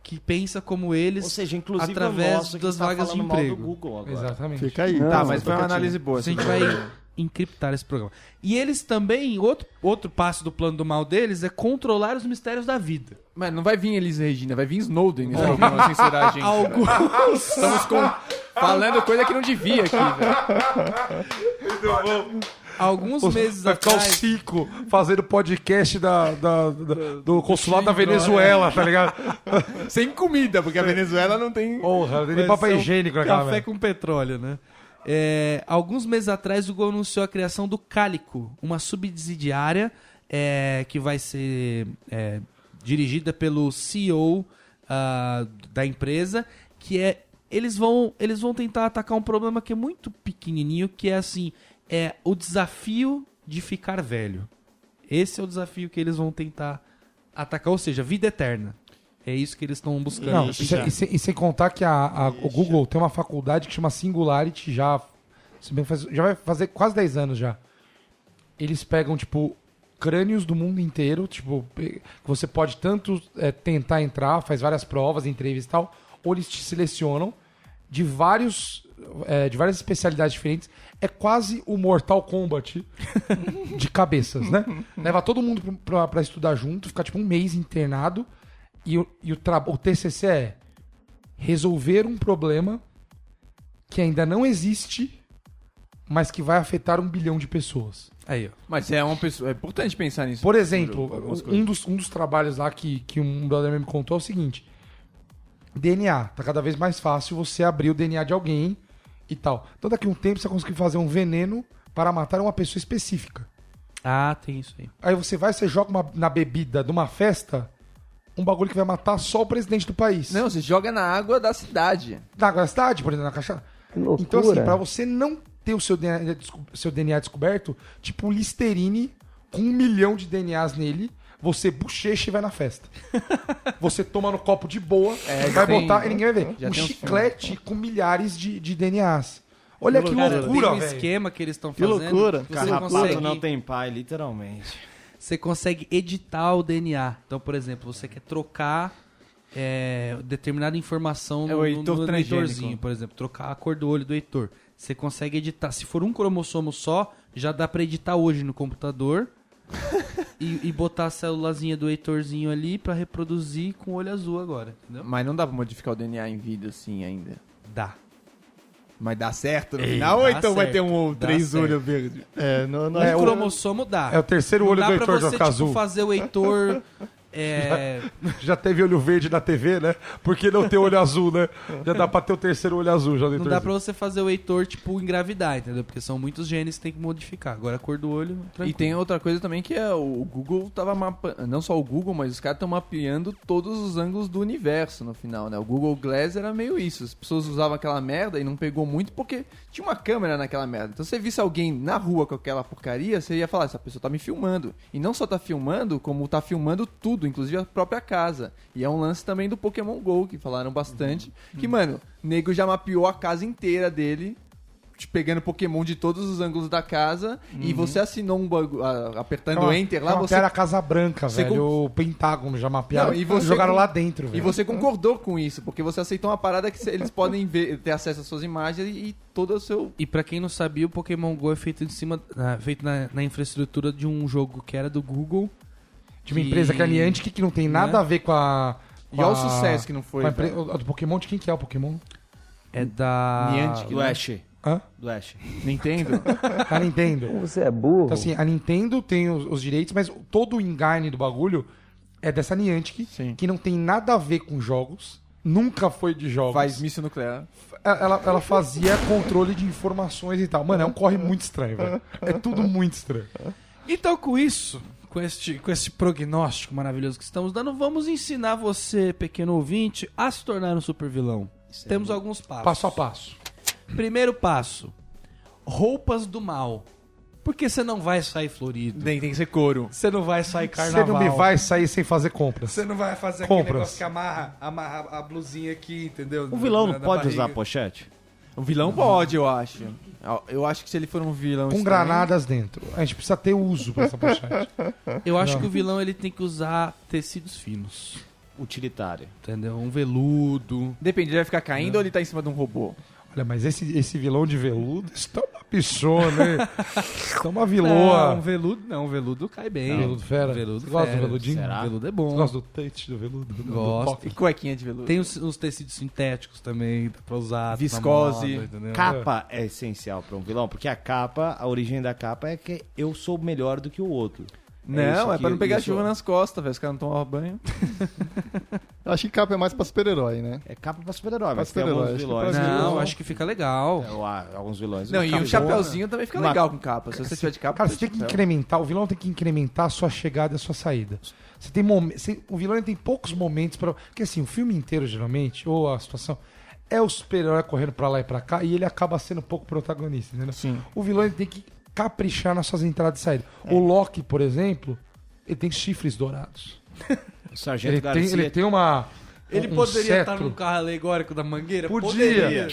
[SPEAKER 4] que pensa como eles.
[SPEAKER 2] Ou seja, inclusive
[SPEAKER 4] através
[SPEAKER 2] o nosso que
[SPEAKER 4] das
[SPEAKER 2] tá
[SPEAKER 4] vagas de
[SPEAKER 2] falando mal do
[SPEAKER 4] emprego.
[SPEAKER 2] Google agora.
[SPEAKER 1] Exatamente.
[SPEAKER 5] Fica aí.
[SPEAKER 3] Tá, mas foi uma
[SPEAKER 5] Fica
[SPEAKER 3] análise boa.
[SPEAKER 4] a gente
[SPEAKER 3] essa
[SPEAKER 4] vai
[SPEAKER 3] daí.
[SPEAKER 4] encriptar esse programa. E eles também, outro, outro passo do plano do mal deles é controlar os mistérios da vida.
[SPEAKER 3] Mano, não vai vir Elisa Regina, vai vir Snowden nesse programa sem será, gente.
[SPEAKER 4] Alguns.
[SPEAKER 3] Estamos com... falando coisa que não devia aqui, velho.
[SPEAKER 4] Alguns meses
[SPEAKER 1] Vai ficar o
[SPEAKER 4] atrás.
[SPEAKER 1] Cico fazendo podcast da, da- da- do consulado da Venezuela,
[SPEAKER 4] né?
[SPEAKER 1] tá ligado?
[SPEAKER 3] Sem comida, porque a Venezuela não tem.
[SPEAKER 1] Porra, tem
[SPEAKER 4] Vai
[SPEAKER 1] papel
[SPEAKER 4] ser um
[SPEAKER 1] higiênico né, naquela
[SPEAKER 4] Café
[SPEAKER 1] merda.
[SPEAKER 4] com petróleo, né? É, alguns meses atrás, o Google anunciou a criação do Cálico, uma subsidiária é, que vai ser é, dirigida pelo CEO ah, da empresa, que é eles vão eles vão tentar atacar um problema que é muito pequenininho, que é assim é o desafio de ficar velho. Esse é o desafio que eles vão tentar atacar, ou seja, vida eterna. É isso que eles estão buscando.
[SPEAKER 1] Não, é- e,
[SPEAKER 4] Ixi,
[SPEAKER 1] sem- e sem- e sem contar que a, a- o Google tem uma faculdade que chama Singularity já. se bem que faz- Já vai fazer quase 10 anos já. Eles pegam, tipo, crânios do mundo inteiro, tipo, pe- que você pode tanto é, tentar entrar, faz várias provas, entrevistas e tal, ou eles te selecionam de vários. é, de várias especialidades diferentes. É quase o Mortal Kombat de cabeças, né? Leva todo mundo pro- pra, pra estudar junto, ficar tipo um mês internado. E, o, e o, tra- o TCC é resolver um problema que ainda não existe, mas que vai afetar um bilhão de pessoas.
[SPEAKER 4] Aí, ó.
[SPEAKER 3] Mas é uma pessoa. É importante pensar nisso.
[SPEAKER 1] Por exemplo,
[SPEAKER 3] algumas
[SPEAKER 1] um
[SPEAKER 3] coisas.
[SPEAKER 1] dos, um dos trabalhos lá que, que um brother meu me contou é o seguinte: DNA. Tá cada vez mais fácil você abrir o DNA de alguém e tal. Então, daqui a um tempo, você vai conseguir fazer um veneno para matar uma pessoa específica.
[SPEAKER 4] Ah, tem isso aí.
[SPEAKER 1] Aí você vai, você joga uma- na bebida de uma festa, um bagulho que vai matar só o presidente do país.
[SPEAKER 3] Não, você joga na água da cidade.
[SPEAKER 1] Na água da cidade, por exemplo, na caixa.
[SPEAKER 7] Que loucura.
[SPEAKER 1] Então, assim, pra você não ter o seu DNA, desco- seu DNA descoberto, tipo Listerine, com um milhão de DNAs nele, você bochecha e vai na festa. você toma no copo de boa,
[SPEAKER 3] É,
[SPEAKER 1] vai
[SPEAKER 3] tem-
[SPEAKER 1] botar e ninguém vai ver.
[SPEAKER 3] já
[SPEAKER 1] Um
[SPEAKER 3] tem uns
[SPEAKER 1] chiclete com milhares de, de DNAs. Olha que
[SPEAKER 4] Cara,
[SPEAKER 1] loucura,
[SPEAKER 4] tem um
[SPEAKER 1] velho.
[SPEAKER 4] esquema que eles estão
[SPEAKER 5] Que
[SPEAKER 4] fazendo.
[SPEAKER 5] loucura.
[SPEAKER 4] que Você
[SPEAKER 2] Carrapato
[SPEAKER 4] consegue,
[SPEAKER 2] não tem pai, literalmente.
[SPEAKER 4] você consegue editar o DNA. Então, por exemplo, você quer trocar é, determinada informação
[SPEAKER 3] É
[SPEAKER 4] no,
[SPEAKER 3] o Heitor
[SPEAKER 4] no- no
[SPEAKER 3] transgênico.
[SPEAKER 4] Heitorzinho, por exemplo. Trocar a cor do olho do Heitor. Você consegue editar. Se for um cromossomo só, já dá pra editar hoje no computador. e, e botar a célulazinha do Heitorzinho ali pra reproduzir com o olho azul agora, entendeu?
[SPEAKER 3] Mas não dá pra modificar o DNA em vida assim ainda.
[SPEAKER 4] Dá.
[SPEAKER 3] Mas dá certo no
[SPEAKER 4] Ei,
[SPEAKER 3] final? Ou
[SPEAKER 4] dá
[SPEAKER 3] então vai
[SPEAKER 4] certo,
[SPEAKER 3] ter um
[SPEAKER 4] dá
[SPEAKER 3] três
[SPEAKER 4] certo.
[SPEAKER 3] olhos verde?
[SPEAKER 5] É, não, não
[SPEAKER 4] Um
[SPEAKER 5] é, o,
[SPEAKER 4] cromossomo dá.
[SPEAKER 1] É o terceiro olho
[SPEAKER 4] Não
[SPEAKER 1] do
[SPEAKER 4] dá pra
[SPEAKER 1] Heitor já
[SPEAKER 4] você,
[SPEAKER 1] ficar
[SPEAKER 4] tipo,
[SPEAKER 1] azul.
[SPEAKER 4] fazer o Heitor... é,
[SPEAKER 1] Já teve olho verde na TV, né? Por que não ter olho azul, né? Já dá pra ter o terceiro olho azul já do
[SPEAKER 4] Não
[SPEAKER 1] Heitorzinho.
[SPEAKER 4] dá pra você fazer o Heitor, tipo, engravidar, entendeu? Porque são muitos genes que tem que modificar. Agora a cor do olho, tranquilo.
[SPEAKER 3] E tem outra coisa também que é o Google tava mapeando, não só o Google, mas os caras estão mapeando todos os ângulos do universo no final, né? O Google Glass era meio isso, as pessoas usavam aquela merda e não pegou muito porque tinha uma câmera naquela merda. Então se você visse alguém na rua com aquela porcaria, você ia falar, essa pessoa tá me filmando. E não só tá filmando, como tá filmando tudo, inclusive a própria casa. E é um lance também do Pokémon GO, que falaram bastante, que, mano, o nego já mapeou a casa inteira dele te pegando Pokémon de todos os ângulos da casa e você assinou um bagulho apertando
[SPEAKER 1] Então,
[SPEAKER 3] Enter lá,
[SPEAKER 1] então,
[SPEAKER 3] você.
[SPEAKER 1] Era a Casa Branca,
[SPEAKER 3] você
[SPEAKER 1] velho. O Pentágono já mapearam.
[SPEAKER 3] Não, e você
[SPEAKER 1] jogaram
[SPEAKER 3] com-
[SPEAKER 1] lá dentro,
[SPEAKER 3] E
[SPEAKER 1] velho.
[SPEAKER 3] você concordou com isso, porque você aceitou uma parada que cê- eles podem ver, ter acesso às suas imagens e, e todo o seu.
[SPEAKER 4] E pra quem não sabia, o Pokémon GO é feito em cima. ah, feito na, na infraestrutura de um jogo que era do Google.
[SPEAKER 1] De uma empresa que é Niantic, que não tem nada
[SPEAKER 4] Né?
[SPEAKER 1] a ver com a...
[SPEAKER 3] E
[SPEAKER 1] com
[SPEAKER 3] olha o
[SPEAKER 1] a-
[SPEAKER 3] sucesso que não foi.
[SPEAKER 1] com a empre-
[SPEAKER 3] velho.
[SPEAKER 1] a do Pokémon, de quem que é o Pokémon?
[SPEAKER 4] É da.
[SPEAKER 3] Niantic. né?
[SPEAKER 2] Do Ash.
[SPEAKER 1] Hã?
[SPEAKER 2] Do Ash.
[SPEAKER 3] Nintendo?
[SPEAKER 1] A Nintendo.
[SPEAKER 7] Como você é burro.
[SPEAKER 1] Então, assim, a Nintendo tem os, os direitos, mas todo o engane do bagulho é dessa Niantic,
[SPEAKER 3] Sim.
[SPEAKER 1] que não tem nada a ver com jogos, nunca foi de jogos. É,
[SPEAKER 3] Faz míssil nuclear.
[SPEAKER 1] Ela, ela fazia controle de informações e tal. Mano, é um corre muito estranho, velho. É tudo muito estranho.
[SPEAKER 4] Então, com isso, com este, com este prognóstico maravilhoso que estamos dando, vamos ensinar você, pequeno ouvinte, a se tornar um supervilão. Temos alguns passos.
[SPEAKER 1] Passo a passo.
[SPEAKER 4] Primeiro passo: roupas do mal. Porque você não vai sair florido.
[SPEAKER 3] Tem, tem que ser couro.
[SPEAKER 4] Você não vai sair
[SPEAKER 1] Você
[SPEAKER 4] carnaval.
[SPEAKER 1] não me vai sair sem fazer compras.
[SPEAKER 4] Você não vai fazer
[SPEAKER 1] Compras.
[SPEAKER 4] aquele negócio que amarra, amarra a blusinha aqui, entendeu?
[SPEAKER 2] O vilão
[SPEAKER 4] Na-
[SPEAKER 2] não
[SPEAKER 4] na
[SPEAKER 2] pode
[SPEAKER 4] barriga.
[SPEAKER 2] usar pochete?
[SPEAKER 3] O vilão pode, eu acho. Eu acho que se ele for um vilão.
[SPEAKER 1] Com
[SPEAKER 4] né?
[SPEAKER 3] estranho-
[SPEAKER 1] granadas dentro. A gente precisa ter uso pra essa pochete.
[SPEAKER 4] Eu acho que o vilão ele tem que usar tecidos finos,
[SPEAKER 2] Utilitário.
[SPEAKER 4] entendeu? Um veludo.
[SPEAKER 3] Depende, ele vai ficar caindo ou ele tá em cima de um robô?
[SPEAKER 1] Olha, mas esse, esse vilão de veludo, isso tá uma pichona, hein? Isso tá uma
[SPEAKER 4] Não,
[SPEAKER 1] viloa.
[SPEAKER 4] um veludo não, um veludo cai bem.
[SPEAKER 1] Veludo fera?
[SPEAKER 4] Veludo
[SPEAKER 1] Você gosta do
[SPEAKER 4] fera.
[SPEAKER 1] veludinho?
[SPEAKER 4] Será? Veludo é
[SPEAKER 1] Você
[SPEAKER 4] bom.
[SPEAKER 1] gosta do touch do veludo? Do- do
[SPEAKER 4] Gosto.
[SPEAKER 1] toque?
[SPEAKER 3] E cuequinha de veludo?
[SPEAKER 7] um
[SPEAKER 4] Tem os, os tecidos sintéticos também, dá pra usar. tá na
[SPEAKER 3] Viscose.
[SPEAKER 4] moda,
[SPEAKER 5] né?
[SPEAKER 4] entendeu?
[SPEAKER 2] Capa é essencial pra um vilão, porque a capa, a origem da capa é que eu sou melhor do que o outro. isso
[SPEAKER 3] Não, é,
[SPEAKER 2] aqui,
[SPEAKER 3] pra não pegar
[SPEAKER 2] isso-
[SPEAKER 3] chuva nas costas, velho. Os caras não tomam banho.
[SPEAKER 5] eu acho que capa é mais pra super-herói, né?
[SPEAKER 2] É capa pra super-herói,
[SPEAKER 5] Pra
[SPEAKER 2] mas tem
[SPEAKER 5] super-herói,
[SPEAKER 2] alguns
[SPEAKER 5] acho que
[SPEAKER 2] vilões.
[SPEAKER 5] pra
[SPEAKER 4] Não, acho que fica legal.
[SPEAKER 2] Eu a- Alguns vilões.
[SPEAKER 3] Não, e
[SPEAKER 2] é Capa- né?
[SPEAKER 3] o chapeuzinho também fica
[SPEAKER 2] Uma-
[SPEAKER 3] legal com capa. Se você tiver de capa,
[SPEAKER 1] Cara,
[SPEAKER 3] você
[SPEAKER 1] você tem que
[SPEAKER 3] chapéu.
[SPEAKER 1] incrementar, o vilão tem que incrementar a sua chegada e a sua saída. Você tem momen- você- o vilão ele tem poucos momentos para, porque assim, o filme inteiro geralmente ou a situação é o super-herói correndo pra lá e pra cá e ele acaba sendo pouco protagonista, entendeu?
[SPEAKER 5] Sim.
[SPEAKER 1] O vilão ele tem que caprichar nas suas entradas e saídas.
[SPEAKER 4] É.
[SPEAKER 1] O Loki, por exemplo, ele tem chifres dourados.
[SPEAKER 2] O Sargento
[SPEAKER 1] Ele tem,
[SPEAKER 2] Garcia.
[SPEAKER 5] é
[SPEAKER 1] ele tem uma
[SPEAKER 4] É. Ele
[SPEAKER 1] um
[SPEAKER 4] poderia estar
[SPEAKER 1] cetro.
[SPEAKER 4] num carro alegórico da mangueira?
[SPEAKER 1] Podia.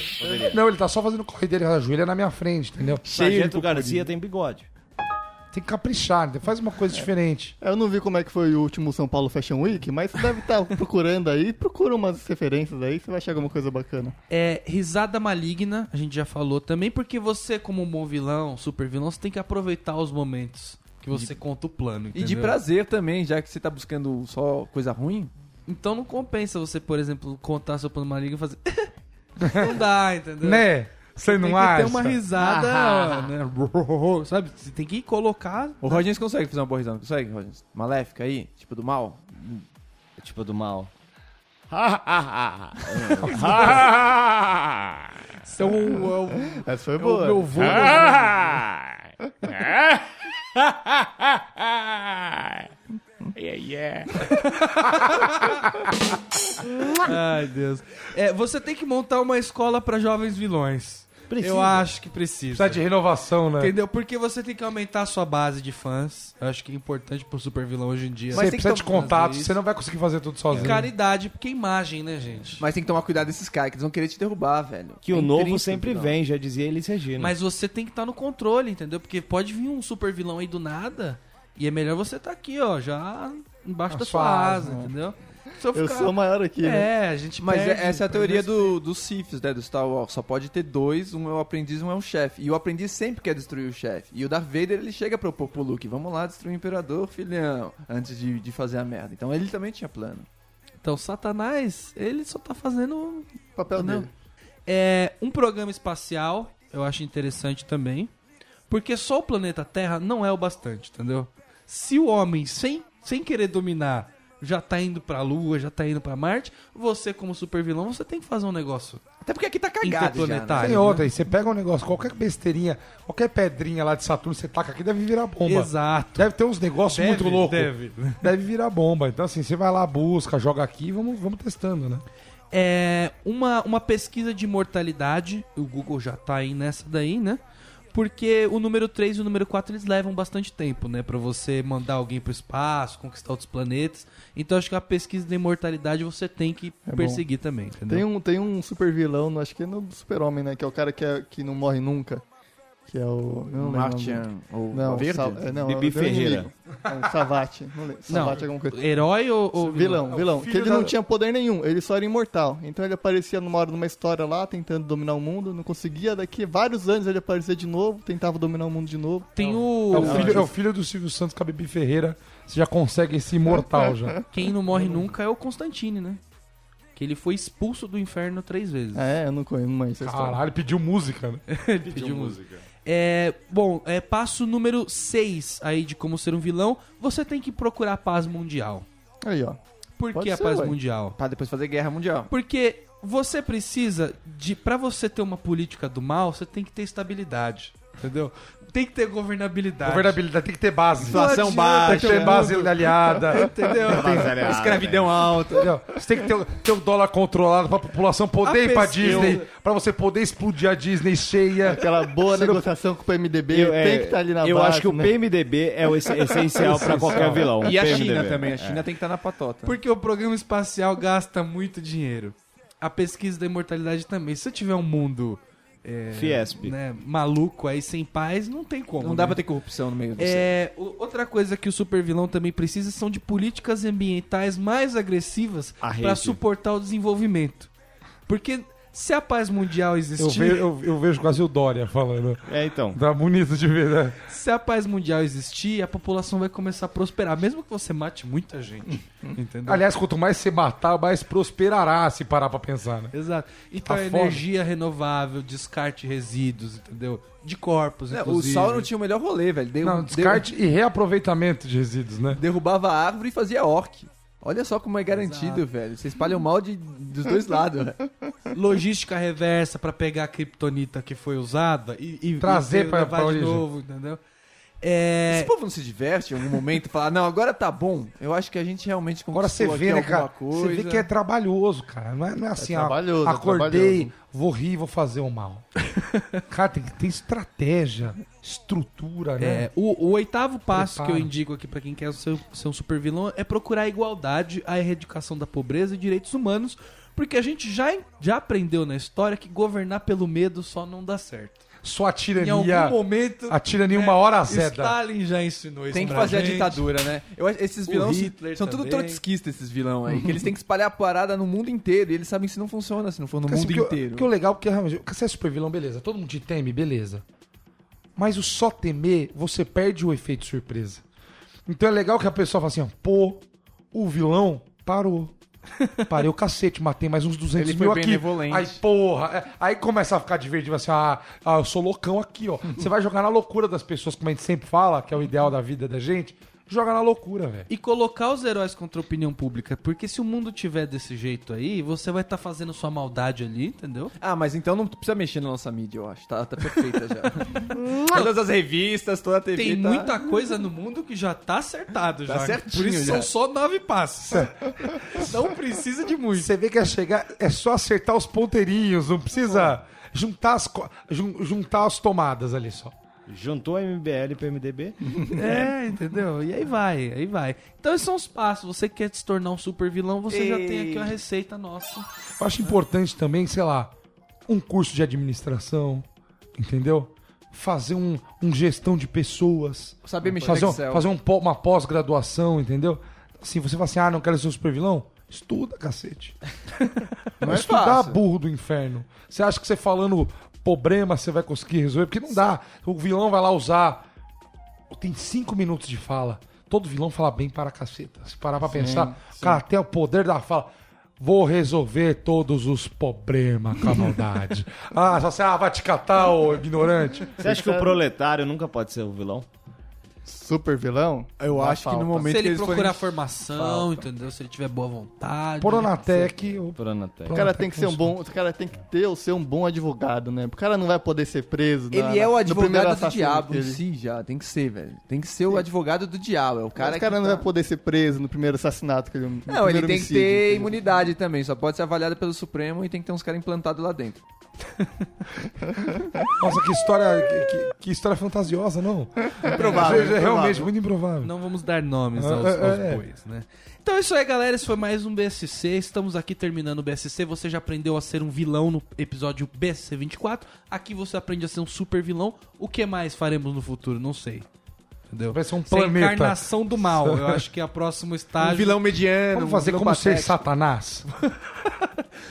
[SPEAKER 1] Não, ele tá só fazendo o corre dele, a joelha na minha frente, entendeu?
[SPEAKER 2] Sargento Garcia tem bigode.
[SPEAKER 5] É
[SPEAKER 1] Tem que caprichar, entendeu? faz uma
[SPEAKER 4] É.
[SPEAKER 1] coisa diferente.
[SPEAKER 5] Eu não vi como é que foi o último São Paulo Fashion Week, mas você deve estar procurando aí. Procura umas referências aí, você vai achar alguma coisa bacana.
[SPEAKER 4] É, risada maligna, a gente já falou também, porque você, como um bom vilão, super vilão, você tem que aproveitar os momentos que você conta o plano.
[SPEAKER 3] E de
[SPEAKER 4] entendeu?
[SPEAKER 3] prazer também, já que você tá buscando só coisa ruim.
[SPEAKER 4] Então não compensa você, por exemplo, contar seu plano maligno e fazer. não dá, entendeu?
[SPEAKER 1] Né? Você
[SPEAKER 4] Tem
[SPEAKER 1] não
[SPEAKER 4] que
[SPEAKER 1] acha?
[SPEAKER 4] ter uma
[SPEAKER 3] Ah.
[SPEAKER 4] risada, né? Sabe? Você tem que colocar.
[SPEAKER 3] O Rogers consegue fazer uma boa risada, não consegue, Rogers? Maléfica aí, tipo do mal.
[SPEAKER 2] Tipo do mal.
[SPEAKER 4] Seu,
[SPEAKER 5] Essa foi
[SPEAKER 4] o
[SPEAKER 5] boa.
[SPEAKER 4] meu vô.
[SPEAKER 2] E aí? yeah.
[SPEAKER 4] Ai, Deus. É, você tem que montar uma escola pra jovens vilões.
[SPEAKER 2] Precisa.
[SPEAKER 4] Eu acho que precisa.
[SPEAKER 1] Precisa de renovação, né?
[SPEAKER 4] Entendeu? Porque você tem que aumentar a sua base de fãs. Eu acho que é importante pro super vilão hoje em dia.
[SPEAKER 1] Você
[SPEAKER 3] tem que
[SPEAKER 1] precisa de
[SPEAKER 4] um
[SPEAKER 3] tomar-
[SPEAKER 1] contatos,
[SPEAKER 4] fazer
[SPEAKER 1] você não vai conseguir fazer tudo
[SPEAKER 4] E
[SPEAKER 1] sozinho.
[SPEAKER 4] caridade, porque é imagem, né, gente?
[SPEAKER 3] Mas tem que tomar cuidado desses caras, que eles vão querer te derrubar, velho.
[SPEAKER 2] Que
[SPEAKER 3] É
[SPEAKER 2] o novo
[SPEAKER 3] intrínseco,
[SPEAKER 2] sempre
[SPEAKER 3] não.
[SPEAKER 2] vem, já dizia Elis Regina.
[SPEAKER 4] Mas você tem que estar no controle, entendeu? Porque pode vir um super vilão aí do nada. E é melhor você estar aqui, ó, já embaixo
[SPEAKER 1] Na
[SPEAKER 4] da
[SPEAKER 1] sua
[SPEAKER 4] sua asa,
[SPEAKER 1] asa, né?
[SPEAKER 4] entendeu? Se eu
[SPEAKER 5] Eu
[SPEAKER 4] ficar-
[SPEAKER 5] sou maior aqui, né?
[SPEAKER 4] É, a gente
[SPEAKER 3] Mas
[SPEAKER 4] perde,
[SPEAKER 3] é- essa é a
[SPEAKER 4] perde
[SPEAKER 3] teoria
[SPEAKER 4] esse-
[SPEAKER 3] do, dos Siths, né? Do Star Wars. Só pode ter dois, um é o aprendiz e um é o chefe. E o aprendiz sempre quer destruir o chefe. E o Darth Vader, ele chega pro, pro Luke, vamos lá destruir o Imperador, filhão, antes de, de fazer a merda. Então ele também tinha plano.
[SPEAKER 4] Então, Satanás, ele só tá fazendo
[SPEAKER 5] O papel
[SPEAKER 4] Não.
[SPEAKER 5] dele.
[SPEAKER 4] é, um programa espacial, eu acho interessante também. Porque só o planeta Terra não é o bastante, entendeu? Se o homem, sem, sem querer dominar, já tá indo pra Lua, já tá indo pra Marte, você, como supervilão, você tem que fazer um negócio
[SPEAKER 3] Até porque aqui tá cagado já, né?
[SPEAKER 4] interplanetário.
[SPEAKER 1] Tem outra aí, você pega um negócio, qualquer besteirinha, qualquer pedrinha lá de Saturno, você taca aqui, deve virar bomba.
[SPEAKER 4] né? Exato.
[SPEAKER 1] Deve ter uns negócios muito loucos.
[SPEAKER 4] Deve.
[SPEAKER 1] Deve virar bomba. Então, assim, você vai lá, busca, joga aqui e vamos, vamos testando, né?
[SPEAKER 4] É, uma, uma pesquisa de mortalidade, o Google já tá aí nessa daí, né? Porque o número 3 e o número 4 eles levam bastante tempo, né? Pra você mandar alguém pro espaço, conquistar outros planetas. Então acho que a pesquisa de mortalidade você tem que
[SPEAKER 5] É bom.
[SPEAKER 4] perseguir também, entendeu?
[SPEAKER 5] Tem um, tem um super vilão, no- acho que é no Super-Homem, né? Que é o cara que, é- que não morre nunca. Que é o. eu Não lembro.
[SPEAKER 3] Martian ou
[SPEAKER 5] Não,
[SPEAKER 3] verde?
[SPEAKER 5] Sa- é, não,
[SPEAKER 2] Bibi
[SPEAKER 5] é o grande
[SPEAKER 2] Ferreira.
[SPEAKER 5] inimigo. É, Savate. Não lembro.
[SPEAKER 4] Não.
[SPEAKER 5] Savate alguma coisa.
[SPEAKER 4] Herói ou, ou
[SPEAKER 3] É
[SPEAKER 5] vilão, vilão.
[SPEAKER 1] filho
[SPEAKER 5] Que ele
[SPEAKER 1] da-
[SPEAKER 5] não tinha poder nenhum, ele só era imortal. Então ele aparecia numa hora numa história lá, tentando dominar o mundo, não conseguia. Daqui vários anos ele aparecia de novo, tentava dominar o mundo de novo.
[SPEAKER 4] Tem
[SPEAKER 1] É
[SPEAKER 5] um
[SPEAKER 4] o.
[SPEAKER 1] o, filho, é o filho do Silvio Santos com a Bibi Ferreira. Você já consegue esse imortal já.
[SPEAKER 4] Quem não morre nunca é o Constantine, né? Que ele foi expulso do inferno três vezes.
[SPEAKER 5] Ah, é, eu não conheço, não conheço essa história.
[SPEAKER 1] Caralho, pediu música, né?
[SPEAKER 4] Pediu música. É, bom, é, passo número 6 aí de como ser um vilão. Você tem que procurar a paz mundial.
[SPEAKER 5] Aí, ó.
[SPEAKER 4] Por
[SPEAKER 5] Pode
[SPEAKER 4] que a
[SPEAKER 5] ser,
[SPEAKER 4] paz
[SPEAKER 5] ué.
[SPEAKER 4] mundial?
[SPEAKER 3] Pra depois fazer guerra mundial.
[SPEAKER 4] Porque você precisa de. Pra você ter uma política do mal, você tem que ter estabilidade. Entendeu? Tem que ter governabilidade.
[SPEAKER 1] Governabilidade tem que ter base.
[SPEAKER 4] Não
[SPEAKER 2] Inflação
[SPEAKER 4] adianta
[SPEAKER 1] Tem
[SPEAKER 2] baixa.
[SPEAKER 1] que ter base aliada.
[SPEAKER 4] Entendeu?
[SPEAKER 2] Escravidão alta.
[SPEAKER 1] Entendeu? Você tem que ter, o- ter o dólar controlado pra população poder
[SPEAKER 4] A
[SPEAKER 1] ir pra
[SPEAKER 4] pesquisa-
[SPEAKER 1] Disney, pra você poder explodir a Disney cheia.
[SPEAKER 5] Aquela boa negociação com o PMDB,
[SPEAKER 2] Eu,
[SPEAKER 5] tem
[SPEAKER 2] é,
[SPEAKER 5] que estar ali na
[SPEAKER 2] eu
[SPEAKER 5] base,
[SPEAKER 2] acho que o
[SPEAKER 5] né?
[SPEAKER 2] PMDB é o ess- essencial pra qualquer vilão.
[SPEAKER 3] E a
[SPEAKER 2] PMDB.
[SPEAKER 3] China
[SPEAKER 1] É.
[SPEAKER 3] também. A China tem que estar na patota.
[SPEAKER 4] Porque o programa espacial gasta muito dinheiro. A pesquisa da imortalidade também. Se você tiver um mundo. é,
[SPEAKER 2] Fiesp.
[SPEAKER 4] né, maluco aí sem paz, não tem como.
[SPEAKER 3] Não dá
[SPEAKER 4] né?
[SPEAKER 3] pra ter corrupção no meio disso.
[SPEAKER 4] É, o- outra coisa que o supervilão também precisa são de políticas ambientais mais agressivas
[SPEAKER 2] A
[SPEAKER 4] para
[SPEAKER 2] rede.
[SPEAKER 4] suportar o desenvolvimento. Porque se a paz mundial
[SPEAKER 1] Eu,
[SPEAKER 4] existir,
[SPEAKER 1] ve- eu- eu vejo quase o Dória falando.
[SPEAKER 2] É, então.
[SPEAKER 1] Tá bonito de ver, né?
[SPEAKER 4] se a paz mundial existir, a população vai começar a prosperar, mesmo que você mate muita gente,
[SPEAKER 1] Uhum.
[SPEAKER 4] entendeu?
[SPEAKER 1] Aliás, quanto mais você matar, mais prosperará se parar pra pensar, né?
[SPEAKER 4] Exato. Então
[SPEAKER 1] A
[SPEAKER 4] é
[SPEAKER 1] fome.
[SPEAKER 4] energia renovável, descarte de resíduos, entendeu? De corpos,
[SPEAKER 1] É,
[SPEAKER 3] Né, o
[SPEAKER 4] inclusive.
[SPEAKER 3] Sauron tinha o melhor rolê, velho. Deu,
[SPEAKER 1] Não, descarte e reaproveitamento de resíduos, né?
[SPEAKER 3] derrubava a árvore e fazia orc. Olha só como é garantido,
[SPEAKER 4] Exato.
[SPEAKER 3] velho. Você espalha o mal de, dos dois lados. velho.
[SPEAKER 4] logística reversa pra pegar a kriptonita que foi usada e, e-
[SPEAKER 1] Trazer
[SPEAKER 4] e
[SPEAKER 1] pra-
[SPEAKER 4] levar
[SPEAKER 1] pra
[SPEAKER 4] de
[SPEAKER 1] origem.
[SPEAKER 4] novo, entendeu? É...
[SPEAKER 3] Esse povo não se diverte em algum momento e fala, não, agora tá bom. Eu acho que a gente realmente conquistou
[SPEAKER 1] Agora você vê,
[SPEAKER 3] aqui
[SPEAKER 1] né,
[SPEAKER 3] alguma
[SPEAKER 1] cara?
[SPEAKER 3] coisa.
[SPEAKER 1] Você vê que é trabalhoso, cara. Não é, não é assim, ah,
[SPEAKER 5] trabalhoso, é
[SPEAKER 1] acordei,
[SPEAKER 5] trabalhoso.
[SPEAKER 1] vou rir e vou fazer o mal. cara, tem que ter estratégia, estrutura, né?
[SPEAKER 4] É, o, o oitavo passo
[SPEAKER 1] Preparo.
[SPEAKER 4] que eu indico aqui pra quem quer ser, ser um super vilão é procurar a igualdade, a erradicação da pobreza e direitos humanos, porque a gente já, já aprendeu na história que governar pelo medo só não dá certo.
[SPEAKER 1] Só a
[SPEAKER 4] Em
[SPEAKER 1] tirania.
[SPEAKER 4] algum momento,
[SPEAKER 1] A tirania uma hora
[SPEAKER 3] tá
[SPEAKER 1] azeda.
[SPEAKER 4] Stalin já ensinou isso
[SPEAKER 3] Tem que
[SPEAKER 4] pra
[SPEAKER 3] fazer a
[SPEAKER 4] gente.
[SPEAKER 3] ditadura, né? Eu acho- esses
[SPEAKER 4] O
[SPEAKER 3] vilões
[SPEAKER 4] Hitler
[SPEAKER 3] são tudo
[SPEAKER 4] também.
[SPEAKER 3] trotskistas, esses vilão aí. é que eles têm que espalhar a parada no mundo inteiro. E eles sabem que isso não funciona se não for no
[SPEAKER 1] Porque, assim,
[SPEAKER 3] mundo
[SPEAKER 1] porque o-
[SPEAKER 3] inteiro.
[SPEAKER 1] porque o legal é que realmente, você é super vilão, beleza. Todo mundo te teme, beleza. Mas o só temer, você perde o efeito surpresa. Então é legal que a pessoa fala assim, ó, pô, o vilão parou. Parei o cacete, matei mais uns 200
[SPEAKER 3] Ele foi
[SPEAKER 1] mil aqui.
[SPEAKER 3] benevolente.
[SPEAKER 1] Aí, porra. é- Aí começa a ficar divertido, assim, ah, ah, eu sou loucão aqui, ó. Você vai jogar na loucura das pessoas, como a gente sempre fala, que é o ideal da vida da gente. joga na loucura, velho.
[SPEAKER 4] E colocar os heróis contra a opinião pública, porque se o mundo tiver desse jeito aí, você vai estar fazendo sua maldade ali, entendeu?
[SPEAKER 3] Ah, mas então não precisa mexer na nossa mídia, eu acho. Tá, tá perfeita já. Todas as revistas, toda a TV.
[SPEAKER 4] Tem
[SPEAKER 3] tá-
[SPEAKER 4] muita coisa no mundo que já tá acertado
[SPEAKER 3] Tá
[SPEAKER 4] já.
[SPEAKER 3] certinho
[SPEAKER 4] Por isso
[SPEAKER 3] já.
[SPEAKER 4] são só nove passos. Não precisa de muito.
[SPEAKER 1] Você vê que é chegar, é só acertar os ponteirinhos, não precisa juntar as, co- jun- juntar as tomadas ali só.
[SPEAKER 2] Juntou a MBL pro MDB?
[SPEAKER 4] É, entendeu? E aí vai, aí vai. Então esses são os passos. Você quer se tornar um super vilão, você já tem aqui uma receita nossa.
[SPEAKER 1] Eu acho importante também, sei lá, um curso de administração, entendeu? Fazer um, um gestão de pessoas.
[SPEAKER 3] Saber mexer no
[SPEAKER 1] fazer um-
[SPEAKER 3] Excel.
[SPEAKER 1] fazer um pó- uma pós-graduação, entendeu? Assim, você fala assim, ah, não quero ser um super vilão? Estuda, cacete.
[SPEAKER 3] Não é
[SPEAKER 1] Estudar,
[SPEAKER 3] fácil.
[SPEAKER 1] burro do inferno. Você acha que você falando problema você vai conseguir resolver? Porque não dá. O vilão vai lá usar. Tem cinco minutos de fala. Todo vilão fala bem para a caceta. Se parar pra pensar, o cara tem o poder da fala. Vou resolver todos os problemas com a maldade. ah, só você ah, vai te catar, ô ignorante.
[SPEAKER 2] Você acha que o proletário nunca pode ser o vilão?
[SPEAKER 5] Super vilão?
[SPEAKER 3] Eu
[SPEAKER 5] Dá
[SPEAKER 3] acho que
[SPEAKER 1] um-
[SPEAKER 5] falta.
[SPEAKER 3] no momento
[SPEAKER 4] Se ele
[SPEAKER 3] que eles
[SPEAKER 4] procurar
[SPEAKER 3] forem...
[SPEAKER 4] formação, entendeu? Se ele tiver boa vontade.
[SPEAKER 1] Poronatec, o
[SPEAKER 2] Pronatec.
[SPEAKER 5] O cara tem que ser um bom, o cara tem que ter ou ser um bom advogado, né? O cara não vai poder ser preso. na-
[SPEAKER 3] Ele é o
[SPEAKER 5] no
[SPEAKER 3] advogado
[SPEAKER 5] primeiro
[SPEAKER 3] do
[SPEAKER 5] assassino
[SPEAKER 3] diabo
[SPEAKER 5] que
[SPEAKER 3] em
[SPEAKER 5] ele-
[SPEAKER 3] si já, tem que ser, velho. Tem que ser o advogado do diabo, é o cara
[SPEAKER 5] Mas o cara
[SPEAKER 3] que
[SPEAKER 5] não
[SPEAKER 3] tá-
[SPEAKER 5] vai poder ser preso no primeiro assassinato que ele. no
[SPEAKER 3] Não, ele tem
[SPEAKER 5] primeiro
[SPEAKER 3] que
[SPEAKER 5] homicídio,
[SPEAKER 3] ter
[SPEAKER 5] entendeu?
[SPEAKER 3] imunidade também, só pode ser avaliado pelo Supremo e tem que ter uns caras implantados lá dentro.
[SPEAKER 1] Nossa, que história, que, que- que história fantasiosa, não?
[SPEAKER 5] Improvável,
[SPEAKER 1] É Realmente,
[SPEAKER 5] improvável.
[SPEAKER 1] muito improvável.
[SPEAKER 4] Não vamos dar nomes aos,
[SPEAKER 1] É,
[SPEAKER 4] aos
[SPEAKER 1] é.
[SPEAKER 4] bois, né? Então é isso aí, galera. Esse foi mais um BSC. Estamos aqui terminando o BSC. Você já aprendeu a ser um vilão no episódio BSC 24. Aqui você aprende a ser um super vilão. O que mais faremos no futuro? Não sei. Entendeu?
[SPEAKER 1] Vai ser um
[SPEAKER 4] Ser a
[SPEAKER 1] planeta.
[SPEAKER 4] encarnação do mal. Eu acho que é o próximo estágio.
[SPEAKER 3] mediano,
[SPEAKER 1] Vamos fazer como ser Satanás?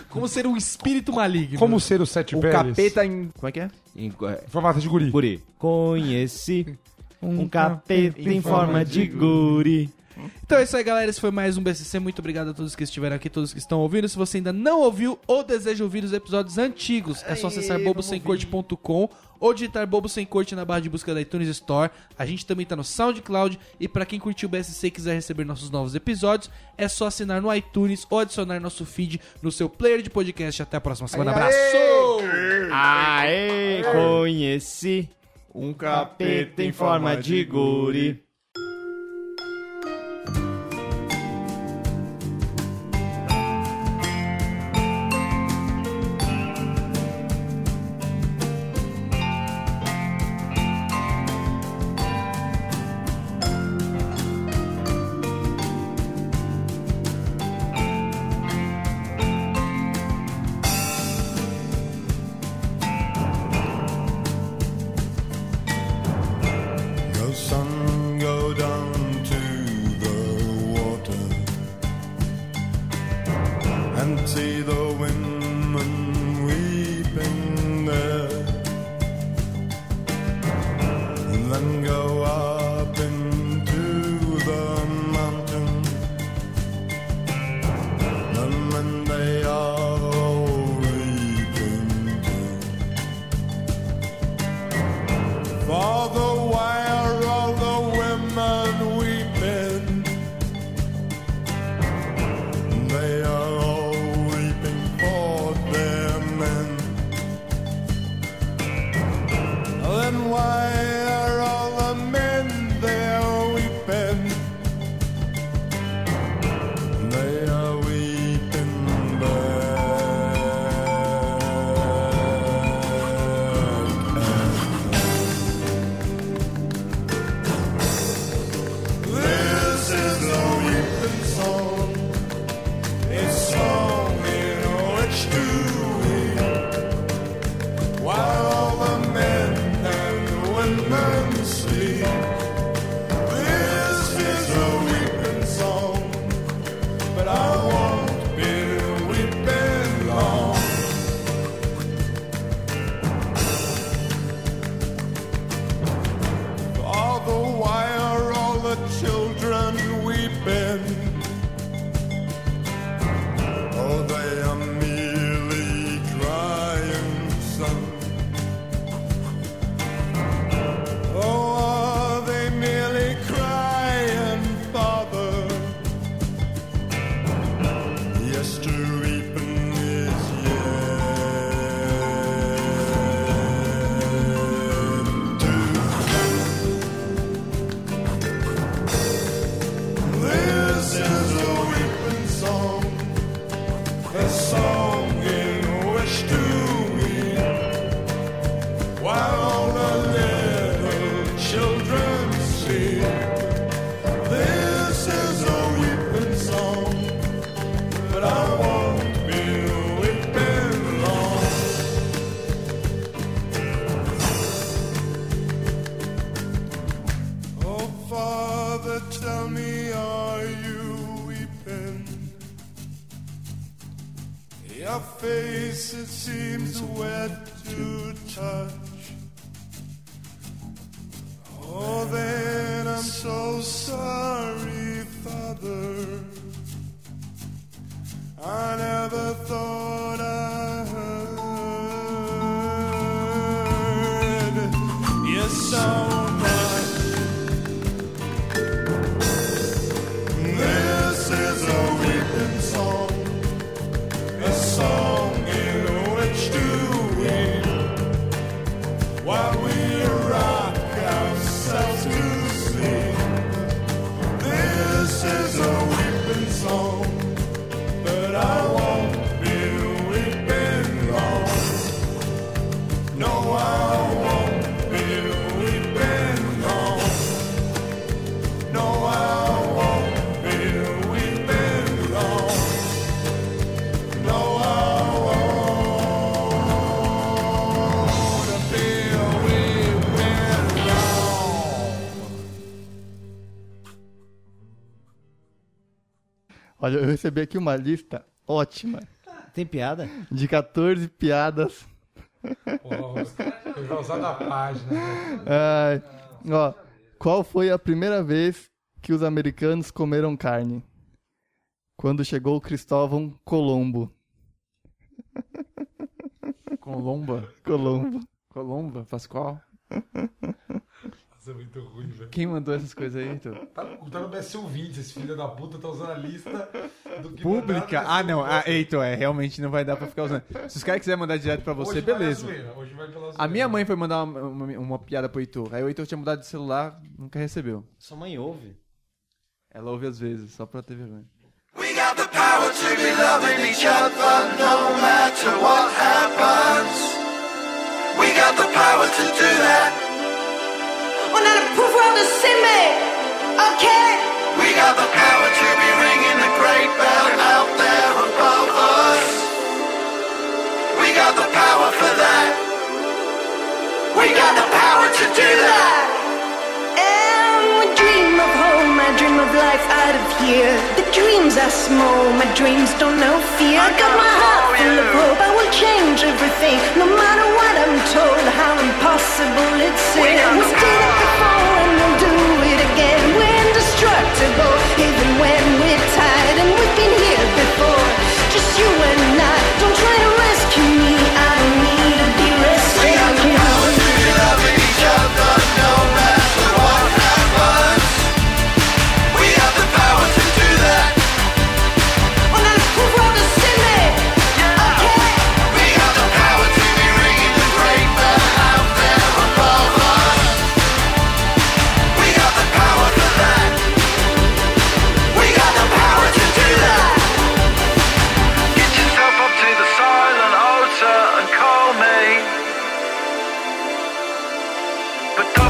[SPEAKER 4] Como ser um espírito maligno.
[SPEAKER 1] Como ser os sete
[SPEAKER 3] O
[SPEAKER 1] peles?
[SPEAKER 3] capeta em... Como é que é?
[SPEAKER 2] Em-
[SPEAKER 1] Em formato de guri.
[SPEAKER 2] Guri. Conheci um capeta em forma de guri.
[SPEAKER 4] Então é isso aí, galera. Esse foi mais um BSC. Muito obrigado a todos que estiveram aqui, todos que estão ouvindo. Se você ainda não ouviu ou deseja ouvir os episódios antigos, é só acessar bobosemcorte.com ou digitar Bobo Sem Corte na barra de busca da iTunes Store. A gente também tá no SoundCloud. E pra quem curtiu o BSC e quiser receber nossos novos episódios, é só assinar no iTunes ou adicionar nosso feed no seu player de podcast. Até a próxima semana. Abraço!
[SPEAKER 2] Aê, conheci um capeta em forma de guri.
[SPEAKER 7] The sun go down to the water and see the women weeping there. And then go up into the mountain. And when they are all reaping too. For the wire all the women weeping They are all weeping for their men Then why are all the men there weeping They are weeping back at This is the weeping song, a song in which to weep, while all the men and women Oh, Oh, while all the little children sleep. This is a weeping song, but I won't be weeping long. Oh, Father, tell me, are you weeping? Your face, it seems wet to touch. Oh, then I'm so sorry, Father. I never thought I heard you so much. This is a weeping song, a song in which to weep while we rock ourselves to sleep. This is a weeping song, but I won't be weeping long. No, I won't be weeping long. No, I won't be weeping long. No, I won't be weeping long.
[SPEAKER 5] Olha, eu recebi aqui uma lista ótima
[SPEAKER 2] Tem piada?
[SPEAKER 5] de 14 piadas.
[SPEAKER 1] Porra, eu já usar da tá página. né?
[SPEAKER 5] Ai, ó, qual foi a primeira vez que os americanos comeram carne? Quando chegou Cristóvão Colombo.
[SPEAKER 3] Colomba?
[SPEAKER 5] Colombo.
[SPEAKER 3] Colomba? Pascoal?
[SPEAKER 1] Isso é muito ruim, velho.
[SPEAKER 3] Quem mandou essas coisas aí, Heitor?
[SPEAKER 1] Tá, tá no BS ouvinte, esse filho da puta tá usando a lista do que tá
[SPEAKER 3] Pública? Ah, não. Ah, Heitor, é, realmente não vai dar pra ficar usando. Se os caras quiserem mandar direto pra você,
[SPEAKER 1] Hoje vai na
[SPEAKER 3] beleza.
[SPEAKER 1] zoeira, hoje vai pela
[SPEAKER 3] A
[SPEAKER 1] zoeira.
[SPEAKER 3] minha mãe foi mandar uma, uma- uma piada pro Heitor. Aí o Heitor tinha mudado de celular, nunca recebeu.
[SPEAKER 2] Sua mãe ouve.
[SPEAKER 3] Ela ouve às vezes, só pra ter vergonha.
[SPEAKER 7] We got the power to be loving each other no matter what happens. We got the power to do that.
[SPEAKER 8] On a le pouvoir de s'aimer, ok
[SPEAKER 7] We got the power to be ringing the great bell out there above us. We got the power for that.
[SPEAKER 8] We got the power to do that! And we dream of home, I dream of life out of here. The dreams are small, my dreams don't know fear. I got my heart full of hope, I will change everything. No matter what I'm told, how impossible it seems. We did it before and we'll do it again. We're indestructible, even when we're tired. And we've been here before, just you and I. Don't try to rescue me, I don't need to be rescued.
[SPEAKER 7] We got the power to do that.
[SPEAKER 8] On a le pouvoir de s'aimer, ok
[SPEAKER 7] We got the power to be ringing the great bell out there above us. We got the power for that. We got the power to do that. Get yourself up to the silent altar and call me. But don't